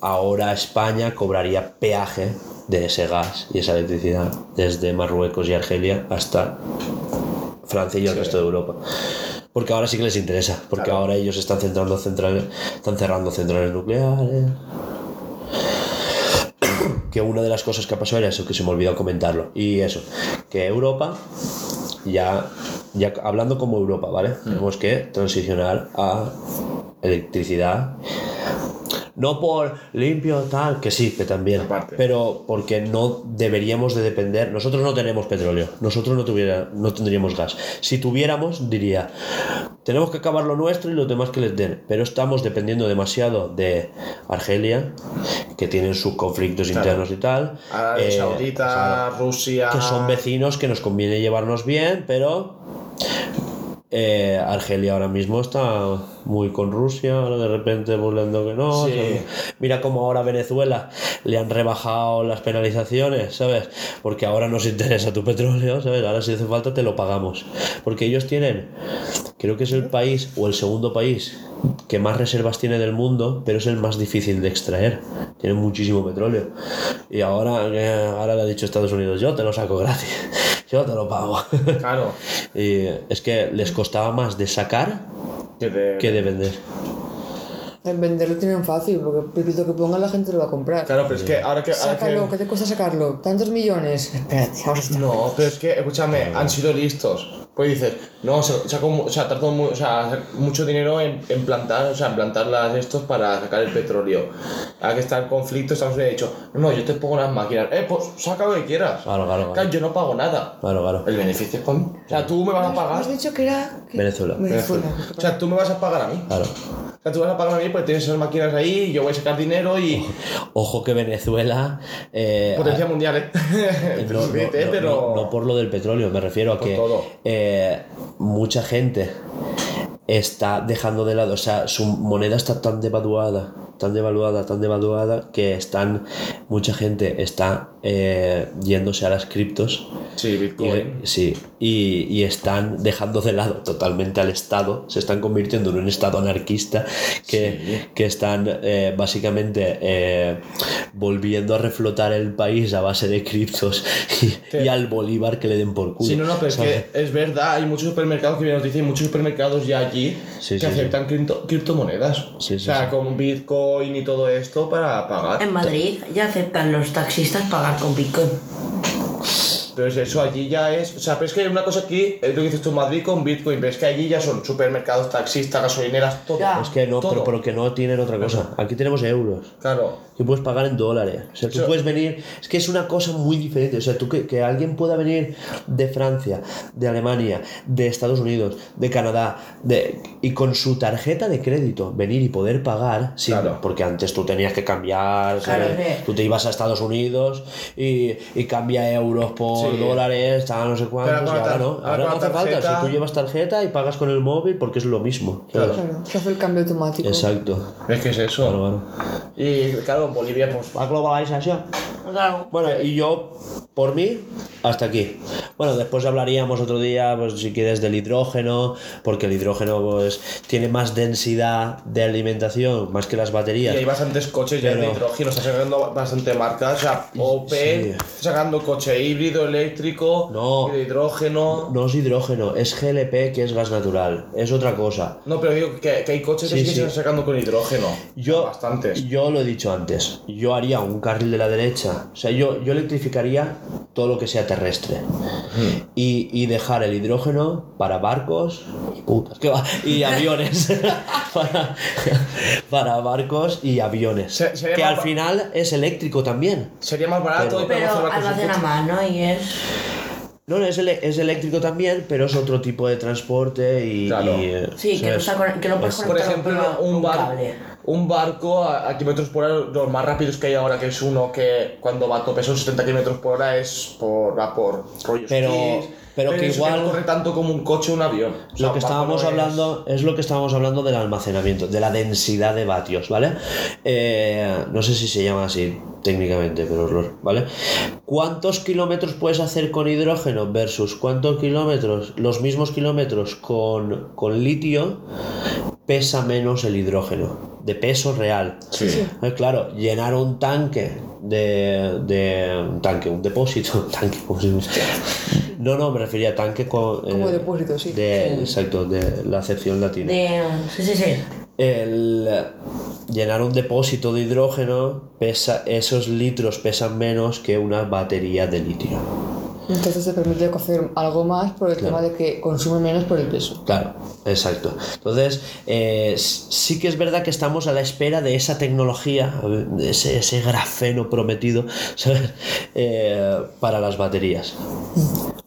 Speaker 1: ahora España cobraría peaje de ese gas y esa electricidad desde Marruecos y Argelia hasta Francia y el
Speaker 4: Sí.
Speaker 1: resto de Europa. Porque ahora sí que les interesa, porque
Speaker 4: Claro.
Speaker 1: ahora ellos están centrando centrales, están cerrando centrales nucleares. Que una de las cosas que ha pasado era eso, que se me olvidó comentarlo. Y eso, que Europa ya, ya hablando como Europa, ¿vale?
Speaker 4: Mm.
Speaker 1: Tenemos que transicionar a electricidad. No por limpio, tal, que sí, que también.
Speaker 4: Aparte.
Speaker 1: Pero porque no deberíamos de depender. Nosotros no tenemos petróleo. Nosotros no, tuviera, no tendríamos gas. Si tuviéramos, diría, tenemos que acabar lo nuestro y los demás que les den. Pero estamos dependiendo demasiado de Argelia, que tienen sus conflictos internos y tal.
Speaker 4: Arabia
Speaker 1: Eh,
Speaker 4: Saudita,
Speaker 1: Saudi-
Speaker 4: Rusia.
Speaker 1: que son vecinos que nos conviene llevarnos bien, pero eh, Argelia ahora mismo está muy con Rusia, ahora de repente burlando que no.
Speaker 4: Sí.
Speaker 1: ¿sabes? Mira cómo ahora a Venezuela le han rebajado las penalizaciones, ¿sabes? Porque ahora nos interesa tu petróleo, ¿sabes? Ahora si hace falta te lo pagamos. Porque ellos tienen, Creo que es el país o el segundo país que más reservas tiene del mundo, pero es el más difícil de extraer. Tiene muchísimo petróleo. Y ahora, eh, ahora le ha dicho Estados Unidos, yo te lo saco gratis, yo te lo pago.
Speaker 4: Claro.
Speaker 1: y es que les costaba más de sacar
Speaker 4: Que de-
Speaker 1: que de vender.
Speaker 2: En venderlo tienen fácil, porque pepito que ponga la gente lo va a comprar.
Speaker 4: Claro, pero es que ahora que. ahora que-
Speaker 2: Sácalo, ¿qué te cuesta sacarlo? ¿Tantos millones? Espérate, vamos a estar-
Speaker 4: No, pero es que, escúchame, han sido listos. Pues dices, no, se, sacó mu- o sea, tardó mu- o sea, mucho dinero en, en plantar, o sea, en plantar las estos para sacar el petróleo. Ahora que está el conflicto, Estados Unidos ha dicho, no, yo te pongo las máquinas. Eh, pues saca lo que quieras.
Speaker 1: Claro, claro, claro.
Speaker 4: Claro, yo no pago nada.
Speaker 1: Claro, claro.
Speaker 4: El beneficio es para mí. O sea, tú me vas a pagar.
Speaker 2: Has dicho que era... que-
Speaker 1: Venezuela.
Speaker 2: Venezuela.
Speaker 4: O sea, tú me vas a pagar a mí.
Speaker 1: Claro.
Speaker 4: O sea, tú vas a pagar a mí porque tienes esas máquinas ahí, yo voy a sacar dinero y
Speaker 1: Ojo que Venezuela. eh,
Speaker 4: potencia mundial, eh.
Speaker 1: Eh,
Speaker 4: Pero
Speaker 1: No, no,
Speaker 4: suscríbete,
Speaker 1: no,
Speaker 4: pero-
Speaker 1: no- no por lo del petróleo, me refiero a
Speaker 4: Por
Speaker 1: que
Speaker 4: todo.
Speaker 1: eh, mucha gente está dejando de lado, o sea, su moneda está tan devaluada, tan devaluada, tan devaluada, que están, mucha gente está eh, yéndose a las criptos.
Speaker 4: Sí,
Speaker 1: Y,
Speaker 4: Bitcoin.
Speaker 1: sí, y, y están dejando de lado totalmente al Estado, se están convirtiendo en un Estado anarquista que, que están eh, básicamente eh, volviendo a reflotar el país a base de criptos y, y al Bolívar que le den por culo.
Speaker 4: Sí, no, no, pero es
Speaker 1: ¿sabes?
Speaker 4: que es verdad, hay muchos supermercados que bien nos dicen, muchos supermercados ya allí
Speaker 1: Sí,
Speaker 4: que
Speaker 1: sí,
Speaker 4: aceptan cripto- criptomonedas.
Speaker 1: Sí, sí,
Speaker 4: o sea, con Bitcoin y todo esto para pagar.
Speaker 3: En Madrid ya aceptan los taxistas pagar con Bitcoin.
Speaker 4: Pero es eso, allí ya es. O sea, pero es que hay una cosa aquí, es lo que dices tú en Madrid con Bitcoin, pero es que allí ya son supermercados, taxistas, gasolineras, todo.
Speaker 3: Ya.
Speaker 1: Es que no,
Speaker 4: todo.
Speaker 1: pero, pero que no tienen otra cosa. Aquí tenemos euros.
Speaker 4: Claro.
Speaker 1: que puedes pagar en dólares. O sea, tú
Speaker 4: Eso-
Speaker 1: puedes venir. Es que es una cosa muy diferente. O sea, tú que, que alguien pueda venir de Francia, de Alemania, de Estados Unidos, de Canadá, de, y con su tarjeta de crédito venir y poder pagar. sin-
Speaker 4: Claro.
Speaker 1: Porque antes tú tenías que cambiar.
Speaker 3: Claro,
Speaker 1: ¿sabes?
Speaker 3: es que-
Speaker 1: Tú te ibas a Estados Unidos y, y cambia euros por
Speaker 4: Sí.
Speaker 1: dólares, tal, no sé cuántos.
Speaker 4: Pero
Speaker 1: Y
Speaker 4: ahora con la
Speaker 1: ahora
Speaker 4: tar-
Speaker 1: no.
Speaker 4: ahora
Speaker 1: Ahora
Speaker 4: con
Speaker 1: no
Speaker 4: la
Speaker 1: hace falta.
Speaker 4: tarjeta-
Speaker 1: Si tú llevas tarjeta y pagas con el móvil porque es lo mismo.
Speaker 4: Claro.
Speaker 2: Claro, se hace el cambio automático.
Speaker 1: Exacto.
Speaker 4: Es que es eso.
Speaker 1: Claro, claro.
Speaker 4: Y claro, en Bolivia, pues.
Speaker 1: La globalización.
Speaker 3: Claro.
Speaker 1: Bueno, y yo, por mí, hasta aquí. Bueno, después hablaríamos otro día, pues si quieres, del hidrógeno, porque el hidrógeno pues, tiene más densidad de alimentación, más que las
Speaker 4: Y
Speaker 1: baterías.
Speaker 4: hay bastantes coches ya de
Speaker 1: Pero-
Speaker 4: hidrógeno, está sacando bastante marcas, o sea, Opel,
Speaker 1: Sí.
Speaker 4: está sacando coche híbrido, eléctrico,
Speaker 1: No.
Speaker 4: de hidrógeno.
Speaker 1: No es hidrógeno, es GLP, que es gas natural. Es otra cosa.
Speaker 4: No, pero digo que, que hay coches
Speaker 1: Sí,
Speaker 4: que
Speaker 1: sí.
Speaker 4: se están sacando con hidrógeno. Ah,
Speaker 1: Yo,
Speaker 4: Bastantes.
Speaker 1: yo lo he dicho antes, yo haría un carril de la derecha, o sea, yo, yo electrificaría todo lo que sea terrestre
Speaker 4: Hmm.
Speaker 1: y, y dejar el hidrógeno para barcos y, putas, que va, y aviones, para, para barcos y aviones,
Speaker 4: Se- se
Speaker 1: que
Speaker 4: llama
Speaker 1: al
Speaker 4: ba-
Speaker 1: final es eléctrico también.
Speaker 4: Sería más barato y podemos
Speaker 3: Pero
Speaker 4: hacer barcos
Speaker 3: almacena más, ¿no? Y es.
Speaker 1: No, no, es, ele- es eléctrico también, pero es otro tipo de transporte y...
Speaker 4: Claro.
Speaker 1: y, eh,
Speaker 3: Sí, que no,
Speaker 1: ¿sabes?
Speaker 3: está con- que no puedes
Speaker 4: Por
Speaker 3: conectar
Speaker 4: ejemplo,
Speaker 3: con
Speaker 4: un, bar,
Speaker 3: cable.
Speaker 4: un barco a, a kilómetros por hora, los más rápidos que hay ahora, que es uno que cuando va a tope son 70 kilómetros por hora, es por, va por rollos.
Speaker 1: Pero-
Speaker 4: skis,
Speaker 1: pero que
Speaker 4: eso
Speaker 1: igual-
Speaker 4: no corre tanto como un coche o un avión. O
Speaker 1: Lo
Speaker 4: sea,
Speaker 1: que
Speaker 4: un barco
Speaker 1: estábamos
Speaker 4: no es-
Speaker 1: hablando es lo que estábamos hablando del almacenamiento, de la densidad de vatios, ¿vale? Eh, no sé si se llama así técnicamente, pero horror, ¿vale? ¿Cuántos kilómetros puedes hacer con hidrógeno versus cuántos kilómetros, los mismos kilómetros con, con litio? Pesa menos el hidrógeno, de peso real.
Speaker 4: Sí.
Speaker 1: Eh, Claro, llenar un tanque de, de- un tanque, un depósito, un tanque, como se dice. No, no, me refería a tanque con, eh,
Speaker 2: Como depósito, sí.
Speaker 1: de- exacto, de la acepción latina.
Speaker 3: De. Sí, sí, sí.
Speaker 1: El llenar un depósito de hidrógeno pesa, esos litros pesan menos que una batería de litio.
Speaker 2: Entonces te permite cocer algo más por el tema de que consume menos por el peso.
Speaker 1: Claro, exacto. Entonces, eh, s- sí que es verdad que estamos a la espera de esa tecnología, de ese, ese grafeno prometido, ¿sabes? Eh, para las baterías.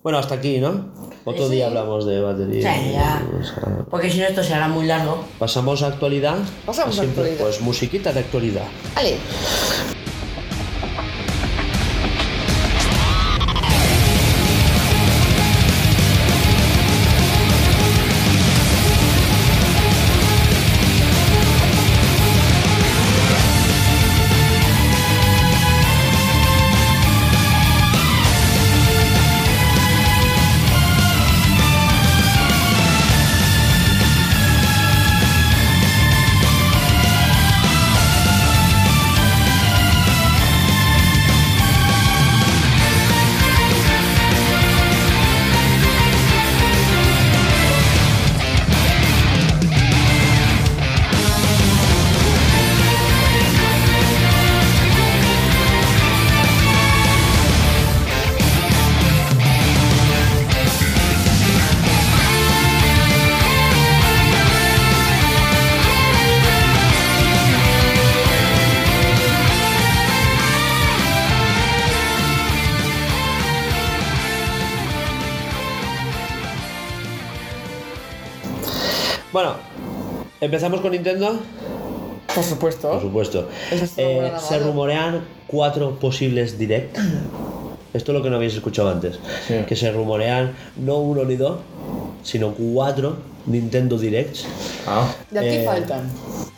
Speaker 1: Bueno, hasta aquí, ¿no? Otro
Speaker 3: Sí.
Speaker 1: día hablamos de baterías.
Speaker 3: Sí, ya.
Speaker 1: O sea,
Speaker 3: Porque si no, esto se hará muy largo.
Speaker 1: Pasamos a actualidad.
Speaker 2: Pasamos a
Speaker 1: Siempre,
Speaker 2: actualidad.
Speaker 1: Pues musiquita de actualidad.
Speaker 2: Ale,
Speaker 1: Bueno, empezamos con Nintendo.
Speaker 2: Por supuesto.
Speaker 1: Por supuesto.
Speaker 2: Eso está
Speaker 1: Eh,
Speaker 2: bueno,
Speaker 1: se
Speaker 2: ¿no?
Speaker 1: rumorean cuatro posibles direct. Esto es lo que no habéis escuchado antes.
Speaker 4: Sí.
Speaker 1: Que se rumorean no uno ni dos, sino cuatro Nintendo Directs.
Speaker 4: Ah.
Speaker 2: Y aquí
Speaker 1: Eh,
Speaker 2: faltan.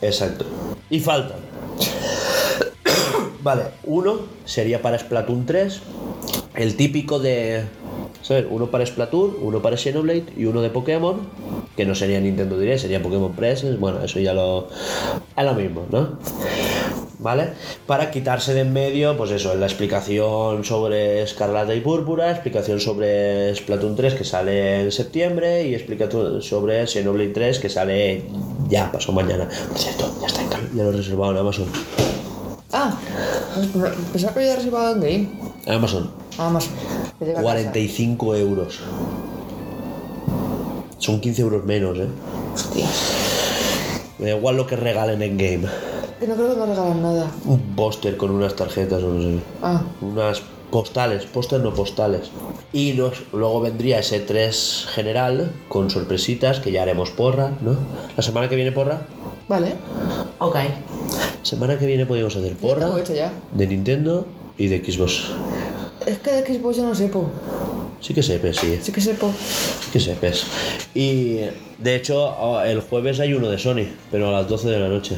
Speaker 1: Exacto. Y faltan. vale, uno sería para Splatoon 3. El típico de. ¿Sabes? Uno para Splatoon, uno para Xenoblade y uno de Pokémon. Que no sería Nintendo Direct, sería Pokémon Presents. Bueno, eso ya lo. Es lo mismo, ¿no? ¿Vale? Para quitarse de en medio, pues eso, la explicación sobre Escarlata y Púrpura, explicación sobre Splatoon 3 que sale en septiembre y explicación sobre Xenoblade 3 que sale ya, pasó mañana. Por cierto, ya está en cal- ya lo he reservado en Amazon.
Speaker 2: Ah, pues, pensaba que había reservado en Game.
Speaker 1: En Amazon,
Speaker 2: Ah, más. me llega a casa.
Speaker 1: 45 euros. Son 15 euros menos, ¿eh?
Speaker 2: Hostias.
Speaker 1: Me da igual lo que regalen en game.
Speaker 2: Que no creo que me regalan nada.
Speaker 1: Un póster con unas tarjetas o no sé qué.
Speaker 2: Ah,
Speaker 1: unas postales, póster no postales. Y los- luego vendría ese 3 general con sorpresitas que ya haremos porra, ¿no? La semana que viene porra.
Speaker 2: vale.
Speaker 3: Ok.
Speaker 1: Semana que viene podríamos hacer
Speaker 2: Porra.
Speaker 1: porra
Speaker 2: hecho ya.
Speaker 1: de Nintendo y de Xbox.
Speaker 2: Es que de Xbox yo no sepo.
Speaker 1: Sí que sepes, sí,
Speaker 2: Sí que sepo.
Speaker 1: sí que sepes. Y de hecho a- el jueves hay uno de Sony, pero a las 12 de la noche,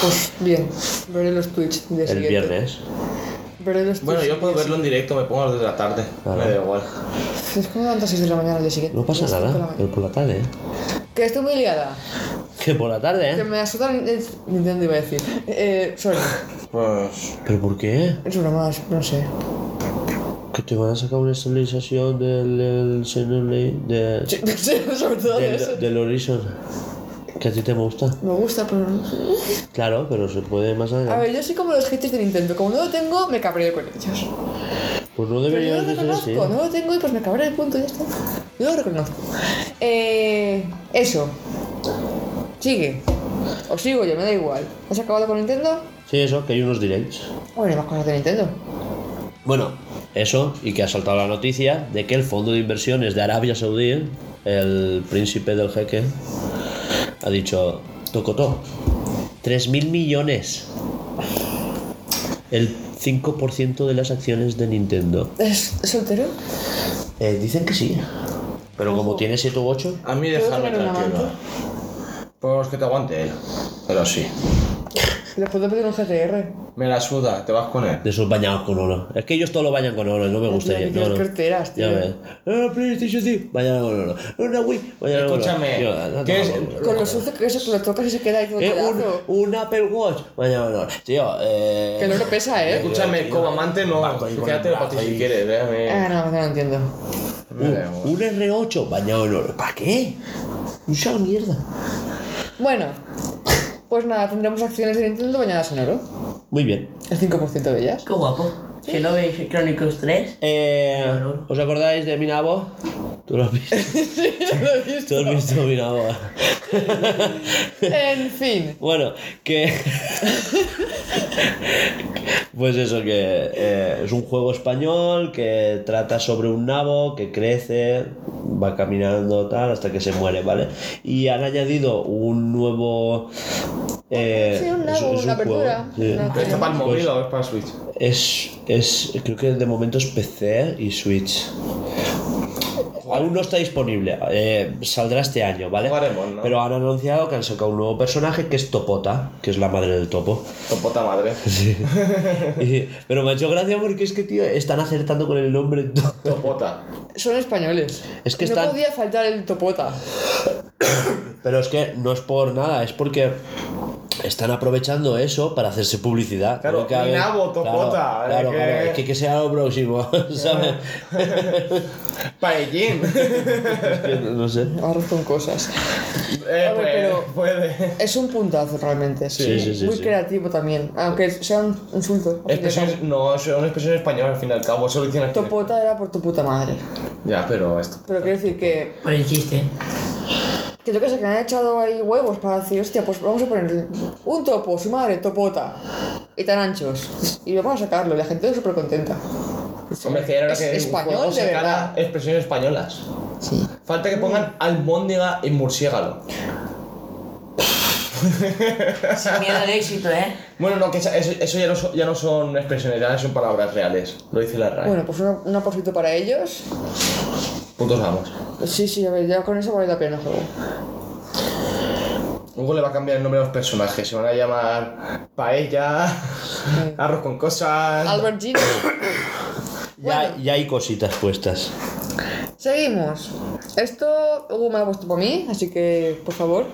Speaker 2: Pues bien, veré los Twitch del
Speaker 1: el
Speaker 2: siguiente.
Speaker 1: viernes.
Speaker 2: Veré los
Speaker 4: Bueno,
Speaker 2: Twitch
Speaker 4: yo puedo verlo en directo, me pongo a las 2 de la tarde.
Speaker 1: Claro.
Speaker 4: Me da igual.
Speaker 2: Es como tantas 6 de la mañana el día siguiente.
Speaker 1: No pasa
Speaker 2: Las cinco de la
Speaker 1: nada,
Speaker 2: mañana.
Speaker 1: pero por la tarde, ¿eh?
Speaker 2: Que estoy muy liada.
Speaker 1: Que por la tarde,
Speaker 2: Que
Speaker 1: ¿eh?
Speaker 2: me asusta Nintendo, Nintendo iba a decir. Eh, sorry.
Speaker 4: Pues.
Speaker 1: ¿Pero por qué?
Speaker 2: Es una más, no sé.
Speaker 1: Que te van a sacar una estabilización del, del Xenoblade... De...
Speaker 2: Sí, sobre todo de eso.
Speaker 1: del, del Horizon. Que a ti te gusta.
Speaker 2: Me gusta, pero no sé.
Speaker 1: Claro, pero se puede más
Speaker 2: A
Speaker 1: adelante.
Speaker 2: ver, yo soy como los haters de Nintendo. Como no lo tengo, me cabreo con ellos.
Speaker 1: Pues no
Speaker 2: Pero yo
Speaker 1: debería
Speaker 2: lo
Speaker 1: de ser
Speaker 2: reconozco,
Speaker 1: así.
Speaker 2: no lo tengo y pues me cabré el punto, ya está. Yo lo reconozco. Eh, eso. Sigue. O sigo yo, me da igual. ¿Has acabado con Nintendo?
Speaker 1: Sí, eso, que hay unos directs.
Speaker 2: Bueno, hay más cosas de Nintendo.
Speaker 1: Bueno, eso, y que ha saltado la noticia de que el fondo de inversiones de Arabia Saudí, el príncipe del jeque, ha dicho: Tocotó, 3.000 millones. El 5% de las acciones de Nintendo.
Speaker 2: ¿Es soltero?
Speaker 1: Eh, dicen que sí. Pero como tiene 7 u 8,
Speaker 4: A mí
Speaker 2: ¿Puedo
Speaker 4: dejarme
Speaker 2: tener un
Speaker 4: tranquilo.
Speaker 2: amante?
Speaker 4: Pues que te aguante él. Pero sí.
Speaker 2: ¿Le puedo pedir un GTR?
Speaker 4: Me la suda, te vas con él.
Speaker 1: De esos bañados con oro. Es que ellos todos lo bañan con oro, no me gustaría.
Speaker 2: tío,
Speaker 1: no, no.
Speaker 2: qué horteras, tío.
Speaker 1: Ya ves. Ah, PlayStation 5, bañan con oro. Una Wii, bañan con oro.
Speaker 4: Escúchame,
Speaker 1: Yo, anda,
Speaker 4: ¿quieres-
Speaker 1: toma,
Speaker 2: Con lo sucio que eso que lo tocas y se queda ahí todo
Speaker 1: Eh, un,
Speaker 2: pedazo.
Speaker 1: un Apple Watch, bañan con oro. Tío, eh.
Speaker 2: Que no lo pesa, ¿eh?
Speaker 4: Escúchame, como amante no.
Speaker 1: Vas con- con
Speaker 4: Quédate
Speaker 1: el
Speaker 4: para ti
Speaker 1: brazo
Speaker 4: si
Speaker 1: ahí. Uh,
Speaker 4: quieres,
Speaker 2: Ah,
Speaker 4: déjame.
Speaker 2: no, no lo entiendo.
Speaker 4: Me da
Speaker 1: Un,
Speaker 4: igual.
Speaker 1: un R8, bañado en oro. ¿Para qué? Un sal mierda.
Speaker 2: Bueno, pues nada, tendremos acciones de Nintendo bañadas en oro.
Speaker 1: Muy bien.
Speaker 2: El 5% de ellas.
Speaker 3: Qué guapo. Si no veis Chronicles 3,
Speaker 1: Eh, ¿Os acordáis de Minabo? ¿Tú lo has visto? ¿Tú has visto Minabo?
Speaker 2: En fin.
Speaker 1: Bueno, que. pues eso, que eh, es un juego español que trata sobre un nabo que crece, va caminando tal hasta que se muere, ¿vale? Y han añadido un nuevo. eh,
Speaker 2: Sí, un
Speaker 1: es-
Speaker 2: nabo,
Speaker 1: es
Speaker 2: una
Speaker 1: juego,
Speaker 2: apertura.
Speaker 1: sí. Pues
Speaker 2: Una-
Speaker 4: ¿Está para el móvil o es para Switch?
Speaker 1: Es, es. Creo que de momento es PC y Switch. Aún no está disponible, eh, saldrá este año, ¿vale?
Speaker 4: Jugaremos, ¿no?
Speaker 1: Pero han anunciado que han sacado un nuevo personaje que es Topota, que es la madre del topo.
Speaker 4: Topota madre.
Speaker 1: Y- pero me ha hecho gracia porque es que, tío, están acertando con el nombre. en todo.
Speaker 4: Topota.
Speaker 2: Son españoles.
Speaker 1: Es que
Speaker 2: no
Speaker 1: están-
Speaker 2: podía faltar el topota.
Speaker 1: Pero es que no es por nada, es porque están aprovechando eso para hacerse publicidad.
Speaker 4: Claro,
Speaker 1: Creo que, a ver,
Speaker 4: Minabo, Topota,
Speaker 1: Claro, claro,
Speaker 4: que-
Speaker 1: claro, es que que sea lo próximo, ¿sabes?
Speaker 4: Paellín.
Speaker 1: Es que no no sé.
Speaker 2: Ahora con cosas.
Speaker 4: eh,
Speaker 2: A ver,
Speaker 4: puede,
Speaker 2: pero-
Speaker 4: puede.
Speaker 2: Es un puntazo realmente.
Speaker 1: Sí, sí, sí,
Speaker 2: Muy
Speaker 1: sí.
Speaker 2: creativo también. Aunque sea un insulto. al fin y al
Speaker 4: Expresiones,
Speaker 2: cabo.
Speaker 4: no, es una expresión española al fin y al cabo, solo dicen aquí.
Speaker 2: Topota era por tu puta madre.
Speaker 4: Ya, pero esto.
Speaker 2: Pero quiero decir que.
Speaker 3: por el chiste.
Speaker 2: Que yo que sé, que han echado ahí huevos para decir, hostia, pues vamos a poner un topo, su madre, topota. Y tan anchos. Y vamos a sacarlo. Y la gente súper contenta.
Speaker 4: Hombre, que era
Speaker 2: Es
Speaker 4: que un
Speaker 2: español,
Speaker 4: juego
Speaker 2: de
Speaker 4: sacara
Speaker 2: verdad.
Speaker 4: expresiones españolas.
Speaker 2: Sí.
Speaker 4: Falta que pongan almóndiga y murciélago.
Speaker 3: Sin miedo al éxito, ¿eh?
Speaker 4: Bueno, no, que esa- eso, eso ya, no son, ya no son expresiones, ya son palabras reales. Lo dice la RAE.
Speaker 2: Bueno, pues un, un aportito para ellos.
Speaker 4: Puntos vamos.
Speaker 2: Sí, sí, a ver, ya con eso vale la pena el juego.
Speaker 4: Luego le va a cambiar el nombre a los personajes. Se van a llamar Paella, Arroz con Cosas.
Speaker 2: Albert Gino.
Speaker 1: Ya,
Speaker 2: Bueno.
Speaker 1: ya hay cositas puestas.
Speaker 2: Seguimos. Esto Hugo me lo ha puesto por mí, así que, por favor.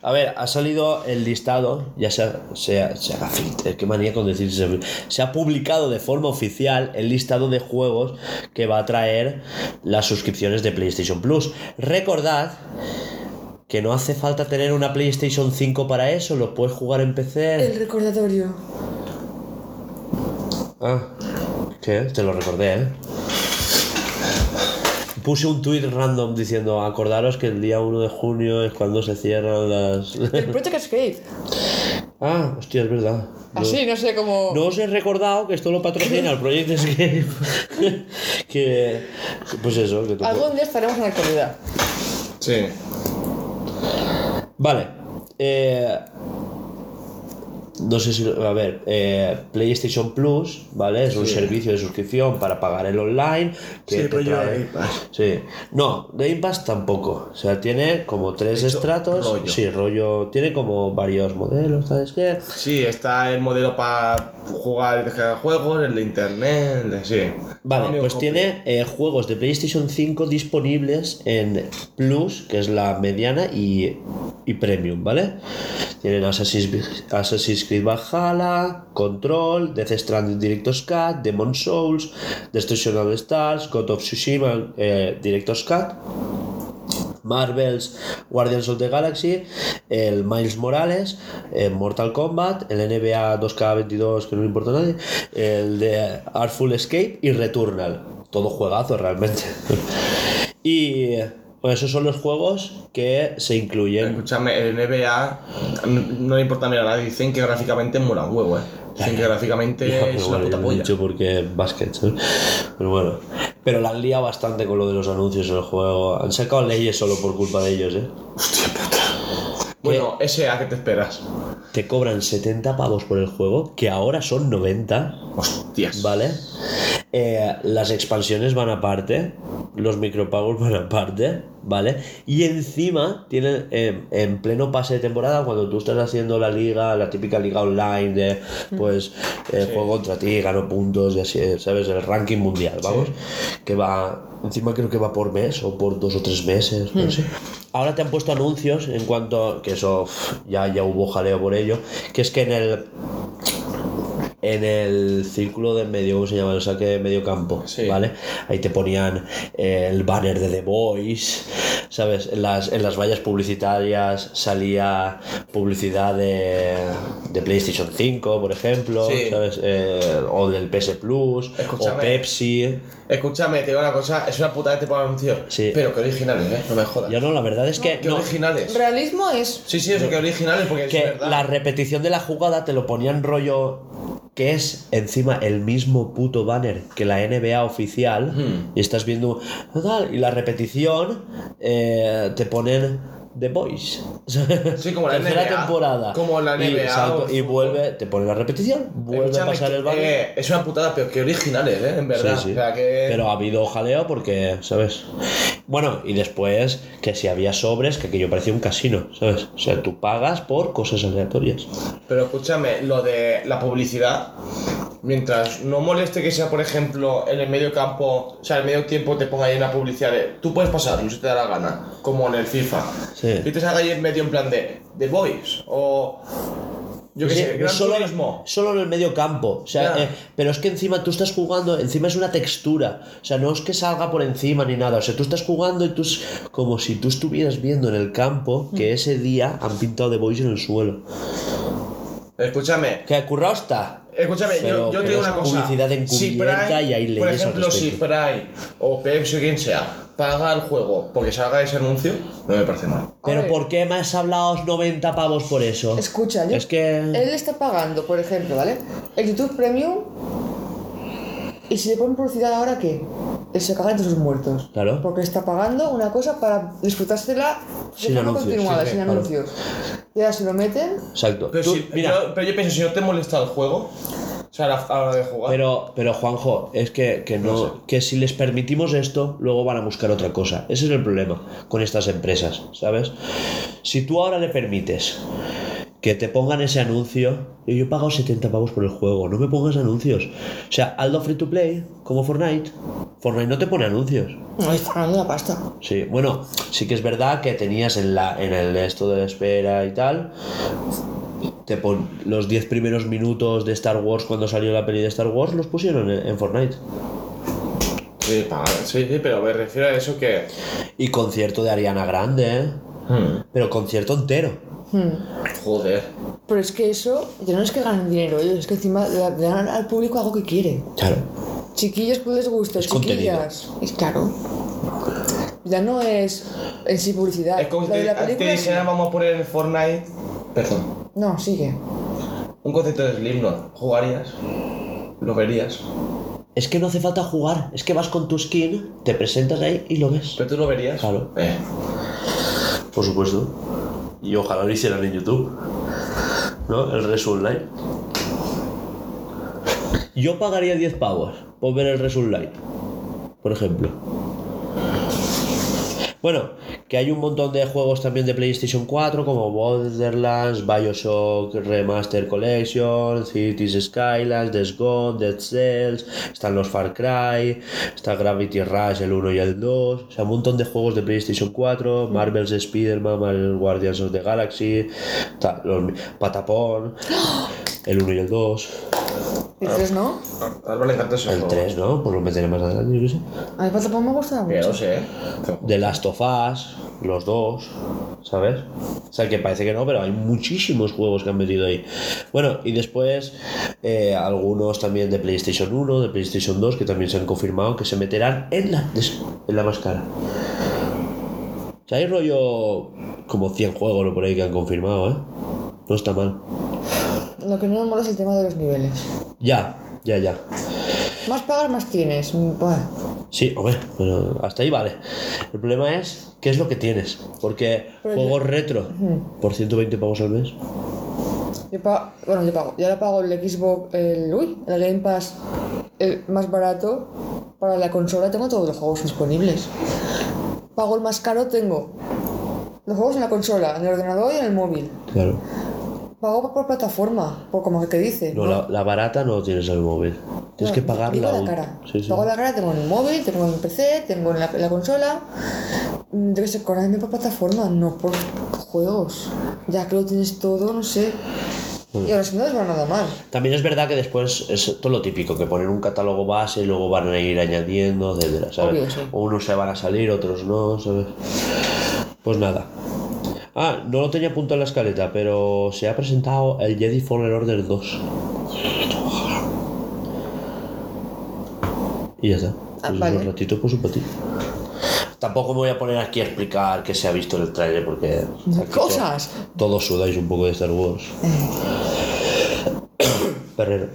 Speaker 1: A ver, ha salido el listado, ya se ha, se ha- se ha- qué manía con decir se, se ha publicado de forma oficial el listado de juegos que va a traer las suscripciones de PlayStation Plus. Recordad que no hace falta tener una PlayStation 5 para eso, lo puedes jugar en
Speaker 2: El
Speaker 1: PC.
Speaker 2: recordatorio.
Speaker 1: Ah, ¿qué? Te lo recordé, ¿eh? Puse un tweet random diciendo, acordaros que el día 1 de junio es cuando se cierran las...
Speaker 2: El Project Escape.
Speaker 1: Ah, hostia, es verdad.
Speaker 4: ¿Ah,
Speaker 1: No-
Speaker 2: Así, no sé cómo.
Speaker 1: No os he recordado que esto lo patrocina el Project Escape. que. Pues eso, que tú-
Speaker 2: Algún día estaremos en la actualidad.
Speaker 4: Sí.
Speaker 1: Vale. eh, No sé si. A ver, eh, PlayStation Plus, ¿vale? Es un servicio de suscripción para pagar el online. Que
Speaker 4: Sí,
Speaker 1: te
Speaker 4: pero lleva
Speaker 1: trae-
Speaker 4: Game Pass.
Speaker 1: Sí. No, Game Pass tampoco. O sea, tiene como tres
Speaker 4: Hecho
Speaker 1: estratos.
Speaker 4: rollo.
Speaker 1: Sí, rollo. Tiene como varios modelos, ¿sabes qué?
Speaker 4: Sí, está el modelo para jugar y descargar juegos, el de internet, el de sí.
Speaker 1: Vale,
Speaker 4: Cambio
Speaker 1: pues
Speaker 4: completo.
Speaker 1: tiene eh, juegos de PlayStation 5 disponibles en Plus, que es la mediana, y, y Premium, ¿vale? Tienen Assassin's, Assassin's Creed Valhalla, Control, Death Stranding Director's Cut, Demon Souls, Destruction All Stars, God of Tsushima eh, Director's Cut. Marvel's Guardians of the Galaxy, el Miles Morales, el Mortal Kombat, el NBA 2K22, que no le importa a nadie, el de Artful Escape y Returnal. Todo juegazo realmente. y pues, esos son los juegos que se incluyen.
Speaker 4: Escúchame, el NBA no, no le importa mirar a nadie, dicen que gráficamente mola un huevo, eh. Dicen que gráficamente
Speaker 1: Ya, pero
Speaker 4: es una
Speaker 1: bueno, ya
Speaker 4: puta
Speaker 1: lo he
Speaker 4: polla.
Speaker 1: dicho porque es básquet, ¿sabes? Pero bueno. Pero la han liado bastante con lo de los anuncios del juego. Han sacado leyes solo por culpa de ellos, ¿eh?
Speaker 4: Bueno, ese a qué te esperas.
Speaker 1: Te cobran 70 pavos por el juego, que ahora son 90.
Speaker 4: Hostias.
Speaker 1: ¿Vale? Eh, las expansiones van aparte, los micropagos van aparte, ¿vale? Y encima tienen eh, en pleno pase de temporada, cuando tú estás haciendo la liga, la típica liga online de, pues, eh, juego contra ti, gano puntos y así, eh, ¿sabes? El ranking mundial, vamos. Que va, encima creo que va por mes o por dos o tres meses, no sé. Ahora te han puesto anuncios en cuanto, que eso uf, ya, ya hubo jaleo por ello, que es que en el en el círculo de medio, ¿cómo se llama? El saque de medio campo,
Speaker 4: Sí.
Speaker 1: ¿vale? Ahí te ponían eh, el banner de The Voice, ¿sabes? En las, en las vallas publicitarias salía publicidad de, de PlayStation 5, por ejemplo,
Speaker 4: Sí.
Speaker 1: ¿sabes? Eh, o del PS Plus, o
Speaker 4: Escúchame.
Speaker 1: Pepsi.
Speaker 4: Escúchame, te digo una cosa, es una puta que por anuncios.
Speaker 1: Sí.
Speaker 4: Pero que originales, eh, no me jodas.
Speaker 1: Yo no, la verdad es que
Speaker 4: Que
Speaker 1: no,
Speaker 4: originales.
Speaker 2: Realismo es.
Speaker 4: Sí, sí, eso que originales porque es
Speaker 1: que
Speaker 4: verdad.
Speaker 1: la repetición de la jugada te lo ponían rollo que es encima el mismo puto banner que la NBA oficial
Speaker 4: Hmm.
Speaker 1: y estás viendo tal, y la repetición eh, te ponen The Boys
Speaker 4: Sí, como la
Speaker 1: tercera
Speaker 4: NBA,
Speaker 1: temporada
Speaker 4: como la
Speaker 1: y,
Speaker 4: NBA o
Speaker 1: y
Speaker 4: el fútbol.
Speaker 1: vuelve te pone la repetición vuelve
Speaker 4: Escúchame,
Speaker 1: a pasar el banner
Speaker 4: eh, es una putada, pero que originales, eh, en
Speaker 1: Sí,
Speaker 4: verdad.
Speaker 1: sí.
Speaker 4: O sea que.
Speaker 1: Pero ha habido jaleo porque, ¿sabes? Bueno, y después que si había sobres, que aquello parecía un casino, ¿sabes? O sea, tú pagas por cosas aleatorias.
Speaker 4: Pero escúchame, lo de la publicidad, mientras no moleste que sea, por ejemplo, en el medio campo, o sea, en el medio tiempo te ponga ahí una publicidad de, tú puedes pasarlo si te da la gana, como en el FIFA.
Speaker 1: Sí.
Speaker 4: Y te salga ahí en medio en plan de The Boys o yo qué
Speaker 1: Sí,
Speaker 4: sé, Gran
Speaker 1: Eh, solo,
Speaker 4: Turismo.
Speaker 1: solo en el medio campo. O sea,
Speaker 4: Ya.
Speaker 1: eh, pero es que encima tú estás jugando, encima es una textura. O sea, no es que salga por encima ni nada. O sea, tú estás jugando y tú es como si tú estuvieras viendo en el campo que ese día han pintado The Boys en el suelo.
Speaker 4: Escúchame,
Speaker 1: Que currado está.
Speaker 4: Escúchame,
Speaker 1: Pero-
Speaker 4: yo, yo te
Speaker 1: pero
Speaker 4: digo
Speaker 1: es
Speaker 4: una cosa.
Speaker 1: publicidad encubierta y hay
Speaker 4: Por
Speaker 1: leyes al
Speaker 4: ejemplo, si
Speaker 1: respecto.
Speaker 4: Prime o Pepsi o quien sea paga el juego porque salga ese anuncio, no me parece mal.
Speaker 1: Pero
Speaker 2: Ay.
Speaker 1: ¿por qué me has hablado 90 pavos por eso?
Speaker 2: Escucha, eh, yo.
Speaker 1: Es que-
Speaker 2: Él está pagando, por ejemplo, ¿vale? El YouTube Premium. Y si le ponen publicidad ahora, ¿qué? Él se caga entre sus muertos.
Speaker 1: Claro.
Speaker 2: Porque está pagando una cosa para disfrutársela de
Speaker 1: Sin
Speaker 2: forma
Speaker 1: anuncios,
Speaker 2: continuada,
Speaker 1: sí, sí,
Speaker 2: sin
Speaker 1: claro.
Speaker 2: anuncios. Y ahora se lo meten.
Speaker 1: Exacto.
Speaker 4: Pero,
Speaker 1: Tú-
Speaker 4: si-
Speaker 1: mira,
Speaker 4: yo, pero yo pienso, si no te molesta el juego, o sea, a la, a la hora de jugar.
Speaker 1: Pero, pero Juanjo, es que, que no,
Speaker 4: No sé.
Speaker 1: que si les permitimos esto, luego van a buscar otra cosa. Ese es el problema con estas empresas, ¿sabes? Si tú ahora le permites que te pongan ese anuncio, yo yo he pagado 70 pavos por el juego, no me pongas anuncios. O sea, Aldo Free to Play, como Fortnite, Fortnite no te pone anuncios.
Speaker 2: No, está ganando una pasta.
Speaker 1: Sí, bueno, sí que es verdad que tenías en, la, en el esto de la espera y tal. Te pon- los 10 primeros minutos de Star Wars cuando salió la peli de Star Wars los pusieron en, en Fortnite.
Speaker 4: Sí, pa- sí, sí, pero me refiero a eso que. hmm,
Speaker 1: Y concierto de Ariana Grande, ¿eh? Pero concierto entero.
Speaker 2: Hmm.
Speaker 4: Joder.
Speaker 2: Pero es que eso, ya no es que ganen dinero ellos, es que encima le le dan al público algo que quiere.
Speaker 1: Claro.
Speaker 2: Chiquillos, pues les gusta,
Speaker 1: Es
Speaker 2: chiquillas. Es claro. Ya no es en sí publicidad.
Speaker 4: Es como si
Speaker 2: Lo de
Speaker 4: te,
Speaker 2: la
Speaker 4: a ti te
Speaker 2: película
Speaker 4: dijeran, vamos a poner en Fortnite. Perdón.
Speaker 2: sí. No, sigue.
Speaker 4: Ah. Un concepto de Slipknot. ¿Jugarías? ¿Lo verías?
Speaker 1: Es que no hace falta jugar, es que vas con tu skin, te presentas ahí y lo ves.
Speaker 4: ¿Pero tú lo verías?
Speaker 1: Claro.
Speaker 4: Eh.
Speaker 1: Por supuesto. Y ojalá lo hicieran en YouTube. ¿No? El Res Online. Yo pagaría 10 pavos por ver el Res Online. Por ejemplo. Bueno, que hay un montón de juegos también de PlayStation 4 como Borderlands, Bioshock Remaster Collection, Cities Skylines, Death Gone, Dead Cells, están los Far Cry, está Gravity Rush el 1 y el 2, o sea, un montón de juegos de PlayStation 4, Marvel's Spider-Man, Marvel's Guardians of the Galaxy, ta- los Patapón, el 1 y el 2,
Speaker 2: ¿Y tres no?
Speaker 4: A Álvaro le encanta ese
Speaker 1: el
Speaker 4: juego.
Speaker 1: 3, ¿no? Pues lo meteré más adelante, yo qué sé.
Speaker 2: A mí Patapón me gustaba
Speaker 4: Ya
Speaker 2: mucho.
Speaker 4: lo sé, eh.
Speaker 1: The Last of Us, los dos, ¿sabes? O sea, que parece que no, pero hay muchísimos juegos que han metido ahí. Bueno, y después eh, algunos también de PlayStation 1, de PlayStation 2, que también se han confirmado que se meterán en la, des- en la máscara. O sea, hay rollo como 100 juegos o por ahí que han confirmado, ¿eh? No está mal.
Speaker 2: Lo que no me mola es el tema de los niveles.
Speaker 1: Ya, ya, ya.
Speaker 2: Más pagas, más tienes. Mm, buah.
Speaker 1: Sí, hombre, pero hasta ahí vale. El problema es qué es lo que tienes. Porque
Speaker 2: Pero yo-
Speaker 1: juegos retro por 120 pavos al mes.
Speaker 2: Yo pago, bueno, yo pago. Yo ahora pago el Xbox, el, uy, el Game Pass el más barato. Para la consola tengo todos los juegos disponibles. Pago el más caro, tengo los juegos en la consola, en el ordenador y en el móvil.
Speaker 1: Claro.
Speaker 2: Pago por, por plataforma, por como que dice.
Speaker 1: No, la, la barata no tienes el móvil. Tienes
Speaker 2: No,
Speaker 1: que
Speaker 2: di-
Speaker 1: pagarla.
Speaker 2: digo la
Speaker 1: aún.
Speaker 2: cara.
Speaker 1: Sí, sí.
Speaker 2: Pago la cara, tengo en el móvil, tengo en el PC, tengo en la, en la consola. Mm, Yo qué sé, cobrarme por plataforma, no por juegos. Ya que lo tienes todo, no sé.
Speaker 1: Mm.
Speaker 2: Y ahora si no les va nada mal.
Speaker 1: También es verdad que después es todo lo típico, que ponen un catálogo base y luego van a ir añadiendo, etcétera, ¿sabes?
Speaker 2: Obvio, sí.
Speaker 1: O Unos se van a salir, otros no, ¿sabes? Pues nada. Ah, no lo tenía apuntado en la escaleta, pero se ha presentado el Jedi Fallen Order 2. Y ya está.
Speaker 2: Ah,
Speaker 1: Pues
Speaker 2: vale.
Speaker 1: Un ratito, pues un patito. Tampoco me voy a poner aquí a explicar qué se ha visto en el trailer porque... aquí to-
Speaker 2: Cosas.
Speaker 1: Todos sudáis un poco de Star Wars.
Speaker 2: Eh.
Speaker 1: Perrero.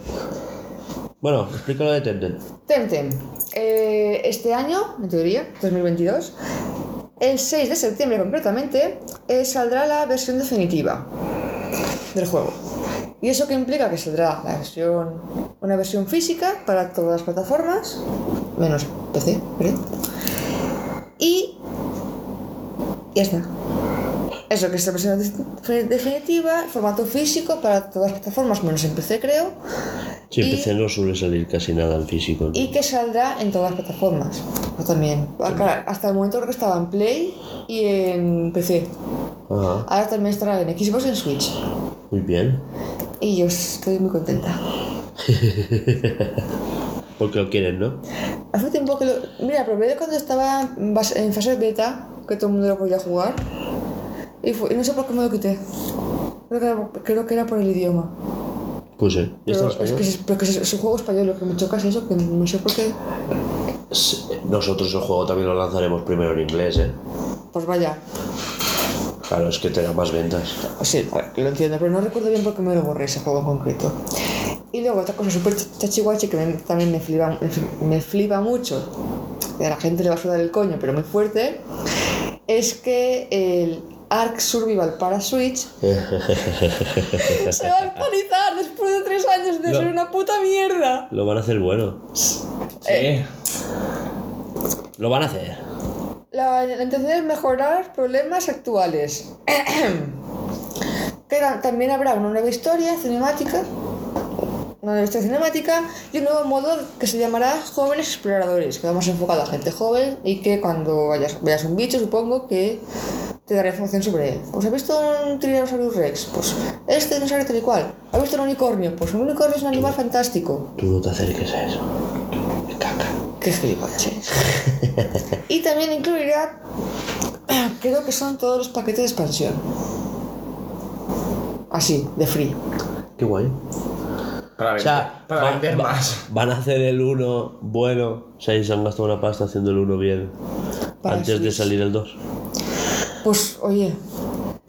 Speaker 1: Bueno, explica lo de Tenten.
Speaker 2: Temtem. Eh, este año, en teoría, 2022, el 6 de septiembre concretamente, eh, saldrá la versión definitiva del juego. ¿Y eso qué implica? Que saldrá la versión, una versión física para todas las plataformas, menos PC, ¿verdad? Y ya está. Eso que es la versión de- definitiva, formato físico para todas las plataformas, menos en PC creo,
Speaker 1: Si
Speaker 2: Y-
Speaker 1: empecé no suele salir casi nada en físico. ¿no?
Speaker 2: y que saldrá en todas las plataformas. Yo también. Acá- Hasta el momento creo que estaba en Play y en PC.
Speaker 1: Ajá,
Speaker 2: Ahora también estará en Xbox y en Switch.
Speaker 1: muy bien.
Speaker 2: Y yo estoy muy contenta.
Speaker 1: Porque lo quieren, ¿no?
Speaker 2: Hace tiempo que lo... Mira, probé de cuando estaba en bas- en fase beta, que todo el mundo lo podía jugar. Y, fue- y no sé por qué me lo quité. Creo que era, creo que era por el idioma.
Speaker 1: Pues sí. ¿Y está
Speaker 2: Pero
Speaker 1: en
Speaker 2: es
Speaker 1: español?
Speaker 2: que, es, pero que es, es un juego español, lo que me choca es eso, que no sé por qué.
Speaker 1: Sí, Nosotros el juego también lo lanzaremos primero en inglés, ¿eh?
Speaker 2: Pues vaya.
Speaker 1: Claro, es que te da más ventas.
Speaker 2: O sea, a ver, lo entiendo, pero no recuerdo bien por qué me lo borré ese juego en concreto. Y luego otra cosa súper ch- chachiguache que me- también me flipa, me fli- me flipa mucho, que a la gente le va a sudar el coño, pero muy fuerte, es que el Ark Survival para Switch se va a actualizar después de tres años de
Speaker 1: No.
Speaker 2: ser una puta mierda.
Speaker 1: Lo van a hacer bueno.
Speaker 2: Eh,
Speaker 4: Sí.
Speaker 1: Lo van a hacer.
Speaker 2: La, la intención es mejorar problemas actuales. que ta- también habrá una nueva historia cinemática. Una nueva historia cinemática y un nuevo modo que se llamará Jóvenes Exploradores, que vamos enfocado a gente joven y que cuando vayas, veas un bicho, supongo que te dará información sobre él. Pues has visto un Tyrannosaurus Rex, pues este dinosaurio tal y cual. ¿Has visto un unicornio? Pues un unicornio es un animal fantástico.
Speaker 1: Tú no te acerques a eso. Me Caca.
Speaker 2: Qué gilipollas y también incluirá, creo que son todos los paquetes de expansión. Así, de free.
Speaker 1: Qué guay.
Speaker 4: Para,
Speaker 1: O
Speaker 4: vender,
Speaker 1: sea,
Speaker 4: para
Speaker 1: va-
Speaker 4: vender
Speaker 1: va-
Speaker 4: más.
Speaker 1: Van a hacer el 1 bueno. O sea, y se han gastado una pasta haciendo el 1 bien.
Speaker 2: Para
Speaker 1: antes de
Speaker 2: Switch.
Speaker 1: salir el 2.
Speaker 2: Pues, oye,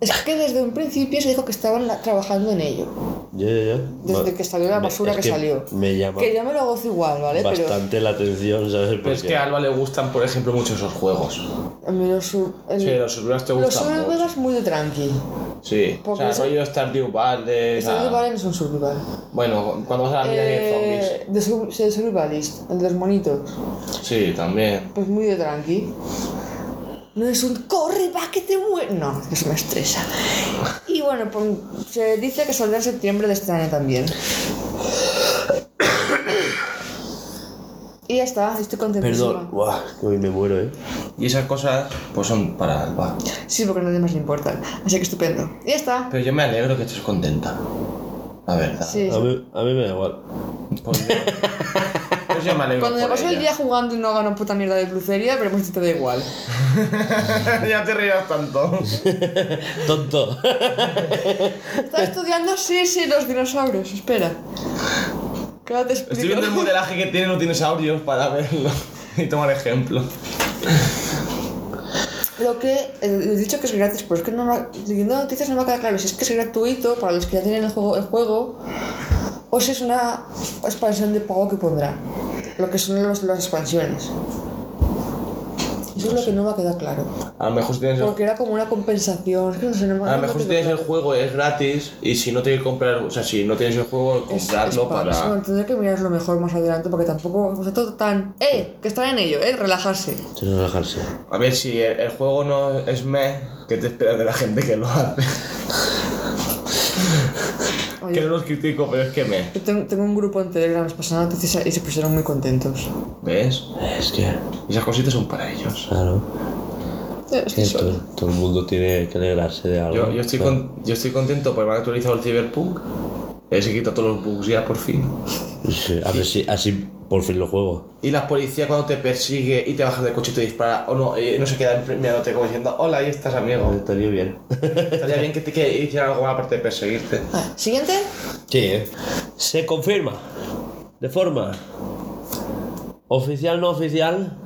Speaker 2: es que desde un principio se dijo que estaban la- trabajando en ello.
Speaker 1: Ya, ya, ya.
Speaker 2: Desde
Speaker 1: Va-
Speaker 2: que salió la
Speaker 1: me-
Speaker 2: basura
Speaker 1: es
Speaker 2: que, salió.
Speaker 1: Me llama
Speaker 2: Que yo me lo gozo igual, ¿vale?
Speaker 1: bastante la atención, ¿sabes?
Speaker 4: Pero es
Speaker 1: Porque-
Speaker 4: que a Alba le gustan, por ejemplo, mucho esos juegos.
Speaker 2: Pero a mí los sub... el-
Speaker 4: Sí, los survival te
Speaker 2: los
Speaker 4: gustan
Speaker 2: survival
Speaker 4: mucho.
Speaker 2: es muy de tranqui.
Speaker 4: Sí. O
Speaker 2: Porque
Speaker 4: sea,
Speaker 2: eso-
Speaker 4: rollo Stardew
Speaker 2: Este
Speaker 4: Valley. o sea,
Speaker 2: survival no es un survival.
Speaker 4: Bueno, cuando vas a la mina Ah. de
Speaker 2: Eh, de sub- sí, de survivalist, el de los monitos.
Speaker 4: zombies. Sí, también.
Speaker 2: Pues muy de tranqui. No es un corre, va, que te muero. No, que se me estresa. Y bueno, pues, se dice que saldrá en septiembre de este año también. Y ya está, estoy contentísima.
Speaker 1: Perdón, Buah, es que hoy me muero, ¿eh?
Speaker 4: Y esas cosas, pues son para Alba.
Speaker 2: Sí, porque a nadie más le importa. Así que estupendo. Y ya está.
Speaker 4: Pero yo me alegro que estés contenta. La verdad.
Speaker 2: Sí,
Speaker 1: A
Speaker 2: sí.
Speaker 1: mí, a mí me da igual.
Speaker 4: Pues yo, pues yo me alegro.
Speaker 2: Cuando me
Speaker 4: por
Speaker 2: paso el
Speaker 4: ella.
Speaker 2: día jugando y no gano puta mierda de crucería, pero pues te da igual.
Speaker 4: ya te rías tanto.
Speaker 1: Tonto.
Speaker 2: ¿Estás estudiando? Sí, sí, los dinosaurios. Espera. Que ahora te
Speaker 4: Estoy
Speaker 2: explico.
Speaker 4: viendo el modelaje que tienen los dinosaurios para verlo y tomar ejemplo.
Speaker 2: Lo que eh, he dicho que es gratis, pero es que no me ha- leyendo noticias no me ha quedado claro si es que es gratuito para los que ya tienen el juego, el juego o si es una expansión de pago que pondrá. Lo que son los- las expansiones. Eso es lo que no me ha quedado claro.
Speaker 4: A lo mejor si tienes el,
Speaker 2: Porque era como una compensación. Es que no sé, no me no
Speaker 4: a lo
Speaker 2: me
Speaker 4: mejor si
Speaker 2: quedó
Speaker 4: tienes el
Speaker 2: claro.
Speaker 4: juego es gratis y si no tienes que comprar, o sea, si no tienes el juego,
Speaker 2: Es- es
Speaker 4: comprarlo
Speaker 2: pago. Sí,
Speaker 4: para.
Speaker 2: bueno, tendré que mirarlo mejor más adelante porque tampoco o sea, todo tan. ¡Eh! Que están en ello, ¿eh? Relajarse.
Speaker 1: Tienes que relajarse.
Speaker 4: A ver si el, el juego no es meh, ¿qué te esperas de la gente que lo hace? que no
Speaker 2: Oye,
Speaker 4: los critico, pero es que me.
Speaker 2: yo tengo, tengo un grupo en Telegram, les pasaron noticias y se pusieron muy contentos.
Speaker 4: ¿Ves?
Speaker 1: Es que,
Speaker 4: Y esas cositas son para ellos.
Speaker 1: claro.
Speaker 2: Eh,
Speaker 1: que
Speaker 2: sí,
Speaker 1: todo, todo el mundo tiene que alegrarse de algo.
Speaker 4: Yo, yo, estoy, con- yo estoy contento porque me han actualizado el Cyberpunk. Eh, se quita todos los bugs ya por fin.
Speaker 1: Sí, a ver si así por fin lo juego.
Speaker 4: Y la policía cuando te persigue y te bajas del coche y te dispara, o no, eh, no se quedan premiándote como diciendo, hola, ahí estás amigo.
Speaker 1: Estaría bien.
Speaker 4: Estaría bien que te que hicieran algo aparte de perseguirte.
Speaker 2: Ah, Siguiente.
Speaker 1: Sí, ¿eh? Se confirma de forma oficial, no oficial.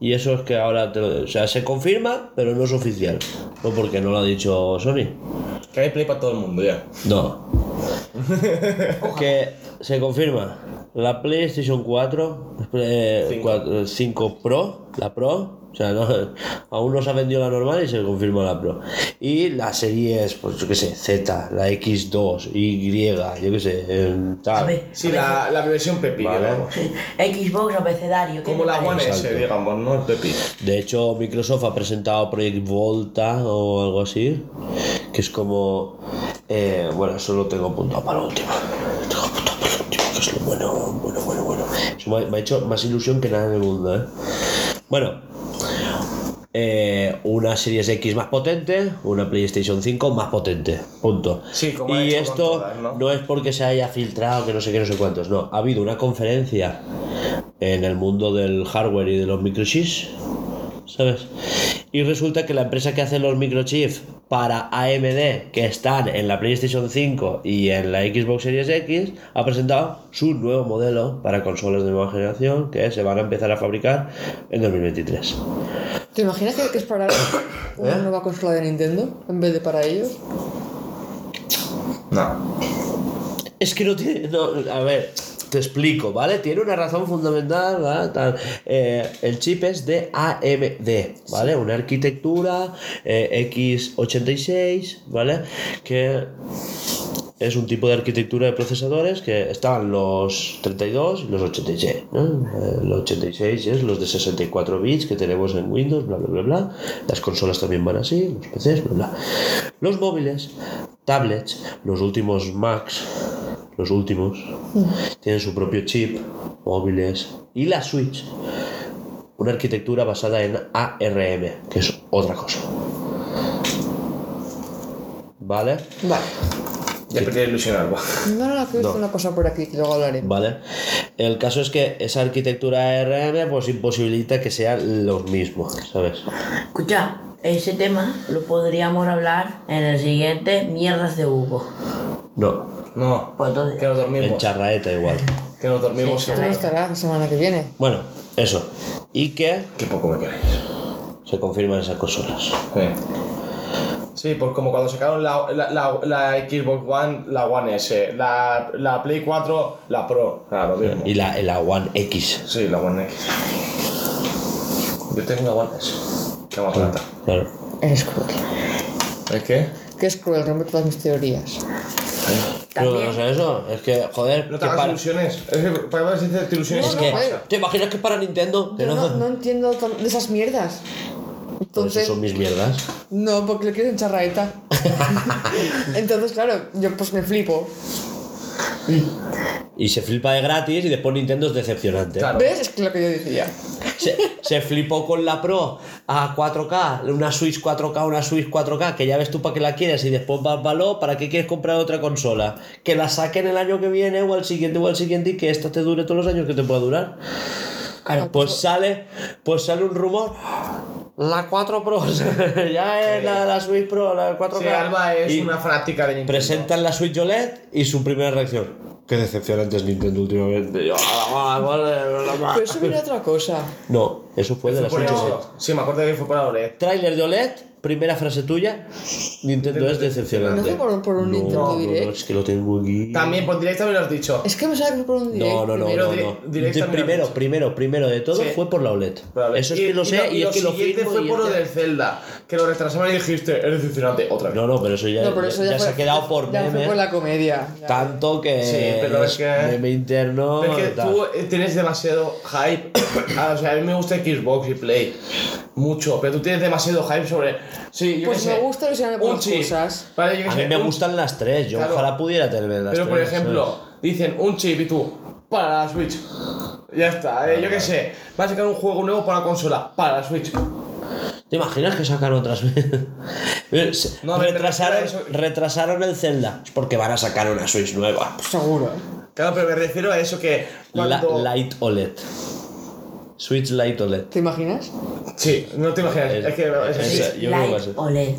Speaker 1: Y eso es que ahora te lo- O sea, se confirma, pero no es oficial. No porque no lo ha dicho Sony.
Speaker 4: Que hay play para todo el mundo ya.
Speaker 1: No. que se confirma la PlayStation 4, eh,
Speaker 4: Cinco.
Speaker 1: 4, eh, 5 Pro, la Pro. O sea, no- aún no se ha vendido la normal y se confirma la Pro. Y las series, pues yo qué sé, Z, la X2, Y, yo qué sé, eh,
Speaker 3: A
Speaker 1: tal.
Speaker 3: ver,
Speaker 4: Sí, la, la versión pepilla,
Speaker 1: Vale.
Speaker 4: vamos.
Speaker 3: Xbox abecedario. ¿qué
Speaker 4: Como
Speaker 3: te
Speaker 4: la
Speaker 3: parece?
Speaker 4: One S,
Speaker 1: Exacto.
Speaker 4: digamos, no el pepilla.
Speaker 1: De hecho, Microsoft ha presentado Project Volta o algo así, que es como... eh, bueno, solo tengo apuntado para lo último. Tengo apuntado para lo último, que es lo bueno, bueno, bueno, bueno. Eso me, ha- me ha hecho más ilusión que nada en el mundo, ¿eh? Bueno, eh, una Series X más potente, una PlayStation 5 más potente, punto.
Speaker 4: Sí, como han
Speaker 1: y
Speaker 4: hecho con
Speaker 1: esto
Speaker 4: todas, ¿no?
Speaker 1: no es porque se haya filtrado, que no sé qué, no sé cuántos, no. Ha habido una conferencia en el mundo del hardware y de los microchips, ¿sabes? Y resulta que la empresa que hace los microchips para AMD, que están en la PlayStation 5 y en la Xbox Series X, ha presentado su nuevo modelo para consolas de nueva generación que se van a empezar a fabricar en 2023.
Speaker 2: ¿Te imaginas que, que es para una
Speaker 1: ¿Eh?
Speaker 2: nueva consola de Nintendo en vez de para ellos?
Speaker 4: No.
Speaker 1: Es que no tiene. no, a ver, Te explico, ¿vale? Tiene una razón fundamental, ¿vale? Tal. Eh, el chip es de AMD, ¿vale? Una arquitectura eh, X86, ¿vale? Que es un tipo de arquitectura de procesadores que estaban los 32 y los 86. ¿no? Eh, Los 86 es los de 64 bits que tenemos en Windows, bla, bla, bla, bla. Las consolas también van así, los PCs, bla, bla. Los móviles, tablets, los últimos Macs, los últimos, tienen su propio chip, móviles y la Switch. Una arquitectura basada en ARM, que es otra cosa. ¿Vale?
Speaker 2: Vale.
Speaker 4: Ya perdí la ilusión, Alba.
Speaker 2: No, no, no, que he visto
Speaker 1: No.
Speaker 2: una cosa por aquí que luego hablaremos.
Speaker 1: ¿Vale? El caso es que esa arquitectura ARM pues imposibilita que sean los mismos, ¿sabes?
Speaker 3: Escucha, ese tema lo podríamos hablar en el siguiente Mierdas de Hugo.
Speaker 1: No,
Speaker 4: No,
Speaker 3: Pues entonces-
Speaker 4: que nos
Speaker 1: en
Speaker 4: dormimos.
Speaker 1: charraeta igual.
Speaker 4: Que nos dormimos.
Speaker 2: Tú no estarás la semana que viene.
Speaker 1: Bueno, eso. Y que
Speaker 4: Qué poco me queréis.
Speaker 1: se confirman esas consolas.
Speaker 4: Sí. Sí, pues como cuando sacaron la, la, la, la Xbox One, la One S, la, la Play 4, la Pro. Claro, lo mismo.
Speaker 1: Y la, la One X.
Speaker 4: Sí, la One X. Yo tengo una One S. Que más barata.
Speaker 1: Claro.
Speaker 2: Eres cruel.
Speaker 4: ¿Es qué?
Speaker 2: Que es cruel, rompe todas mis teorías.
Speaker 1: Pero
Speaker 3: También.
Speaker 1: no sé eso, es que, joder,
Speaker 4: No
Speaker 1: que
Speaker 4: te hagas
Speaker 1: para-
Speaker 4: ilusiones. Es que para ver si te ilusiones
Speaker 1: es
Speaker 4: no,
Speaker 1: que,
Speaker 4: pasa.
Speaker 1: ¿te imaginas que es para Nintendo? Que no,
Speaker 2: Yo no, no entiendo to- de esas mierdas.
Speaker 1: Por eso
Speaker 2: Entonces,
Speaker 1: son mis mierdas.
Speaker 2: no, porque lo quiero en charraeta. Entonces, claro, yo pues me flipo.
Speaker 1: Y se flipa de gratis y después Nintendo es decepcionante.
Speaker 4: Claro.
Speaker 2: ¿Ves? Es que lo que yo decía.
Speaker 1: Se, se flipó con la Pro a 4K, una Switch 4K, una Switch 4K, que ya ves tú para qué la quieres y después vas valor, ¿para qué quieres comprar otra consola? Que la saquen el año que viene o al siguiente o al siguiente y que esta te dure todos los años que te pueda durar.
Speaker 3: Claro,
Speaker 1: Pues sale, pues sale un rumor. La 4 Pro, ya es la, la Switch Pro, la 4K.
Speaker 4: Sí, Alba es
Speaker 1: Y
Speaker 4: una fanática de Nintendo.
Speaker 1: Presentan la Switch OLED y su primera reacción. Qué decepcionante es Nintendo últimamente. Yo, a la madre, a la
Speaker 2: Pero
Speaker 1: madre.
Speaker 2: eso viene otra cosa.
Speaker 1: No, eso fue de la
Speaker 4: Por
Speaker 1: Switch
Speaker 4: eso.
Speaker 1: OLED.
Speaker 4: Sí, me acuerdo que fue para OLED.
Speaker 1: Tráiler de OLED, primera frase tuya. Nintendo es decepcionante.
Speaker 2: ¿No fue por, por un Nintendo Direct?
Speaker 1: es que lo tengo aquí.
Speaker 4: También por directo me lo has dicho.
Speaker 2: Es que me sale por un Direct.
Speaker 1: No, no, no,
Speaker 2: primero.
Speaker 1: no,
Speaker 4: Primero
Speaker 1: no.
Speaker 4: di- directa
Speaker 1: De-
Speaker 4: mira,
Speaker 1: primero,
Speaker 4: dicho.
Speaker 1: primero, primero de todo
Speaker 4: Sí.
Speaker 1: fue por la OLED.
Speaker 4: Vale.
Speaker 1: Eso es que lo sé y, es que lo
Speaker 4: siguiente
Speaker 1: firmo
Speaker 4: fue
Speaker 1: y
Speaker 4: por
Speaker 1: es
Speaker 4: lo
Speaker 1: que-
Speaker 4: del Zelda, que lo retrasaron y dijiste, eres decepcionante otra vez.
Speaker 1: No, no, pero eso ya,
Speaker 2: No, pero eso ya,
Speaker 1: ya
Speaker 2: fue-
Speaker 1: se ha quedado por
Speaker 2: ya
Speaker 1: meme.
Speaker 2: fue por la comedia. Ya.
Speaker 1: Tanto que
Speaker 4: Sí, pero es que-
Speaker 1: meme interno.
Speaker 4: Pero es que
Speaker 1: tal.
Speaker 4: tú eh, tienes demasiado hype. Ah, o sea, a mí me gusta Xbox y Play. Mucho, pero tú tienes demasiado hype sobre. Sí, yo
Speaker 2: Pues
Speaker 4: qué
Speaker 2: me
Speaker 4: sé,
Speaker 2: gusta ilusionarme por
Speaker 4: un
Speaker 2: las
Speaker 4: chip.
Speaker 2: cosas.
Speaker 4: Vale, yo qué
Speaker 1: A
Speaker 4: sé,
Speaker 1: mí me
Speaker 4: un-
Speaker 1: gustan las tres, yo
Speaker 4: Claro.
Speaker 1: ojalá pudiera tener las
Speaker 4: Pero por
Speaker 1: tres.
Speaker 4: ejemplo,
Speaker 1: ¿sabes?
Speaker 4: dicen un chip y tú, para la Switch. Ya está, eh, yo qué sé. Va a sacar un juego nuevo para la consola, para la Switch.
Speaker 1: ¿Te imaginas que sacan otras veces?
Speaker 4: No, me
Speaker 1: retrasaron,
Speaker 4: refiero a eso.
Speaker 1: retrasaron el Zelda. Es porque van a sacar una Switch nueva.
Speaker 2: Seguro.
Speaker 4: Claro, pero me refiero a eso que.
Speaker 1: La
Speaker 4: Cuando...
Speaker 1: Light OLED. Switch Light E OLED.
Speaker 2: ¿Te imaginas?
Speaker 4: Sí, no te imaginas. Es,
Speaker 1: Es-
Speaker 4: que es así.
Speaker 1: Esa, yo creo que va a
Speaker 3: Light
Speaker 1: ser.
Speaker 3: OLED.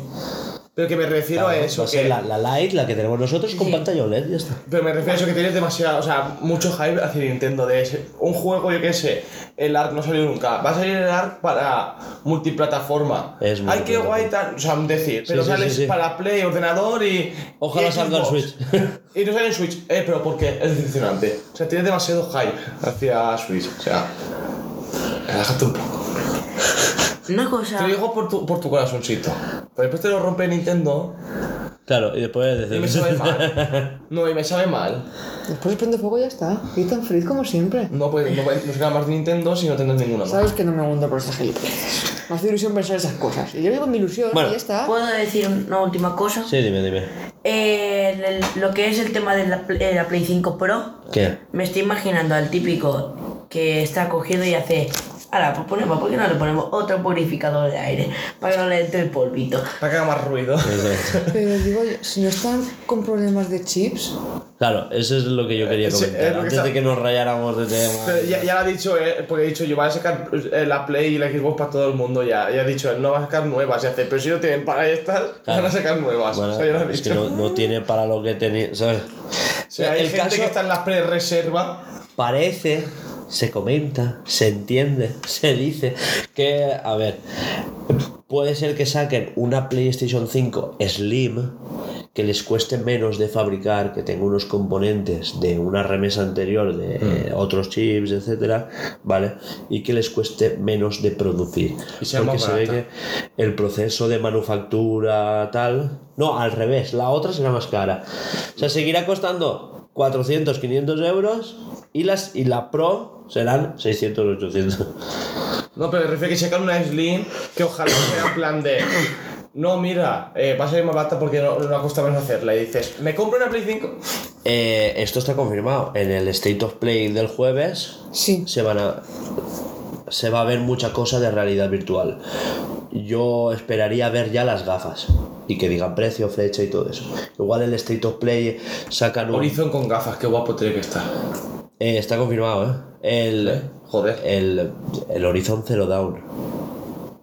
Speaker 4: Pero que me refiero a
Speaker 1: Claro,
Speaker 4: eso.
Speaker 1: va a ser
Speaker 4: que-
Speaker 1: la, la Light, la que tenemos nosotros, con pantalla OLED, ya está.
Speaker 4: Pero me refiero a eso que tienes demasiado, o sea, mucho hype hacia Nintendo de ese. Un juego, yo qué sé, el ARC no salió nunca. Va a salir el ARC para multiplataforma.
Speaker 1: Es
Speaker 4: Ay, qué
Speaker 1: multiplataforma.
Speaker 4: guay tal. O sea, un decir, pero
Speaker 1: sí, sí,
Speaker 4: sales
Speaker 1: sí.
Speaker 4: para Play, ordenador y.
Speaker 1: Ojalá
Speaker 4: y
Speaker 1: salga en
Speaker 4: Xbox.
Speaker 1: Switch.
Speaker 4: y no sale en Switch, eh, pero porque es decepcionante. O sea, tienes demasiado hype hacia Switch. O sea, relájate un poco.
Speaker 3: Una
Speaker 4: Te
Speaker 3: cosa.
Speaker 4: lo digo por tu, por tu corazoncito. Pero después te lo rompe Nintendo
Speaker 1: Claro, y después
Speaker 4: y me sabe mal. No, y me sabe mal.
Speaker 2: Después prende fuego y ya está. Y tan feliz como siempre.
Speaker 4: No, pues no, puede- no será más de Nintendo si no tendrás ninguna más.
Speaker 2: Sabes que no me aguanto por esta gilipollas. Me hace ilusión pensar esas cosas. Y yo vivo mi ilusión
Speaker 1: Bueno.
Speaker 2: y ya está.
Speaker 3: ¿Puedo decir una última cosa?
Speaker 1: Sí, dime, dime.
Speaker 3: Eh, en el- lo que es el tema de la, pl- eh, la Play 5 Pro,
Speaker 1: ¿Qué?
Speaker 3: me estoy imaginando al típico que está cogiendo y hace. Ahora, pues ponemos, ¿por qué no le ponemos otro purificador de aire? Para que no le entre el polvito.
Speaker 4: Para que haga más ruido.
Speaker 2: Pero digo, yo, si no están con problemas de chips,
Speaker 1: Claro, eso es lo que yo quería
Speaker 4: Sí,
Speaker 1: comentar.
Speaker 4: es lo que
Speaker 1: antes
Speaker 4: está-
Speaker 1: de que nos rayáramos de tema.
Speaker 4: Pero ya, ya lo ha dicho, eh, porque he dicho yo, va a sacar eh, la Play y la Xbox para todo el mundo ya. Ya ha dicho, él no va a sacar nuevas. Y hace, pero si no tienen para estas,
Speaker 1: Claro.
Speaker 4: van a sacar nuevas.
Speaker 1: Bueno,
Speaker 4: o sea, ya lo ha
Speaker 1: es
Speaker 4: dicho.
Speaker 1: que no, no tiene para lo que tenía. ¿Sabes?
Speaker 4: O sea, hay
Speaker 1: el
Speaker 4: gente
Speaker 1: caso
Speaker 4: que está en la pre-reserva.
Speaker 1: parece, se comenta, se entiende, se dice que, a ver, puede ser que saquen una PlayStation 5 Slim que les cueste menos de fabricar, que tenga unos componentes de una remesa anterior de
Speaker 4: Mm.
Speaker 1: eh, otros chips, etcétera, ¿vale? Y que les cueste menos de producir.
Speaker 4: Y sea
Speaker 1: Porque
Speaker 4: más
Speaker 1: se ve que
Speaker 4: barata.
Speaker 1: el proceso de manufactura tal... No, al revés, la otra será más cara. O sea, seguirá costando 400, 500 euros y, las, y la Pro serán 600, 800.
Speaker 4: No, pero me refiero a que sacar una Slim que ojalá sea en plan de. No, mira, eh, va a salir más barata porque no, no cuesta menos hacerla. Y dices, ¿me compro una Play 5?
Speaker 1: Eh, esto está confirmado. En el State of Play del jueves
Speaker 2: Sí.
Speaker 1: se van a. Se va a ver mucha cosa de realidad virtual. Yo esperaría ver ya las gafas y que digan precio, fecha y todo eso. Igual el State of Play sacan un.
Speaker 4: Horizon con gafas, qué guapo tiene que estar.
Speaker 1: Eh, está confirmado, ¿eh? El,
Speaker 4: Joder.
Speaker 1: el, el Horizon Zero Down.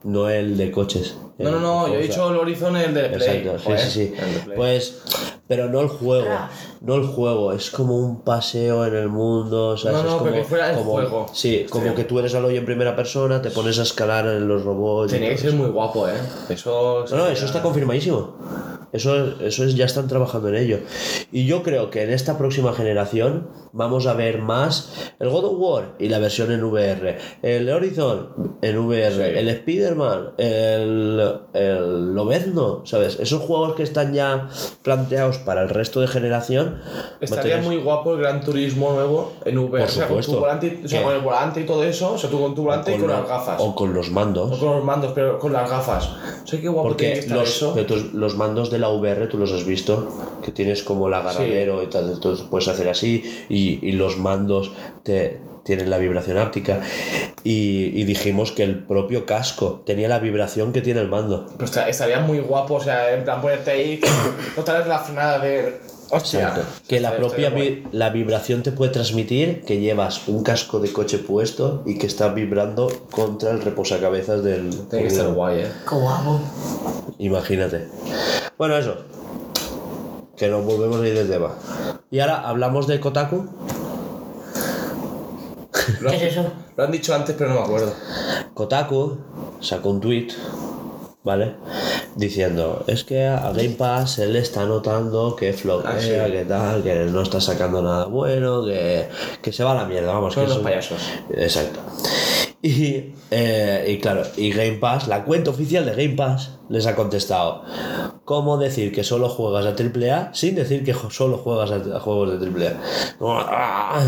Speaker 1: No el de coches.
Speaker 4: No, no, no, yo
Speaker 1: Eh,
Speaker 4: he
Speaker 1: O sea,
Speaker 4: dicho el Horizon, el de Play.
Speaker 1: Exacto, sí,
Speaker 4: joder,
Speaker 1: sí, sí.
Speaker 4: el de Play.
Speaker 1: Pues, pero no el juego,
Speaker 3: Ah.
Speaker 1: no el juego, es como un paseo en el mundo, ¿sabes?
Speaker 4: No, no,
Speaker 1: es como,
Speaker 4: pero que fuera el
Speaker 1: como-
Speaker 4: juego.
Speaker 1: Sí, como
Speaker 4: Sí.
Speaker 1: que tú eres Aloy en primera persona, te pones a escalar en los robots. y
Speaker 4: Pues Tenía que
Speaker 1: todo
Speaker 4: ser muy guapo, ¿eh? Eso.
Speaker 1: eso. No, no, eso está confirmadísimo. Eso, eso es, ya están trabajando en ello. Y yo creo que en esta próxima generación vamos a ver más el God of War y la versión en VR, el Horizon en VR,
Speaker 4: Sí.
Speaker 1: el Spider-Man, el, el Lobezno, ¿sabes? Esos juegos que están ya planteados para el resto de generación.
Speaker 4: Estaría
Speaker 1: materiales-
Speaker 4: muy guapo el Gran Turismo nuevo en VR.
Speaker 1: Por
Speaker 4: o sea, con, tu
Speaker 1: supuesto.
Speaker 4: volante, o sea,
Speaker 1: ¿Qué?
Speaker 4: con el volante y todo eso. O sea, tú con tu volante y con
Speaker 1: la-
Speaker 4: las gafas.
Speaker 1: O con los mandos.
Speaker 4: No con los mandos, pero con las gafas. O sea, qué guapo tiene
Speaker 1: Porque
Speaker 4: que estar
Speaker 1: los,
Speaker 4: eso.
Speaker 1: pero tus- los mandos de la VR tú los has visto, que tienes como el agarradero y tal, entonces puedes hacer así y, y los mandos te tienen la vibración áptica y, y dijimos que el propio casco tenía la vibración que tiene el mando.
Speaker 4: Pero está- estaría muy guapo, o sea, en plan ponerte ahí, no traes la frenada de. Hostia.
Speaker 1: Que la
Speaker 4: Estaría
Speaker 1: propia
Speaker 4: guay.
Speaker 1: vi- la vibración te puede transmitir que llevas un casco de coche puesto y que está vibrando contra el reposacabezas del...
Speaker 4: Tiene que estar guay, eh.
Speaker 3: Qué guapo.
Speaker 1: Imagínate. Bueno, eso. Que nos volvemos a ir del tema. Y ahora hablamos de Kotaku.
Speaker 4: Lo-
Speaker 3: ¿Qué es eso?
Speaker 4: Lo han dicho antes, pero no me acuerdo.
Speaker 1: Kotaku sacó un tweet, ¿vale? Diciendo, es que a Game Pass se le está notando que flojea,
Speaker 4: Ah, sí.
Speaker 1: que tal, que no está sacando nada bueno, que, que se va a la mierda, vamos.
Speaker 4: Son
Speaker 1: que
Speaker 4: unos
Speaker 1: es un-
Speaker 4: payasos.
Speaker 1: Exacto. Y, eh, y claro, y Game Pass, la cuenta oficial de Game Pass, les ha contestado: ¿Cómo decir que solo juegas a AAA sin decir que jo- solo juegas a, Ah, a juegos de AAA?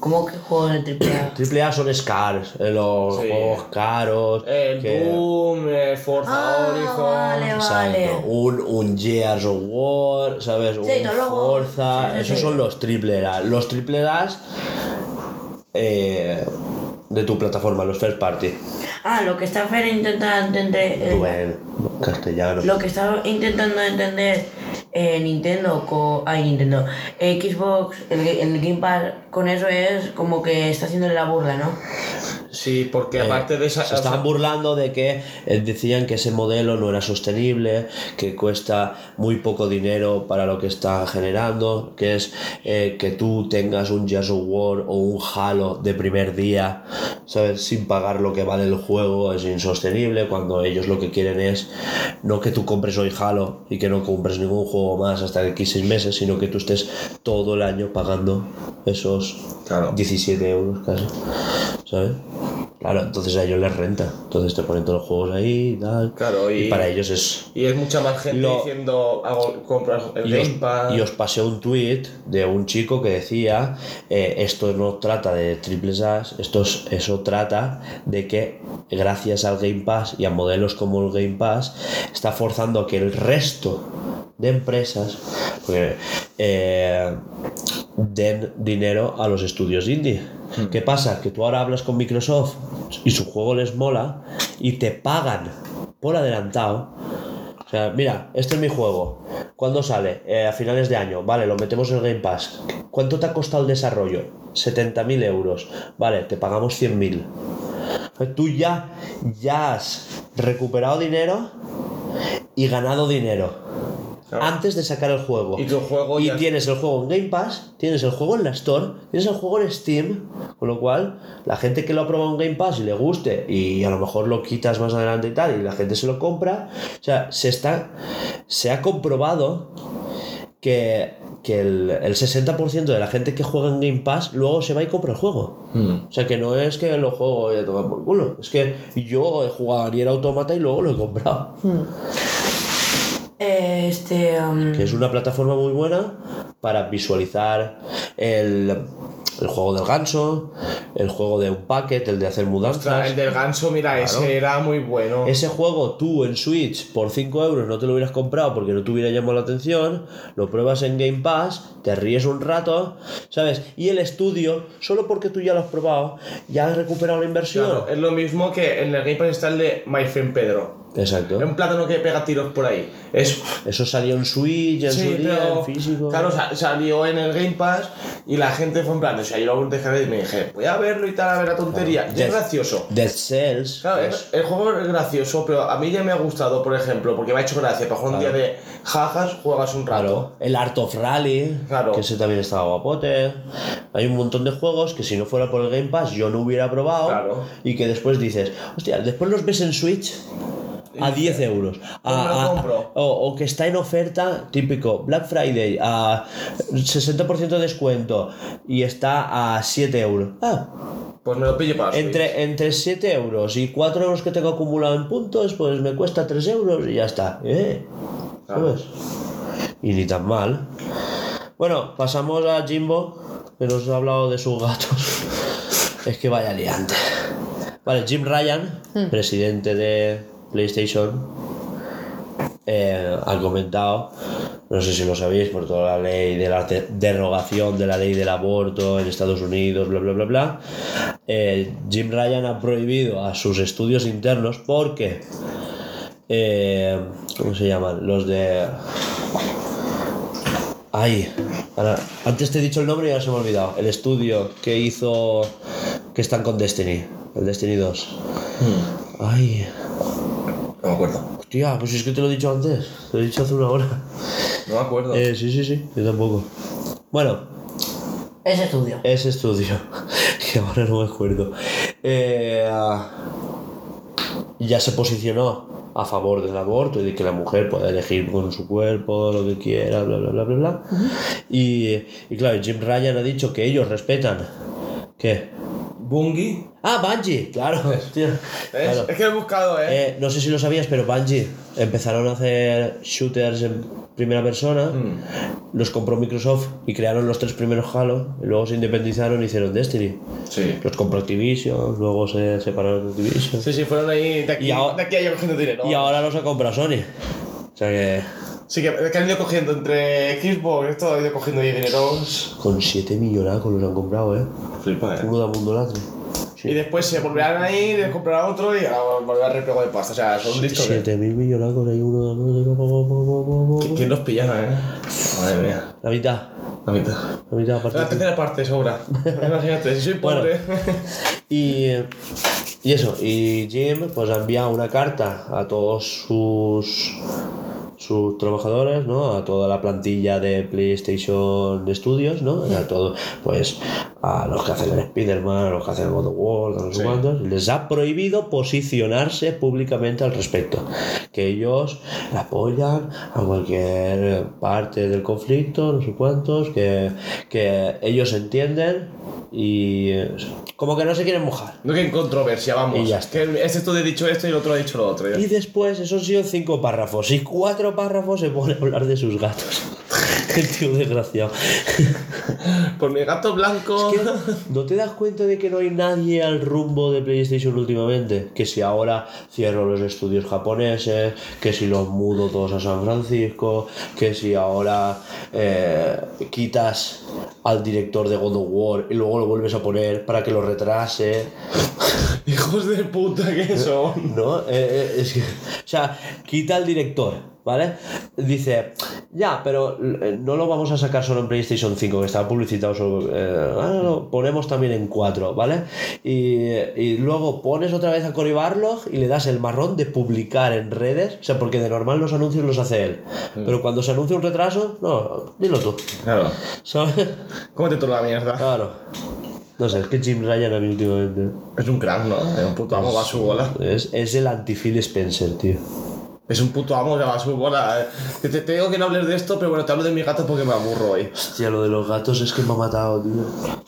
Speaker 3: ¿Cómo que juego en el triple A?
Speaker 1: AAA son scars, eh, los
Speaker 4: Sí.
Speaker 1: juegos caros.
Speaker 4: El
Speaker 1: que-
Speaker 4: Boom, el Forza
Speaker 3: Ah,
Speaker 4: Horizon.
Speaker 3: vale, vale.
Speaker 1: Exacto, un, un Gears of War, ¿sabes? un
Speaker 3: no, luego-
Speaker 1: Forza,
Speaker 3: sí, sí,
Speaker 1: esos
Speaker 3: sí.
Speaker 1: son los triple A. Los triple A de tu plataforma, los first party.
Speaker 3: Ah, lo que está Fer intentando entender. eh,
Speaker 1: Rubén, castellano.
Speaker 3: Lo que está intentando entender eh, Nintendo con. Ay, Nintendo. Xbox, el, el Game Pass, con eso es como que está haciéndole la burla, ¿no?
Speaker 4: Sí, porque
Speaker 1: Eh,
Speaker 4: aparte de esa.
Speaker 1: se
Speaker 4: o
Speaker 1: estaban
Speaker 4: sea,
Speaker 1: burlando de que eh, decían que ese modelo no era sostenible, que cuesta muy poco dinero para lo que está generando, que es eh, que tú tengas un Jazz of War o un Halo de primer día, ¿sabes? Sin pagar lo que vale el juego, es insostenible, cuando ellos lo que quieren es no que tú compres hoy Halo y que no compres ningún juego más hasta aquí seis meses, sino que tú estés todo el año pagando esos
Speaker 4: Claro.
Speaker 1: 17 euros casi, ¿sabes? Claro, entonces a ellos les renta. Entonces te ponen todos los juegos ahí y tal.
Speaker 4: Claro, y-
Speaker 1: para ellos es.
Speaker 4: Y es mucha más gente
Speaker 1: Lo-
Speaker 4: diciendo, hago, compro el
Speaker 1: Y os,
Speaker 4: Game Pass.
Speaker 1: y os pasé un tweet de un chico que decía: eh, Esto no trata de triples As, esto es- eso trata de que gracias al Game Pass y a modelos como el Game Pass, está forzando que el resto de empresas porque, eh, den dinero a los estudios indie.
Speaker 4: Hmm.
Speaker 1: ¿Qué pasa? Que tú ahora hablas con Microsoft y su juego les mola y te pagan por adelantado. O sea, mira, este es mi juego. ¿Cuándo sale? Eh, a finales de año. Vale, lo metemos en el Game Pass. ¿Cuánto te ha costado el desarrollo? 70.000 euros. Vale, te pagamos 100.000. Pues Tú ya, ya has recuperado dinero y ganado dinero
Speaker 4: Claro.
Speaker 1: antes de sacar el juego.
Speaker 4: Y tu juego
Speaker 1: Y
Speaker 4: ya-
Speaker 1: tienes el juego en Game Pass, tienes el juego en la Store, tienes el juego en Steam, con lo cual la gente que lo ha probado en Game Pass y le guste y a lo mejor lo quitas más adelante y tal y la gente se lo compra, o sea, se está se ha comprobado que, que el, el 60% de la gente que juega en Game Pass luego se va y compra el juego.
Speaker 4: Mm.
Speaker 1: O sea, que no es que lo juego y a tomar por culo. Es que yo he jugado a Nier Automata y luego lo he comprado.
Speaker 3: Eh, Este. um,
Speaker 1: Que es una plataforma muy buena para visualizar el, el juego del ganso, el juego de un packet, el de hacer
Speaker 4: Ostras,
Speaker 1: mudanzas.
Speaker 4: el del ganso, mira, ese era muy bueno.
Speaker 1: Ese juego tú en Switch por 5 euros no te lo hubieras comprado porque no te hubiera llamado la atención, lo pruebas en Game Pass, te ríes un rato, ¿sabes? Y el estudio, solo porque tú ya lo has probado, ya has recuperado la inversión.
Speaker 4: Claro, eh, es lo mismo que en el Game Pass está el de My Friend Pedro.
Speaker 1: Exacto.
Speaker 4: Es un plátano que pega tiros por ahí. Es
Speaker 1: Eso salió en Switch, en su
Speaker 4: Sí,
Speaker 1: día,
Speaker 4: pero
Speaker 1: en físico.
Speaker 4: claro, sa- salió en el Game Pass y la gente fue en plan, o sea, yo lo dejé y me dije, voy a verlo y tal, a ver la tontería. Y es
Speaker 1: Death-
Speaker 4: gracioso.
Speaker 1: Dead Cells.
Speaker 4: Claro,
Speaker 1: es-
Speaker 4: el, el juego es gracioso, pero a mí ya me ha gustado, por ejemplo, porque me ha hecho gracia. Para jugar un día de jajas, juegas un rato.
Speaker 1: Claro, el Art of Rally,
Speaker 4: Claro.
Speaker 1: que ese también estaba guapote. Hay un montón de juegos que si no fuera por el Game Pass yo no hubiera probado.
Speaker 4: Claro.
Speaker 1: Y que después dices, hostia, después los ves en Switch a 10 euros. A-
Speaker 4: "Pues me lo
Speaker 1: a-
Speaker 4: compro.
Speaker 1: o, o que está en oferta, típico, Black Friday a 60% de descuento y está a 7 euros. Ah,
Speaker 4: Pues me lo pillo para Switch.
Speaker 1: entre, entre 7 euros y 4 euros que tengo acumulado en puntos, pues me cuesta 3 euros y ya está. Eh.
Speaker 4: Claro.
Speaker 1: ¿Sabes? Y ni tan mal. Bueno, pasamos a Jimbo, que nos ha hablado de sus gatos. es que vaya liante. Vale, Jim Ryan, presidente de PlayStation, eh, ha comentado, no sé si lo sabéis, por toda la ley de la de- derogación de la ley del aborto en Estados Unidos, bla, bla, bla, bla. eh, Jim Ryan ha prohibido a sus estudios internos porque eh, ¿Cómo se llaman? Los de. Ay, ahora- antes te he dicho el nombre y ahora se me ha olvidado. El estudio que hizo. que están con Destiny. El Destiny 2.
Speaker 4: Hmm.
Speaker 1: Ay,
Speaker 4: No me acuerdo.
Speaker 1: hostia, pues es que te lo he dicho antes. Te lo he dicho hace una hora.
Speaker 4: No me acuerdo.
Speaker 1: Eh, sí, sí, sí, yo tampoco. Bueno,
Speaker 3: Ese estudio.
Speaker 1: Ese estudio, que ahora no me acuerdo, eh, ya se posicionó a favor del aborto y de que la mujer pueda elegir con su cuerpo lo que quiera, bla, bla, bla, bla, bla. y, y claro, Jim Ryan ha dicho que ellos respetan. ¿Qué?
Speaker 4: Bungie.
Speaker 1: Ah, Bungie, claro. tío,
Speaker 4: ¿Ves?
Speaker 1: claro.
Speaker 4: Es que lo he buscado, ¿eh?
Speaker 1: Eh, no sé si lo sabías, pero Bungie empezaron a hacer shooters en primera persona,
Speaker 4: Mm.
Speaker 1: los compró Microsoft y crearon los tres primeros Halo, y luego se independizaron y hicieron Destiny.
Speaker 4: Sí.
Speaker 1: Los compró Activision, luego se separaron de Activision.
Speaker 4: Sí, sí, fueron ahí de aquí,
Speaker 1: Y ahora-
Speaker 4: de aquí a yo cogiendo dinero.
Speaker 1: Y ahora los ha comprado Sony. O sea que
Speaker 4: Sí, que, que han ido cogiendo entre Xbox, esto han ido cogiendo ahí dinero.
Speaker 1: con 7 millonacos los han comprado, ¿eh?
Speaker 4: Flipa,
Speaker 1: Uno da mundo latre.
Speaker 4: Y después se volverán ahí, les comprarán otro y ahora volverá a replego de pasta. O sea, son discos. de-
Speaker 1: 7 mil millonacos, hay uno da
Speaker 4: ¿Quién los pillara, eh? Madre mía.
Speaker 1: La mitad,
Speaker 4: La mitad.
Speaker 1: la mitad
Speaker 4: La
Speaker 1: aparte.
Speaker 4: tercera parte sobra. Imagínate, si soy
Speaker 1: Bueno.
Speaker 4: pobre.
Speaker 1: Y, eh, y eso, y Jim pues ha enviado una carta a todos sus, sus trabajadores, ¿no? A toda la plantilla de PlayStation Studios, ¿no? A todo, pues a los que hacen el Spider-Man, a los que hacen el God of War, a los
Speaker 4: Sí.
Speaker 1: cuantos, les ha prohibido posicionarse públicamente al respecto. Que ellos apoyan a cualquier parte del conflicto, no sé cuántos, que, que ellos entienden y eh, como que no se quieren mojar.
Speaker 4: No que en controversia, vamos.
Speaker 1: Y ya está.
Speaker 4: Que el- este estudio ha dicho esto y el otro ha dicho lo otro. ya.
Speaker 1: Y después, esos han sido cinco párrafos. Y cuatro párrafos se pone a hablar de sus gatos. El tío desgraciado.
Speaker 4: Por mi gato blanco.
Speaker 1: ¿Qué? ¿No te das cuenta de que no hay nadie al rumbo de PlayStation últimamente? Que si ahora cierro los estudios japoneses, que si los mudo todos a San Francisco, que si ahora eh, quitas al director de God of War y luego lo vuelves a poner para que lo retrase.
Speaker 4: Hijos de puta que son.
Speaker 1: No, eh, eh, es que, o sea, quita el director, ¿vale? Dice, ya, pero eh, no lo vamos a sacar solo en PlayStation 5, que está publicitado solo. eh, ah, lo ponemos también en 4, ¿vale? Y, y luego pones otra vez a Cory Barlog y le das el marrón de publicar en redes, o sea, porque de normal los anuncios los hace él. Pero cuando se anuncia un retraso, no, dilo tú,
Speaker 4: Claro.
Speaker 1: ¿sabes?
Speaker 4: Cómete toda la mierda.
Speaker 1: Claro. No sé, es que Jim Ryan a mí últimamente
Speaker 4: Es un crack, ¿no? Es un puto amo, va a su bola.
Speaker 1: es, es el anti-Phil Spencer, tío.
Speaker 4: Es un puto amo que va a su bola. Te, te, te digo que no hables de esto, pero bueno, te hablo de mi gato porque me aburro hoy.
Speaker 1: Hostia, lo de los gatos es que me ha matado, tío.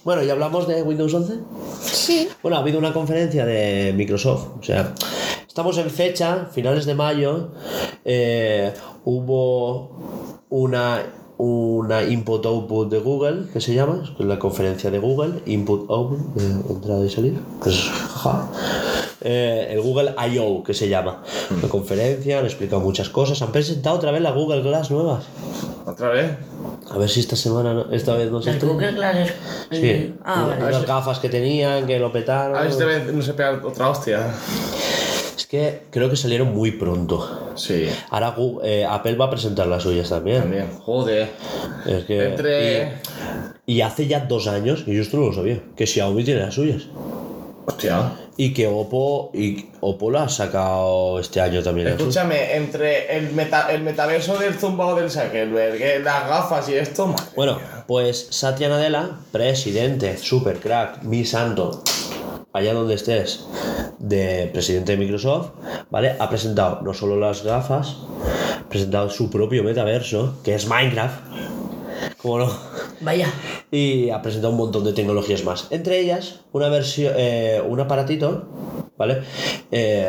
Speaker 1: Bueno, ¿y hablamos de Windows 11?
Speaker 2: Sí.
Speaker 1: Bueno, ha habido una conferencia de Microsoft. O sea, estamos en fecha, finales de mayo. eh, hubo una, una input-output de Google, que se llama, que es la conferencia de Google, input-output, de entrada y salida. que es- jaja. Eh, el Google I.O. que se llama. La conferencia, han explicado muchas cosas. Han presentado otra vez la Google Glass nuevas.
Speaker 4: ¿Otra vez?
Speaker 1: A ver si esta semana, no- esta vez no se
Speaker 3: Las
Speaker 1: estrena.
Speaker 3: Google Glass es-
Speaker 1: Sí.
Speaker 3: Ah, vale.
Speaker 1: Unas Eh, gafas que tenían, que lo petaron.
Speaker 4: A ver si esta vez no se pega otra hostia.
Speaker 1: Es que creo que salieron muy pronto.
Speaker 4: Sí.
Speaker 1: Ahora Gu- eh, Apple va a presentar las suyas también.
Speaker 4: También. Joder.
Speaker 1: Es que,
Speaker 4: Entre.
Speaker 1: y, y hace ya dos años, y yo esto no lo sabía, que Xiaomi tiene las suyas.
Speaker 4: Hostia.
Speaker 1: Y que Oppo, y Oppo la ha sacado este año también. las suyas.
Speaker 4: Escúchame, entre el, meta- el metaverso del zumbado del Zuckerberg, eh, las gafas y esto, madre.
Speaker 1: Bueno, pues Satya Nadella, presidente, super crack, mi santo, allá donde estés, de presidente de Microsoft, ¿vale? Ha presentado no solo las gafas, ha presentado su propio metaverso, que es Minecraft, como no,
Speaker 3: Vaya.
Speaker 1: y ha presentado un montón de tecnologías más. Entre ellas, una versión, eh, un aparatito, ¿vale? Eh,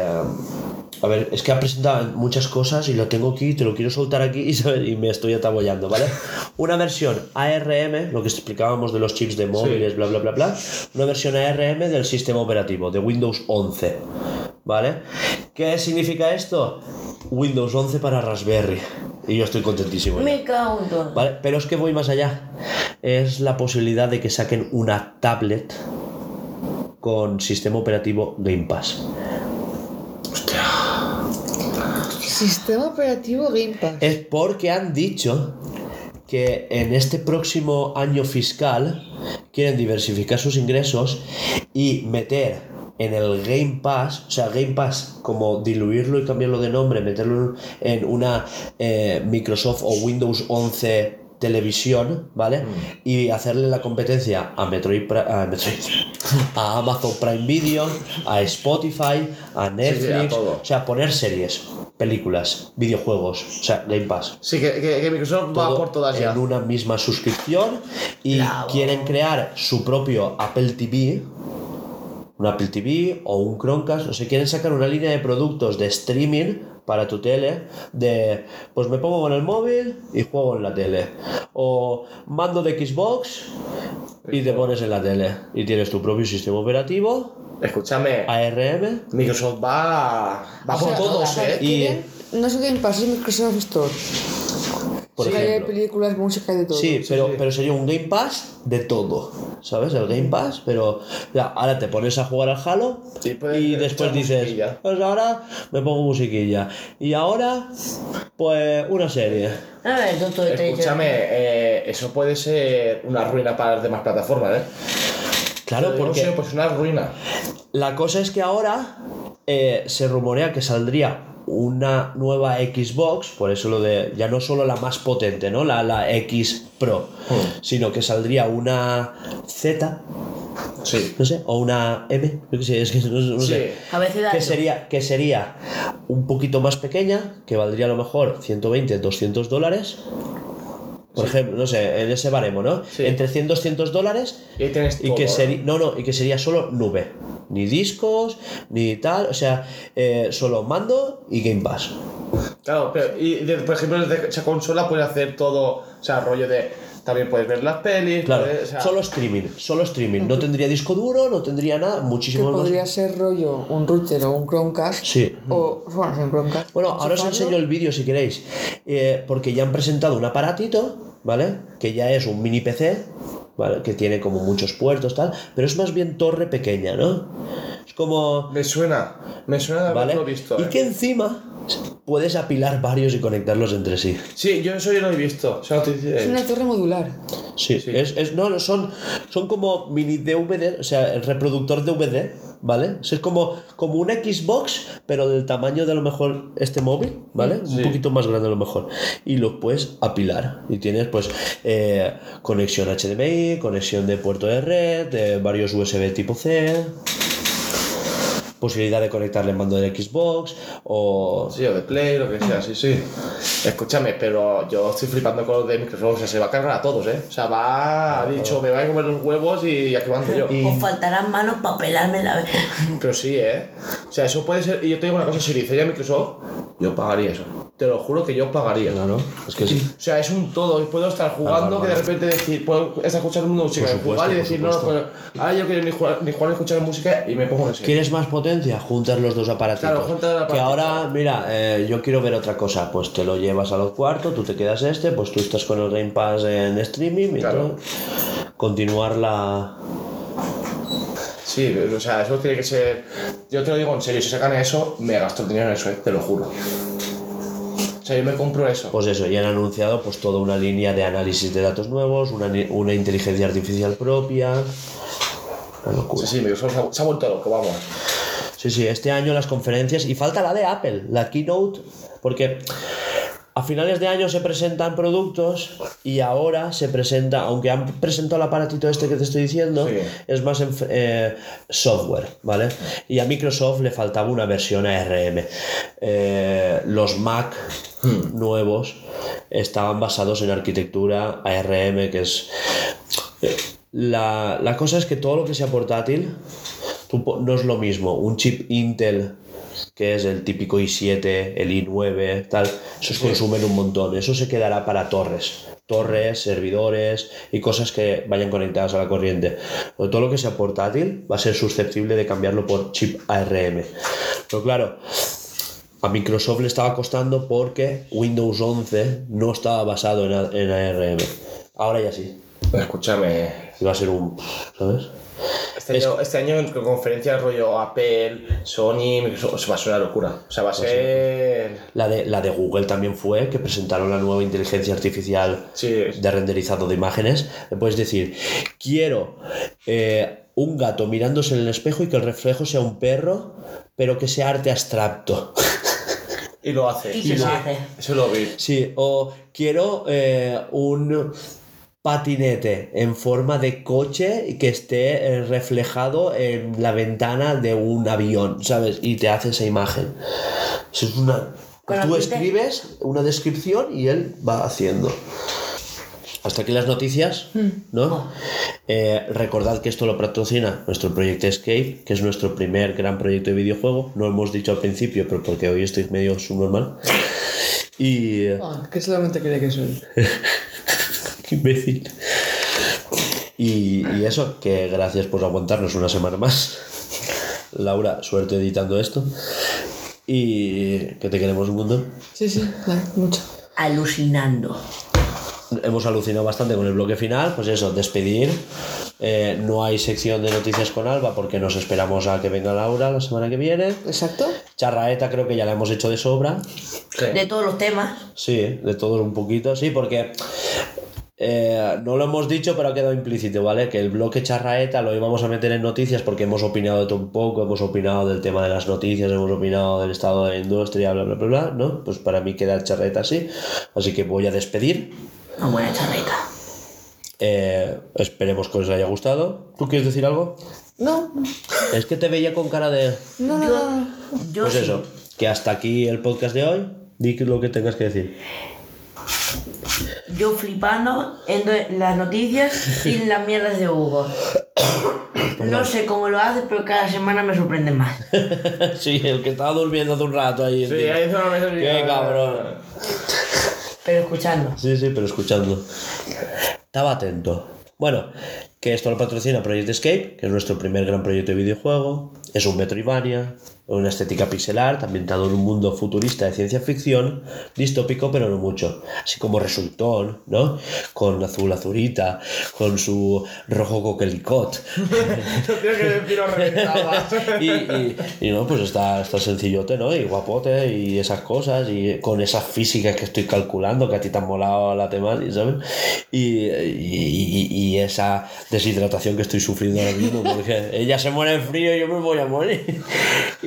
Speaker 1: a ver, es que ha presentado muchas cosas y lo tengo aquí, te lo quiero soltar aquí y, ¿sabes? y me estoy atabollando, ¿vale? Una versión ARM, lo que explicábamos de los chips de móviles, bla, bla, bla, bla. Una versión ARM del sistema operativo, de Windows 11, ¿vale? ¿Qué significa esto? Windows 11 para Raspberry. Y yo estoy contentísimo. ya.
Speaker 3: Me cago en todo.
Speaker 1: Vale, pero es que voy más allá. Es la posibilidad de que saquen una tablet con sistema operativo Game Pass.
Speaker 2: Sistema operativo Game Pass.
Speaker 1: Es porque han dicho que en este próximo año fiscal quieren diversificar sus ingresos y meter en el Game Pass, o sea, Game Pass, como diluirlo y cambiarlo de nombre, meterlo en en una eh, Microsoft o Windows 11 televisión, ¿vale? Y hacerle la competencia a Metroid, Pri- a, Metroid, a Amazon Prime Video, a Spotify, a Netflix,
Speaker 4: todo.
Speaker 1: o sea, poner series, películas, videojuegos, o sea, Game Pass.
Speaker 4: Sí, que, que- que Microsoft va
Speaker 1: Todo
Speaker 4: por todas ya.
Speaker 1: en una misma suscripción y
Speaker 3: Bravo.
Speaker 1: quieren crear su propio Apple TV, un Apple TV o un Chromecast, o sea, quieren sacar una línea de productos de streaming para tu tele, de pues me pongo en el móvil y juego en la tele, o mando de Xbox y te pones en la tele y tienes tu propio sistema operativo,
Speaker 4: Escúchame,
Speaker 1: Ah. ARM,
Speaker 4: Microsoft va, va
Speaker 2: O
Speaker 4: por
Speaker 2: sea,
Speaker 4: todos,
Speaker 2: ahora
Speaker 4: ¿eh?
Speaker 1: y-
Speaker 2: tienen- No es Game Pass, es Microsoft Store.
Speaker 1: por
Speaker 2: Ahí hay
Speaker 1: ejemplo.
Speaker 2: películas, música y de todo.
Speaker 1: Sí, pero, pero sería un Game Pass de todo, ¿sabes? El Game Pass, pero ya, ahora te pones a jugar al Halo
Speaker 4: Sí, puedes
Speaker 1: y
Speaker 4: echar
Speaker 1: después dices,
Speaker 4: musiquilla.
Speaker 1: pues ahora me pongo musiquilla. Y ahora, pues una serie.
Speaker 3: A ver, doctor, te-
Speaker 4: Escúchame, eh, eso puede ser una ruina para las demás plataformas, ¿eh?
Speaker 1: Claro,
Speaker 4: Yo sé,
Speaker 1: porque
Speaker 4: pues una pues. ruina.
Speaker 1: la cosa es que ahora eh, se rumorea que saldría una nueva Xbox, por eso lo de, ya no solo la más potente, ¿no? La, la X Pro,
Speaker 4: Hmm.
Speaker 1: sino que saldría una Z,
Speaker 4: Sí.
Speaker 1: no sé, o una M, yo qué sé, es que no, no
Speaker 4: Sí.
Speaker 1: sé.
Speaker 3: A veces da.
Speaker 1: que sería, que sería un poquito más pequeña, que valdría a lo mejor 120, 200 dólares. Por ejemplo, no sé, en ese baremo, ¿no?
Speaker 4: Sí.
Speaker 1: Entre 100, 200 dólares.
Speaker 4: Y ahí tienes
Speaker 1: Y
Speaker 4: todo,
Speaker 1: que,
Speaker 4: ¿eh?
Speaker 1: seri- no, no, y que sería solo nube. Ni discos, ni tal. O sea, eh, solo mando y Game Pass.
Speaker 4: Claro, pero y de- por ejemplo, desde esa consola puedes hacer todo, o sea, rollo de también puedes ver las pelis,
Speaker 1: Claro,
Speaker 4: puedes- o sea,
Speaker 1: solo streaming. Solo streaming. No tendría disco duro, no tendría nada.
Speaker 2: Que
Speaker 1: Muchísimo más.
Speaker 2: podría ser rollo un router o un Chromecast.
Speaker 1: Sí.
Speaker 2: O, bueno, sin Chromecast.
Speaker 1: Bueno, ahora os
Speaker 2: Enchufarlo.
Speaker 1: enseño el vídeo si queréis. Eh, porque ya han presentado un aparatito, ¿vale? Que ya es un mini PC, ¿vale? Que tiene como muchos puertos, tal. Pero es más bien torre pequeña, ¿no? Es como.
Speaker 4: me suena, me suena de
Speaker 1: ¿Vale?
Speaker 4: haberlo visto.
Speaker 1: y
Speaker 4: ¿eh?
Speaker 1: que encima puedes apilar varios y conectarlos entre sí.
Speaker 4: Sí, yo eso yo lo he visto. O sea, eh, no te dice-
Speaker 2: Es una torre modular.
Speaker 1: Sí, Es, es- no, no, son, son como mini DVD, o sea, el reproductor DVD, ¿vale? O sea, es como, como una Xbox, pero del tamaño de a lo mejor este móvil, ¿vale? Un poquito más grande a lo mejor. Y lo puedes apilar. Y tienes pues eh, conexión HDMI, conexión de puerto de red, de varios USB tipo C. posibilidad de conectarle el mando de Xbox o...
Speaker 4: Sí, o de Play, lo que sea, sí, sí. Escúchame, pero yo estoy flipando con los de Microsoft, o sea, se va a cargar a todos, ¿eh? O sea, va, ha dicho, me va a comer los huevos y aquí mando yo.
Speaker 3: Os faltarán manos para pelarme la vez.
Speaker 4: Pero sí, ¿eh? O sea, eso puede ser, y yo te digo una cosa, si lo hiciera Microsoft, yo pagaría eso. Te lo juro que yo pagaría.
Speaker 1: Claro, es que sí.
Speaker 4: O sea, es un todo. Puedo estar jugando
Speaker 1: Bárbaro.
Speaker 4: que de repente decir, puedo estar escuchando música,
Speaker 1: Por supuesto,
Speaker 4: jugar y
Speaker 1: por
Speaker 4: decir, no, no,
Speaker 1: supuesto.
Speaker 4: pero ahora yo quiero ni jugar ni, jugar, ni escuchar música y me pongo en serio.
Speaker 1: ¿Quieres más potencia? Juntas los dos aparatitos.
Speaker 4: Claro, juntas el
Speaker 1: Que
Speaker 4: aparatito.
Speaker 1: ahora, mira, eh, yo quiero ver otra cosa. Pues te lo llevas al cuarto, tú te quedas este, pues tú estás con el Game Pass en streaming y
Speaker 4: Claro.
Speaker 1: todo. Continuar la...
Speaker 4: Sí, o sea, eso tiene que ser. Yo te lo digo en serio, si sacan eso, me gasto el dinero en eso, eh, te lo juro. O sea, yo me compro eso.
Speaker 1: Pues eso, ya han anunciado pues toda una línea de análisis de datos nuevos, una, ni- una inteligencia artificial propia. Una
Speaker 4: Sí,
Speaker 1: locura.
Speaker 4: sí, Microsoft se ha, se ha vuelto loco, vamos.
Speaker 1: Sí, sí, este año las conferencias y falta la de Apple, la keynote, porque a finales de año se presentan productos y ahora se presenta, aunque han presentado el aparatito este que te estoy diciendo,
Speaker 4: Sí.
Speaker 1: es más en, eh, software, ¿vale? Y a Microsoft le faltaba una versión ARM. Eh, los Mac nuevos estaban basados en arquitectura ARM, que es... eh, La, la cosa es que todo lo que sea portátil tú po- no es lo mismo un chip Intel que es el típico i7, el i9, tal, esos consumen un montón, eso se quedará para torres, torres, servidores y cosas que vayan conectadas a la corriente. Pero todo lo que sea portátil va a ser susceptible de cambiarlo por chip ARM. Pero claro, a Microsoft le estaba costando porque Windows 11 no estaba basado en, A- en ARM. Ahora ya sí,
Speaker 4: Escúchame.
Speaker 1: y va a ser un... ¿Sabes?
Speaker 4: Este año, este año en conferencias rollo Apple, Sony, Microsoft, o sea, va a ser una locura. O sea, va
Speaker 1: Pues
Speaker 4: a ser.
Speaker 1: La de, la de Google también fue, que presentaron la nueva inteligencia artificial
Speaker 4: Sí.
Speaker 1: de renderizado de imágenes. Le puedes decir, quiero eh, un gato mirándose en el espejo y que el reflejo sea un perro, pero que sea arte abstracto.
Speaker 4: Y lo hace.
Speaker 3: Y se
Speaker 4: lo
Speaker 3: lo hace.
Speaker 4: Eso lo vi.
Speaker 1: Sí, o quiero eh, un patinete en forma de coche y que esté eh, reflejado en la ventana de un avión, ¿sabes? Y te hace esa imagen. Eso es una...
Speaker 3: Con
Speaker 1: Tú
Speaker 3: la gente-
Speaker 1: escribes una descripción y él va haciendo. Hasta aquí las noticias, ¿no? Eh, recordad que esto lo patrocina nuestro proyecto Escape, que es nuestro primer gran proyecto de videojuego. No hemos dicho al principio, pero porque hoy estoy medio subnormal. Y... eh,
Speaker 2: Ah, que solamente cree que soy.
Speaker 1: Qué imbécil. Y, y eso, que gracias por aguantarnos una semana más. Laura, suerte editando esto. Y que te queremos un montón.
Speaker 2: Sí, sí, la- mucho.
Speaker 3: Alucinando.
Speaker 1: Hemos alucinado bastante con el bloque final, pues eso, despedir. Eh, no hay sección de noticias con Alba porque nos esperamos a que venga Laura la semana que viene.
Speaker 2: Exacto.
Speaker 1: Charraeta creo que ya la hemos hecho de sobra.
Speaker 4: Sí.
Speaker 3: De todos los temas.
Speaker 1: Sí, de todos un poquito, sí, porque eh, no lo hemos dicho, pero ha quedado implícito, ¿vale? Que el bloque charraeta lo íbamos a meter en noticias porque hemos opinado de todo un poco, hemos opinado del tema de las noticias, hemos opinado del estado de la industria, bla, bla, bla, bla, ¿no? Pues para mí queda el charraeta así, así que voy a despedir.
Speaker 3: Una buena charreta.
Speaker 1: Eh, esperemos que os haya gustado. ¿Tú quieres decir algo?
Speaker 2: No,
Speaker 1: Es que te veía con cara de...
Speaker 2: no, no, no. no.
Speaker 3: Yo
Speaker 1: Pues
Speaker 3: sí.
Speaker 1: eso, que hasta aquí el podcast de hoy. Di lo que tengas que decir.
Speaker 3: Yo flipando en las noticias y las mierdas de Hugo. No sé cómo lo hace, pero cada semana me sorprende más.
Speaker 1: sí, el que estaba durmiendo hace un rato ahí.
Speaker 4: Sí,
Speaker 1: encima.
Speaker 4: ahí hizo una mesa de-
Speaker 1: Qué cabrón.
Speaker 3: Pero escuchando.
Speaker 1: Sí, sí, pero escuchando. Estaba atento. Bueno, que esto lo patrocina Project Escape, que es nuestro primer gran proyecto de videojuego. Es un Metroidvania, una estética pixelar, ambientado en un mundo futurista de ciencia ficción, distópico pero no mucho. Así como resultón, ¿no? Con azul azurita, con su rojo coquelicot.
Speaker 4: No tengo que decir lo reventaba.
Speaker 1: y, y- y no, pues está, está sencillote, ¿no? Y guapote y esas cosas, y con esas físicas que estoy calculando, que a ti te han molado la temática, ¿sabes? Y, y- y- y esa deshidratación que estoy sufriendo ahora mismo, porque ella se muere en frío y yo me voy a morir.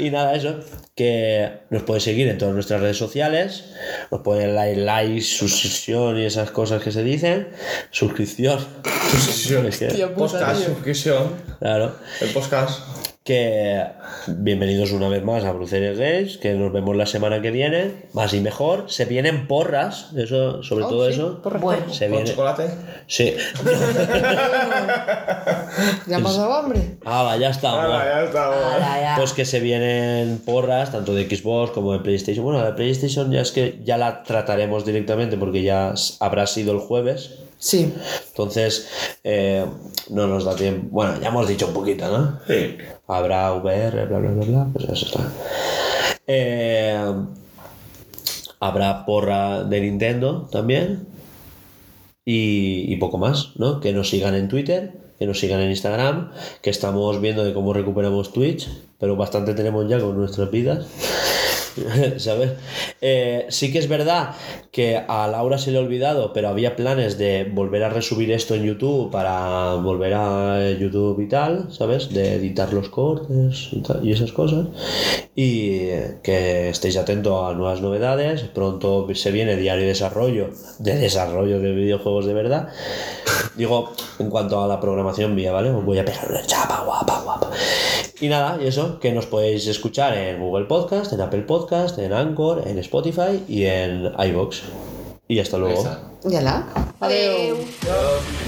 Speaker 1: Y nada, eso, que nos podéis seguir en todas nuestras redes sociales, nos podéis like, like, suscripción y esas cosas que se dicen, suscripción.
Speaker 4: Suscripción.
Speaker 1: Es que-
Speaker 2: Tío puta,
Speaker 4: Podcast,
Speaker 2: tío.
Speaker 4: suscripción.
Speaker 1: Claro.
Speaker 4: El podcast.
Speaker 1: que bienvenidos una vez más a Bruceres Games, que nos vemos la semana que viene, más y mejor. Se vienen porras, eso, sobre
Speaker 2: Oh,
Speaker 1: todo
Speaker 2: sí,
Speaker 1: eso.
Speaker 2: correcto.
Speaker 3: Bueno.
Speaker 1: Se
Speaker 4: ¿Con
Speaker 1: viene.
Speaker 4: chocolate?
Speaker 1: Sí.
Speaker 2: ¿Ya ha pasado hambre?
Speaker 1: Ah, va, ya está.
Speaker 4: Ala,
Speaker 1: va.
Speaker 4: ya está. bueno.
Speaker 3: Ala, ya.
Speaker 1: Pues que se vienen porras, tanto de Xbox como de PlayStation. Bueno, la de PlayStation ya es que ya la trataremos directamente porque ya s- habrá sido el jueves.
Speaker 2: Sí.
Speaker 1: Entonces, eh, no nos da tiempo. Bueno, ya hemos dicho un poquito, ¿no?
Speaker 4: Sí.
Speaker 1: Habrá VR, bla, bla, bla, bla. Pues eso está. Eh, habrá porra de Nintendo también. Y, y poco más, ¿no? Que nos sigan en Twitter, que nos sigan en Instagram, que estamos viendo de cómo recuperamos Twitch, pero bastante tenemos ya con nuestras vidas. ¿Sabes? Eh, sí que es verdad que a Laura se le ha olvidado, pero había planes de volver a resubir esto en YouTube para volver a YouTube y tal, ¿sabes? De editar los cortes y, tal, y esas cosas. Y eh, que estéis atentos a nuevas novedades. Pronto se viene diario de desarrollo, de desarrollo de videojuegos de verdad. Digo, en cuanto a la programación mía, ¿vale? Os voy a pegar una chapa, guapa, guapa. Y nada, y eso, que nos podéis escuchar en Google Podcast, en Apple Podcast, en Anchor, en Spotify y en iBox. Y hasta luego.
Speaker 4: Ahí está.
Speaker 2: Ya la. Adiós.
Speaker 5: Adeu.